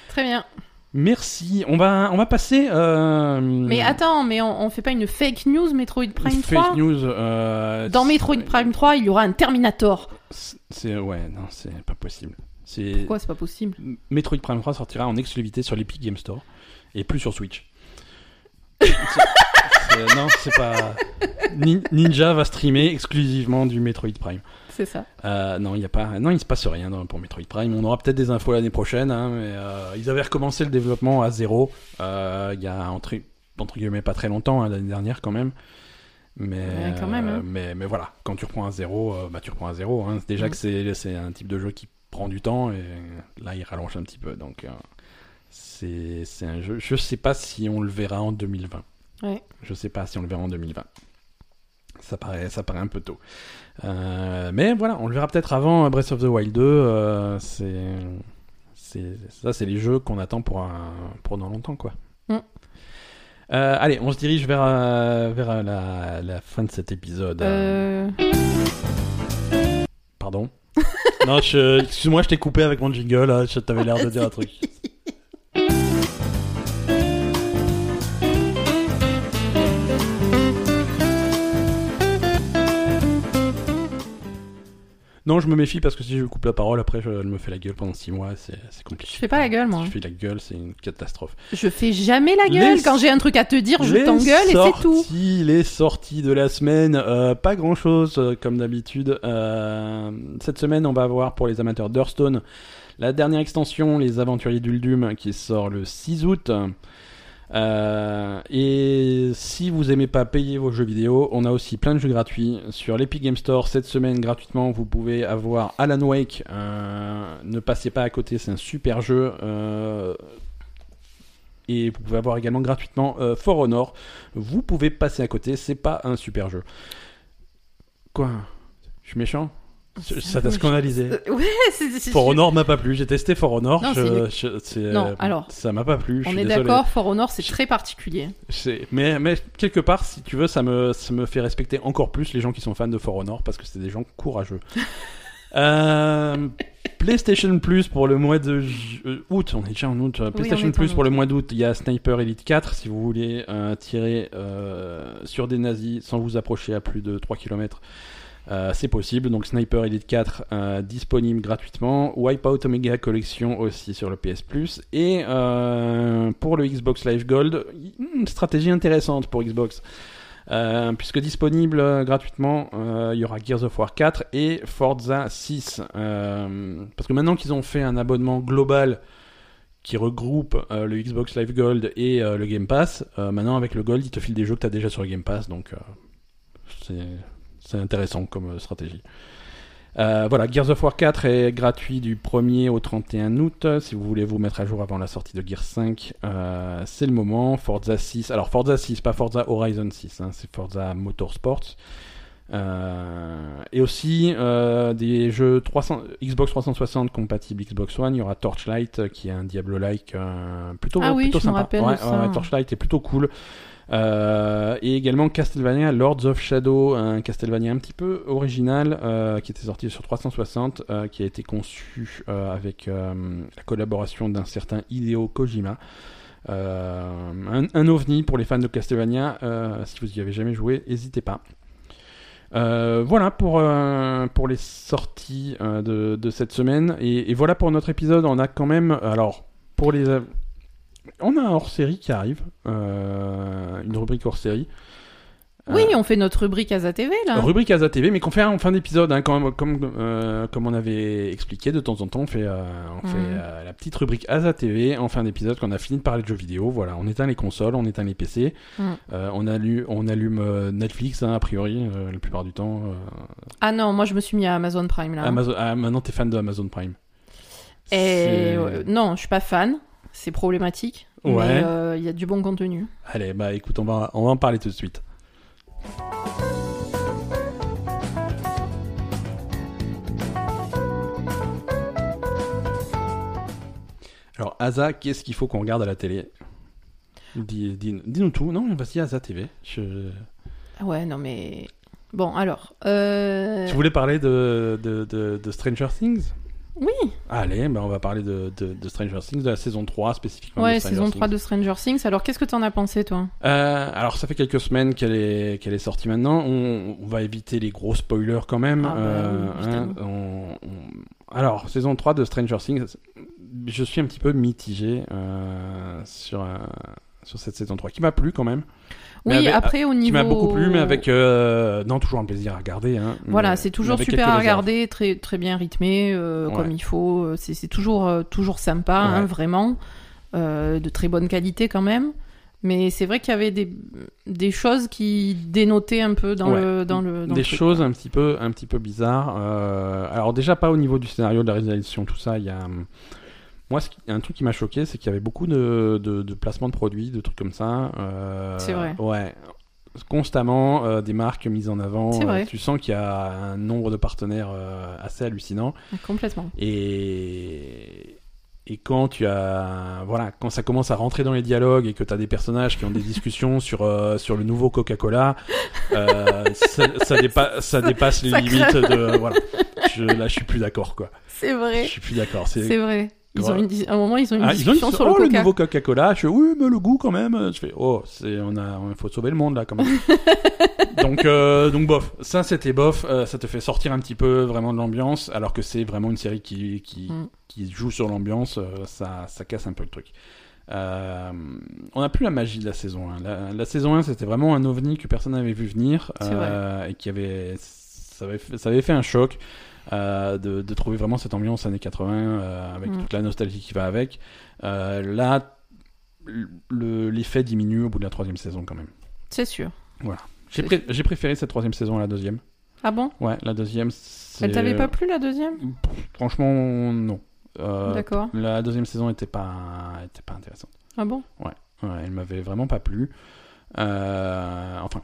Très bien.
Merci, on va, on va passer... euh,
Mais attends, mais on, on fait pas une fake news Metroid Prime
Fake
3
news. euh,
Dans Metroid
c'est-
Prime 3, il y aura un Terminator.
C'est ouais, non, c'est pas possible. C'est
Pourquoi c'est pas possible
Metroid Prime 3 sortira en exclusivité sur l'Epic Game Store et plus sur Switch. C'est- c'est- non, c'est pas. Nin- Ninja va streamer exclusivement du Metroid Prime.
C'est ça.
Euh, non, il y a pas, non, il se passe rien dans- pour Metroid Prime. On aura peut-être des infos l'année prochaine, hein, mais euh, ils avaient recommencé le développement à zéro. euh, Il y a entre, entre guillemets pas très longtemps hein, l'année dernière quand même. Mais,
Ouais, quand même, hein.
euh, mais, mais voilà, quand tu reprends à zéro, euh, bah, tu reprends à zéro. hein. Déjà
Mhm.
que c'est, c'est un type de jeu qui prend du temps et là il rallonge un petit peu. Donc euh, c'est, c'est un jeu. Je sais pas si on le verra en 2020.
Ouais.
Je sais pas si on le verra en 2020. Ça paraît, ça paraît un peu tôt. Euh, mais voilà, on le verra peut-être avant Breath of the Wild 2. euh, c'est, c'est, ça, c'est les jeux qu'on attend pour, un, pour dans longtemps, quoi.
Mm.
Euh, allez, on se dirige vers, euh, vers euh, la, la fin de cet épisode. Euh,
Euh,
Pardon Non, je- excuse-moi, je t'ai coupé avec mon jingle. là, je- T'avais l'air de dire un truc. Non, je me méfie parce que si je coupe la parole, après, je, elle me fait la gueule pendant 6 mois. C'est c'est compliqué.
Je fais pas la gueule, moi.
Si je fais la gueule, c'est une catastrophe.
Je fais jamais la gueule.
Les-
Quand j'ai un truc à te dire, je
Les
t'engueule et c'est tout.
sorties, Les sorties de la semaine, euh, pas grand chose comme d'habitude. Euh, cette semaine, on va avoir pour les amateurs d'Hearthstone la dernière extension, Les Aventuriers d'Uldum, qui sort le 6 août. Euh, et si vous aimez pas payer vos jeux vidéo, on a aussi plein de jeux gratuits sur l'Epic Game Store cette semaine gratuitement. Vous pouvez avoir Alan Wake. euh, ne passez pas à côté, c'est un super jeu. euh, et vous pouvez avoir également gratuitement euh, For Honor. Vous pouvez passer à côté, c'est pas un super jeu. Quoi Je suis méchant Ça t'a scandalisé.
Euh, Ouais, c'est. c'est-
For Honor m'a pas plu. J'ai testé For Honor.
Non,
je- je- c'est- euh,
Non, alors.
Ça m'a pas plu. je
On
suis
est
désolé.
d'accord, Fort Honor, c'est très particulier.
C'est- Mais, mais quelque part, si tu veux, ça me, ça me fait respecter encore plus les gens qui sont fans de For Honor parce que c'est des gens courageux. Euh, PlayStation Plus pour le mois de ju- euh, août, on est déjà en août. euh, PlayStation
on est en
Plus
août.
pour le mois d'août, il y a Sniper Elite 4 si vous voulez euh, tirer euh, sur des nazis sans vous approcher à plus de 3 km. Euh, c'est possible, donc Sniper Elite 4 euh, disponible gratuitement, Wipeout Omega Collection aussi sur le PS Plus, et euh, pour le Xbox Live Gold, une stratégie intéressante pour Xbox, euh, puisque disponible euh, gratuitement, euh, il y aura Gears of War 4 et Forza 6, Euh, parce que maintenant qu'ils ont fait un abonnement global qui regroupe euh, le Xbox Live Gold et euh, le Game Pass, euh, maintenant avec le Gold, ils te filent des jeux que tu as déjà sur le Game Pass, donc euh, c'est... C'est intéressant comme euh, stratégie. Euh, voilà, Gears of War 4 est gratuit du 1er au 31 août. Si vous voulez vous mettre à jour avant la sortie de Gears 5, euh, c'est le moment. Forza 6, alors Forza 6, pas Forza Horizon 6, hein, c'est Forza Motorsports. Euh, et aussi euh, des jeux 300, Xbox 360 compatibles Xbox One. Il y aura Torchlight euh, qui est un Diablo-like euh, plutôt,
Ah oui,
plutôt
je me
sympa.
rappelle de
Ouais,
ça.
ouais, ouais, Torchlight est plutôt cool. Euh, et également Castlevania Lords of Shadow, un Castlevania un petit peu original euh, qui était sorti sur 360, euh, qui a été conçu euh, avec euh, la collaboration d'un certain Hideo Kojima. Euh, un, un ovni pour les fans de Castlevania. euh, si vous y avez jamais joué, n'hésitez pas. Euh, voilà pour, euh, pour les sorties euh, de, de cette semaine. Et, et voilà pour notre épisode. On a quand même. Alors, pour les. av- On a un hors série qui arrive. euh, une rubrique hors série. Euh,
Oui, on fait notre rubrique Asa TV là.
Rubrique Asa TV, mais qu'on fait en fin d'épisode, hein, quand- comme, euh, comme on avait expliqué, de temps en temps, on fait, euh, on
Mhm.
fait euh, la petite rubrique Asa TV en fin d'épisode, qu'on a fini de parler de jeux vidéo. Voilà, on éteint les consoles, on éteint les PC,
Mhm.
euh, on, allu- on allume euh, Netflix, hein, a priori, euh, la plupart du temps. euh,
Ah non, moi je me suis mis à Amazon Prime là.
Amazon- ah, maintenant, t'es fan de Amazon Prime.
Et
C'est-
ouais, non, je suis pas fan. C'est problématique.
Ouais.
Mais euh, il y a du bon contenu.
Allez, bah écoute, on va, on va en parler tout de suite. Alors, Asa, qu'est-ce qu'il faut qu'on regarde à la télé Dis- dis- Dis-nous tout. Non, on va se dire Asa TV. Je...
Ah Ouais, non mais. Bon, alors. euh,
Tu voulais parler de, de, de- de Stranger Things
Oui.
Allez, bah on va parler de, de- de Stranger Things, de la saison 3 spécifiquement.
Ouais,
de Stranger
saison
Things.
3 de Stranger Things. Alors qu'est-ce que t'en as pensé toi
Euh, alors ça fait quelques semaines qu'elle est, qu'elle est sortie maintenant. On, on va éviter les gros spoilers quand même.
Ah bah
Euh,
oui, putain.
on- on- Alors, saison 3 de Stranger Things, je suis un petit peu mitigé euh, sur, euh, sur cette saison 3 qui m'a plu quand même.
Oui,
Mais avec-
après au niveau.
Qui m'a beaucoup plu, mais avec. euh, non, toujours un plaisir à regarder. hein, mais-
Voilà, c'est
mais
toujours
avec
super
quelques
à
réserves.
regarder, très, très bien rythmé, euh,
Ouais.
comme il faut. euh, C'est c'est toujours, euh, toujours sympa, hein,
Ouais.
vraiment. euh, de très bonne qualité quand même. Mais c'est vrai qu'il y avait des, des choses qui dénotaient un peu dans
Ouais.
le. Dans le dans
des
le truc.
choses un petit peu un petit peu bizarres euh, alors déjà pas au niveau du scénario de la réalisation tout ça il y a hum, moi ce qui- un truc qui m'a choqué c'est qu'il y avait beaucoup de, de, de placements de produits de trucs comme ça euh,
C'est vrai.
ouais constamment euh, des marques mises en avant
C'est
Euh,
vrai.
tu sens qu'il y a un nombre de partenaires euh, assez hallucinant
Complètement.
et et quand tu as voilà quand ça commence à rentrer dans les dialogues et que tu as des personnages qui ont des discussions sur euh, sur le nouveau Coca-Cola euh, ça, ça, dépa- ça dépasse les
Ça
limites
craint.
de voilà je, là je suis plus d'accord quoi
C'est
je
vrai.
suis plus d'accord
C'est vrai. Ils
Voilà.
ont une dis- À un moment, ils ont une
Ah, ils ont
discussion
une-
sur
oh,
le
le
coca.
nouveau Coca-Cola. Je fais, oui, mais le goût quand même. Je fais, oh, c'est, on a, on- faut sauver le monde là quand même. donc, euh, donc bof. Ça, c'était bof. Euh, ça te fait sortir un petit peu vraiment de l'ambiance, alors que c'est vraiment une série qui, qui,
Mm.
qui joue sur l'ambiance. Euh, ça, ça casse un peu le truc. Euh, on n'a plus la magie de la saison 1. La, la saison 1, c'était vraiment un ovni que personne n'avait vu venir
C'est
euh, et qui avait ça, avait fait, ça avait fait un choc euh, de, de trouver vraiment cette ambiance années 80 euh, avec
Mm.
toute la nostalgie qui va avec. Euh, là, le- l'effet diminue au bout de la troisième saison quand même.
C'est sûr.
J'ai
C'est-
pré- j'ai préféré cette troisième saison à la deuxième.
Ah bon
Ouais, la deuxième. c'est- euh,
Elle t'avait pas plu la deuxième
Franchement, non. Euh,
D'accord.
la deuxième saison était pas, était pas intéressante.
Ah bon
Ouais, elle m'avait vraiment pas plu. Euh, enfin,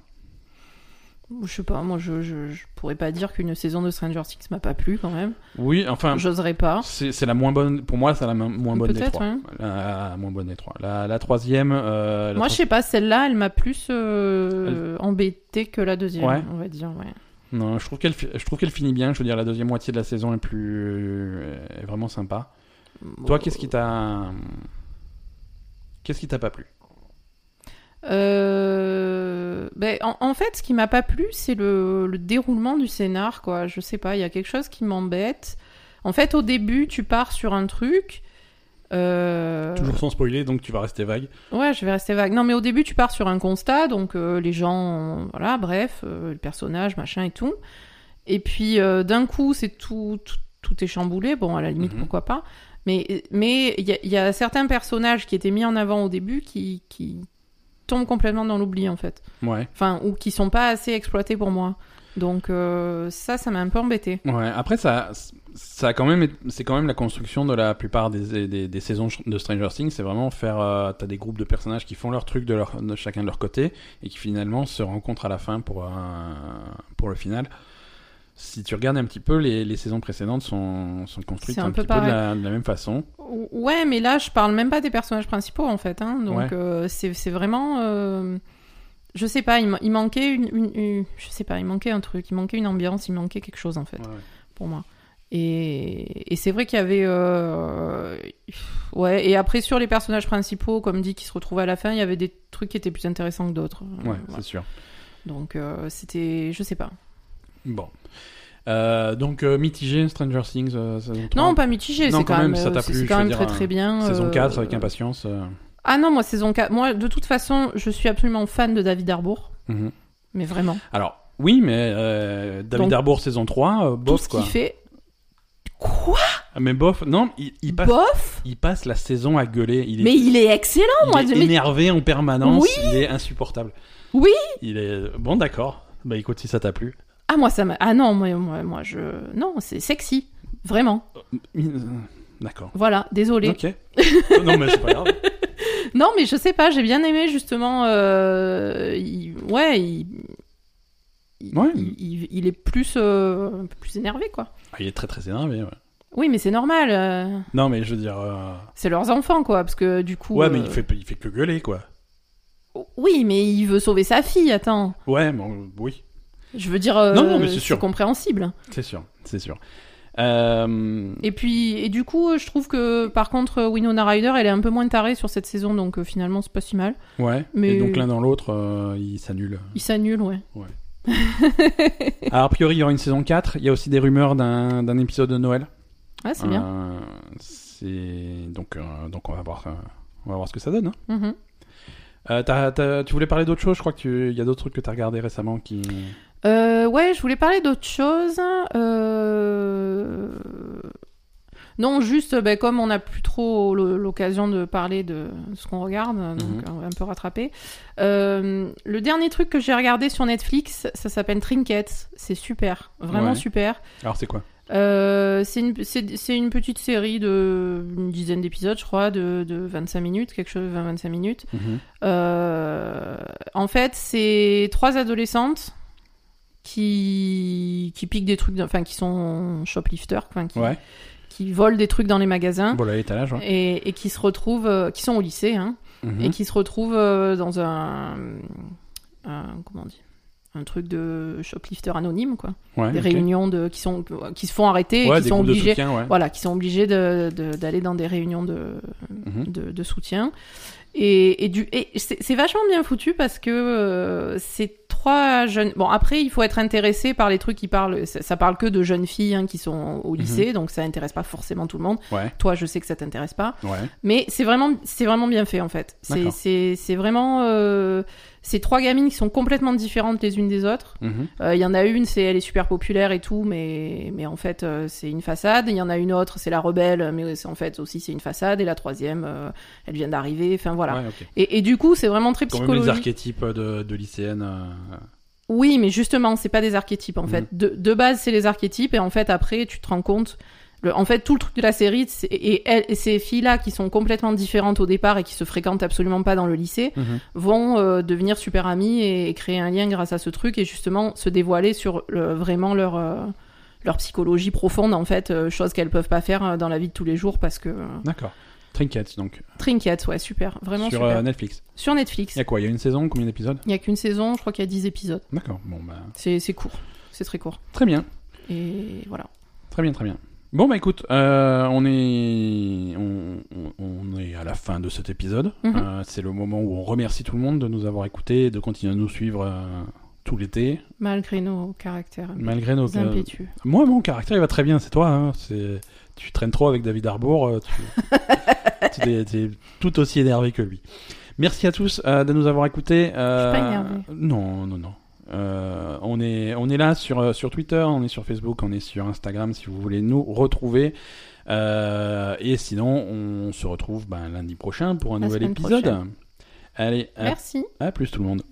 Je sais pas, moi je, je, je pourrais pas dire qu'une saison de Stranger Things m'a pas plu quand même.
oui, enfin,
J'oserais pas.
c'est c'est la moins bonne. Pour moi, c'est la mo- Ah. moins bonne des
Peut-être,
trois.
ouais.
La, la moins bonne des trois. La, la troisième. euh, la
Moi,
troi-
je sais pas, celle-là, elle m'a plus euh, embêtée que la deuxième,
Ouais.
on va dire. Ouais.
Non, je trouve qu'elle, fi- je trouve qu'elle finit bien. Je veux dire, la deuxième moitié de la saison est plus, est vraiment sympa. Toi, qu'est-ce qui t'a, qu'est-ce qui t'a pas plu
Euh, ben, en, en fait, ce qui m'a pas plu, c'est le, le déroulement du scénar, quoi. Je sais pas, il y a quelque chose qui m'embête. En fait, au début, tu pars sur un truc. euh,
Toujours sans spoiler, donc tu vas rester vague.
Ouais, je vais rester vague. Non, mais au début, tu pars sur un constat, donc euh, les gens, euh, voilà, bref, euh, le personnage, machin et tout. Et puis euh, d'un coup, c'est tout, tout, tout est chamboulé. Bon, à la limite,
Mhm.
pourquoi pas. Mais mais il y, a- il y a certains personnages qui étaient mis en avant au début qui qui tombent complètement dans l'oubli en fait.
Ouais.
Enfin, ou qui sont pas assez exploités pour moi. Donc euh, ça, ça m'a un peu embêté.
Ouais, après ça, ça a quand même, été- c'est quand même la construction de la plupart des, des, des saisons de Stranger Things, c'est vraiment faire, euh, t'as des groupes de personnages qui font leur truc de, leur, de chacun de leur côté et qui finalement se rencontrent à la fin pour un, pour le final. Si tu regardes un petit peu, les, les saisons précédentes sont, sont construites
C'est
un,
un peu
petit peu de la, de la même façon.
Ou- Ouais, mais là, je parle même pas des personnages principaux, en fait. hein. Donc,
Ouais.
euh, c'est c'est vraiment... euh, Je sais pas, il, ma- il manquait une, une- une- Je sais pas, il manquait un truc, il manquait une ambiance, il manquait quelque chose, en fait, pour moi. Et, et c'est vrai qu'il y avait... euh, Ouais, et après, sur les personnages principaux, comme dit, qui se retrouvent à la fin, il y avait des trucs qui étaient plus intéressants que d'autres. Euh,
Ouais,
voilà.
c'est sûr.
Donc, euh, c'était... Je sais pas.
Bon. Euh, donc euh, mitigé Stranger Things euh, saison 3.
Non, pas mitigé,
Non,
c'est
quand
quand,
même,
même...
ça t'a
euh,
plu,
c'est
je
quand
veux
même
dire,
très
euh,
très bien.
saison
euh,
4 avec impatience. euh.
Ah non, moi, saison 4... Moi, de toute façon, je suis absolument fan de David Harbour.
Mhm.
Mais vraiment.
Alors oui, mais euh, David
Donc,
Harbour saison 3, euh, bof
tout ce
quoi.
qu'il fait... Quoi
Ah, Mais bof, non, il, il passe,
Bof
il passe la saison à gueuler. Il est,
Mais il est excellent,
il
moi,
est
de- mais-
énervé en permanence.
Oui
il est insupportable.
Oui
Il est bon, d'accord. Bah écoute, si ça t'a plu.
Ah, moi, ça m'a... Ah non, moi, moi, moi je... Non, c'est sexy. Vraiment.
Euh, D'accord.
Voilà, désolé.
Ok. Euh, non mais c'est pas grave.
Non, mais je sais pas, j'ai bien aimé, justement... euh, il- Ouais, il... Il,
Ouais.
il- il- il est plus, euh, un peu plus énervé, quoi.
Ah, il est très très énervé. ouais.
Oui, mais c'est normal. euh,
Non mais je veux dire. euh,
C'est leurs enfants, quoi, parce que du coup...
Ouais, mais il
euh,
fait il fait que gueuler quoi.
Oui, mais il veut sauver sa fille, attends.
Ouais, bon, oui,
Je veux dire, euh,
Non, non, mais c'est sûr.
c'est compréhensible.
c'est sûr, c'est sûr. Euh,
Et puis, et du coup, euh, je trouve que par contre, euh, Winona Ryder, elle est un peu moins tarée sur cette saison, donc euh, finalement, c'est pas si mal.
Ouais.
Mais-
Et donc l'un dans l'autre, euh, il s'annule.
Il s'annule, ouais.
Alors a priori, il y aura une saison 4. Il y a aussi des rumeurs d'un d'un épisode de Noël.
Ah, c'est bien.
Euh, c'est donc euh, donc on va voir euh, on va voir ce que ça donne. hein.
Mhm.
Euh, t'as- t'as- tu voulais parler d'autre chose Je crois qu'il y a d'autres trucs que tu as regardé récemment qui.
Euh, ouais, je voulais parler d'autre chose. Euh... Non, juste, ben, comme on n'a plus trop l'o- l'occasion de parler de ce qu'on regarde, donc
Mhm.
on va un peu rattraper. Euh, le dernier truc que j'ai regardé sur Netflix, ça s'appelle Trinkets. C'est super, vraiment
Ouais.
super.
Alors, c'est quoi
Euh, c'est une, c'est- c'est une petite série de une dizaine d'épisodes, je crois, de, de 25 minutes, quelque chose, 20-25 minutes.
Mhm.
Euh, en fait, c'est trois adolescentes qui, qui piquent des trucs, dans- enfin, qui sont shoplifters, enfin, qui,
Ouais.
qui volent des trucs dans les magasins.
Bon, là, l'étalage, ouais.
Et, et qui se retrouvent, euh, qui sont au lycée, hein,
Mhm.
et qui se retrouvent euh, dans un, un- comment on dit, un truc de shoplifter anonyme, quoi.
Ouais,
Des
Ah, ok.
réunions de, qui sont, qui se font arrêter,
Ouais,
et qui
des
sont
groupes de
obligés,
soutien, ouais.
voilà, qui sont obligés de- de- d'aller dans des réunions de,
Mhm.
de, de soutien. Et, et du, et c'est c'est vachement bien foutu parce que euh, c'est trois jeunes. Bon, après, il faut être intéressé par les trucs qui parlent. Ça, ça parle que de jeunes filles hein, qui sont au lycée, donc ça intéresse pas forcément tout le monde.
Mhm. Ouais,
Toi, je sais que ça t'intéresse pas.
ouais.
Mais c'est vraiment, c'est vraiment bien fait en fait. C'est-
D'accord.
C'est c'est vraiment. euh, ces trois gamines qui sont complètement différentes les unes des autres.
Mhm.
Euh, Il y en a une, c'est elle est super populaire et tout, mais mais en fait euh, c'est une façade. Il y en a une autre, c'est la rebelle, mais c'est en fait aussi c'est une façade. Et la troisième, euh, elle vient d'arriver. Enfin voilà.
Ouais, ok.
Et, et du coup, c'est vraiment très
Quand même les
psychologique.
archétypes de, de lycéenne. euh,
Oui, mais justement, c'est pas des archétypes en
Mhm.
fait. De, de base, c'est les archétypes, et en fait après, tu te rends compte. Le, en fait, tout le truc de la série, c'est- et, elles- et ces filles-là qui sont complètement différentes au départ et qui se fréquentent absolument pas dans le lycée,
Mhm.
vont euh, devenir super amies et, et créer un lien grâce à ce truc et justement se dévoiler sur le- vraiment leur euh, leur psychologie profonde en fait, euh, chose qu'elles peuvent pas faire euh, dans la vie de tous les jours parce que
D'accord. Trinkets, donc.
Trinket, ouais, super, vraiment
sur
super.
euh, Netflix.
Sur Netflix,
Il y a quoi Il y a une saison Combien d'épisodes
il y a qu'une saison, je crois qu'il y a 10 épisodes.
D'accord. Bon, bah.
C'est c'est court, c'est très court.
Très bien.
Et voilà.
Très bien, très bien. Bon, bah écoute, euh, on, est, on, on- on est à la fin de cet épisode.
Mhm.
Euh, c'est le moment où on remercie tout le monde de nous avoir écoutés et de continuer à nous suivre euh, tout l'été,
Malgré nos caractères
malgré nos...
impétueux.
Moi, mon caractère, il va très bien, c'est toi. hein. C'est- Tu traînes trop avec David Harbour, euh, tu, tu t'es- t'es tout aussi énervé que lui. Merci à tous euh, de nous avoir écoutés. euh,
Je suis pas énervée.
Non, non, non. Euh, on, est, on est là sur, euh, sur Twitter, on est sur Facebook, on est sur Instagram si vous voulez nous retrouver. Euh, et sinon, on se retrouve ben, lundi prochain pour un
La
nouvel
semaine
épisode.
prochaine.
Allez, à-
Merci.
à plus tout le monde.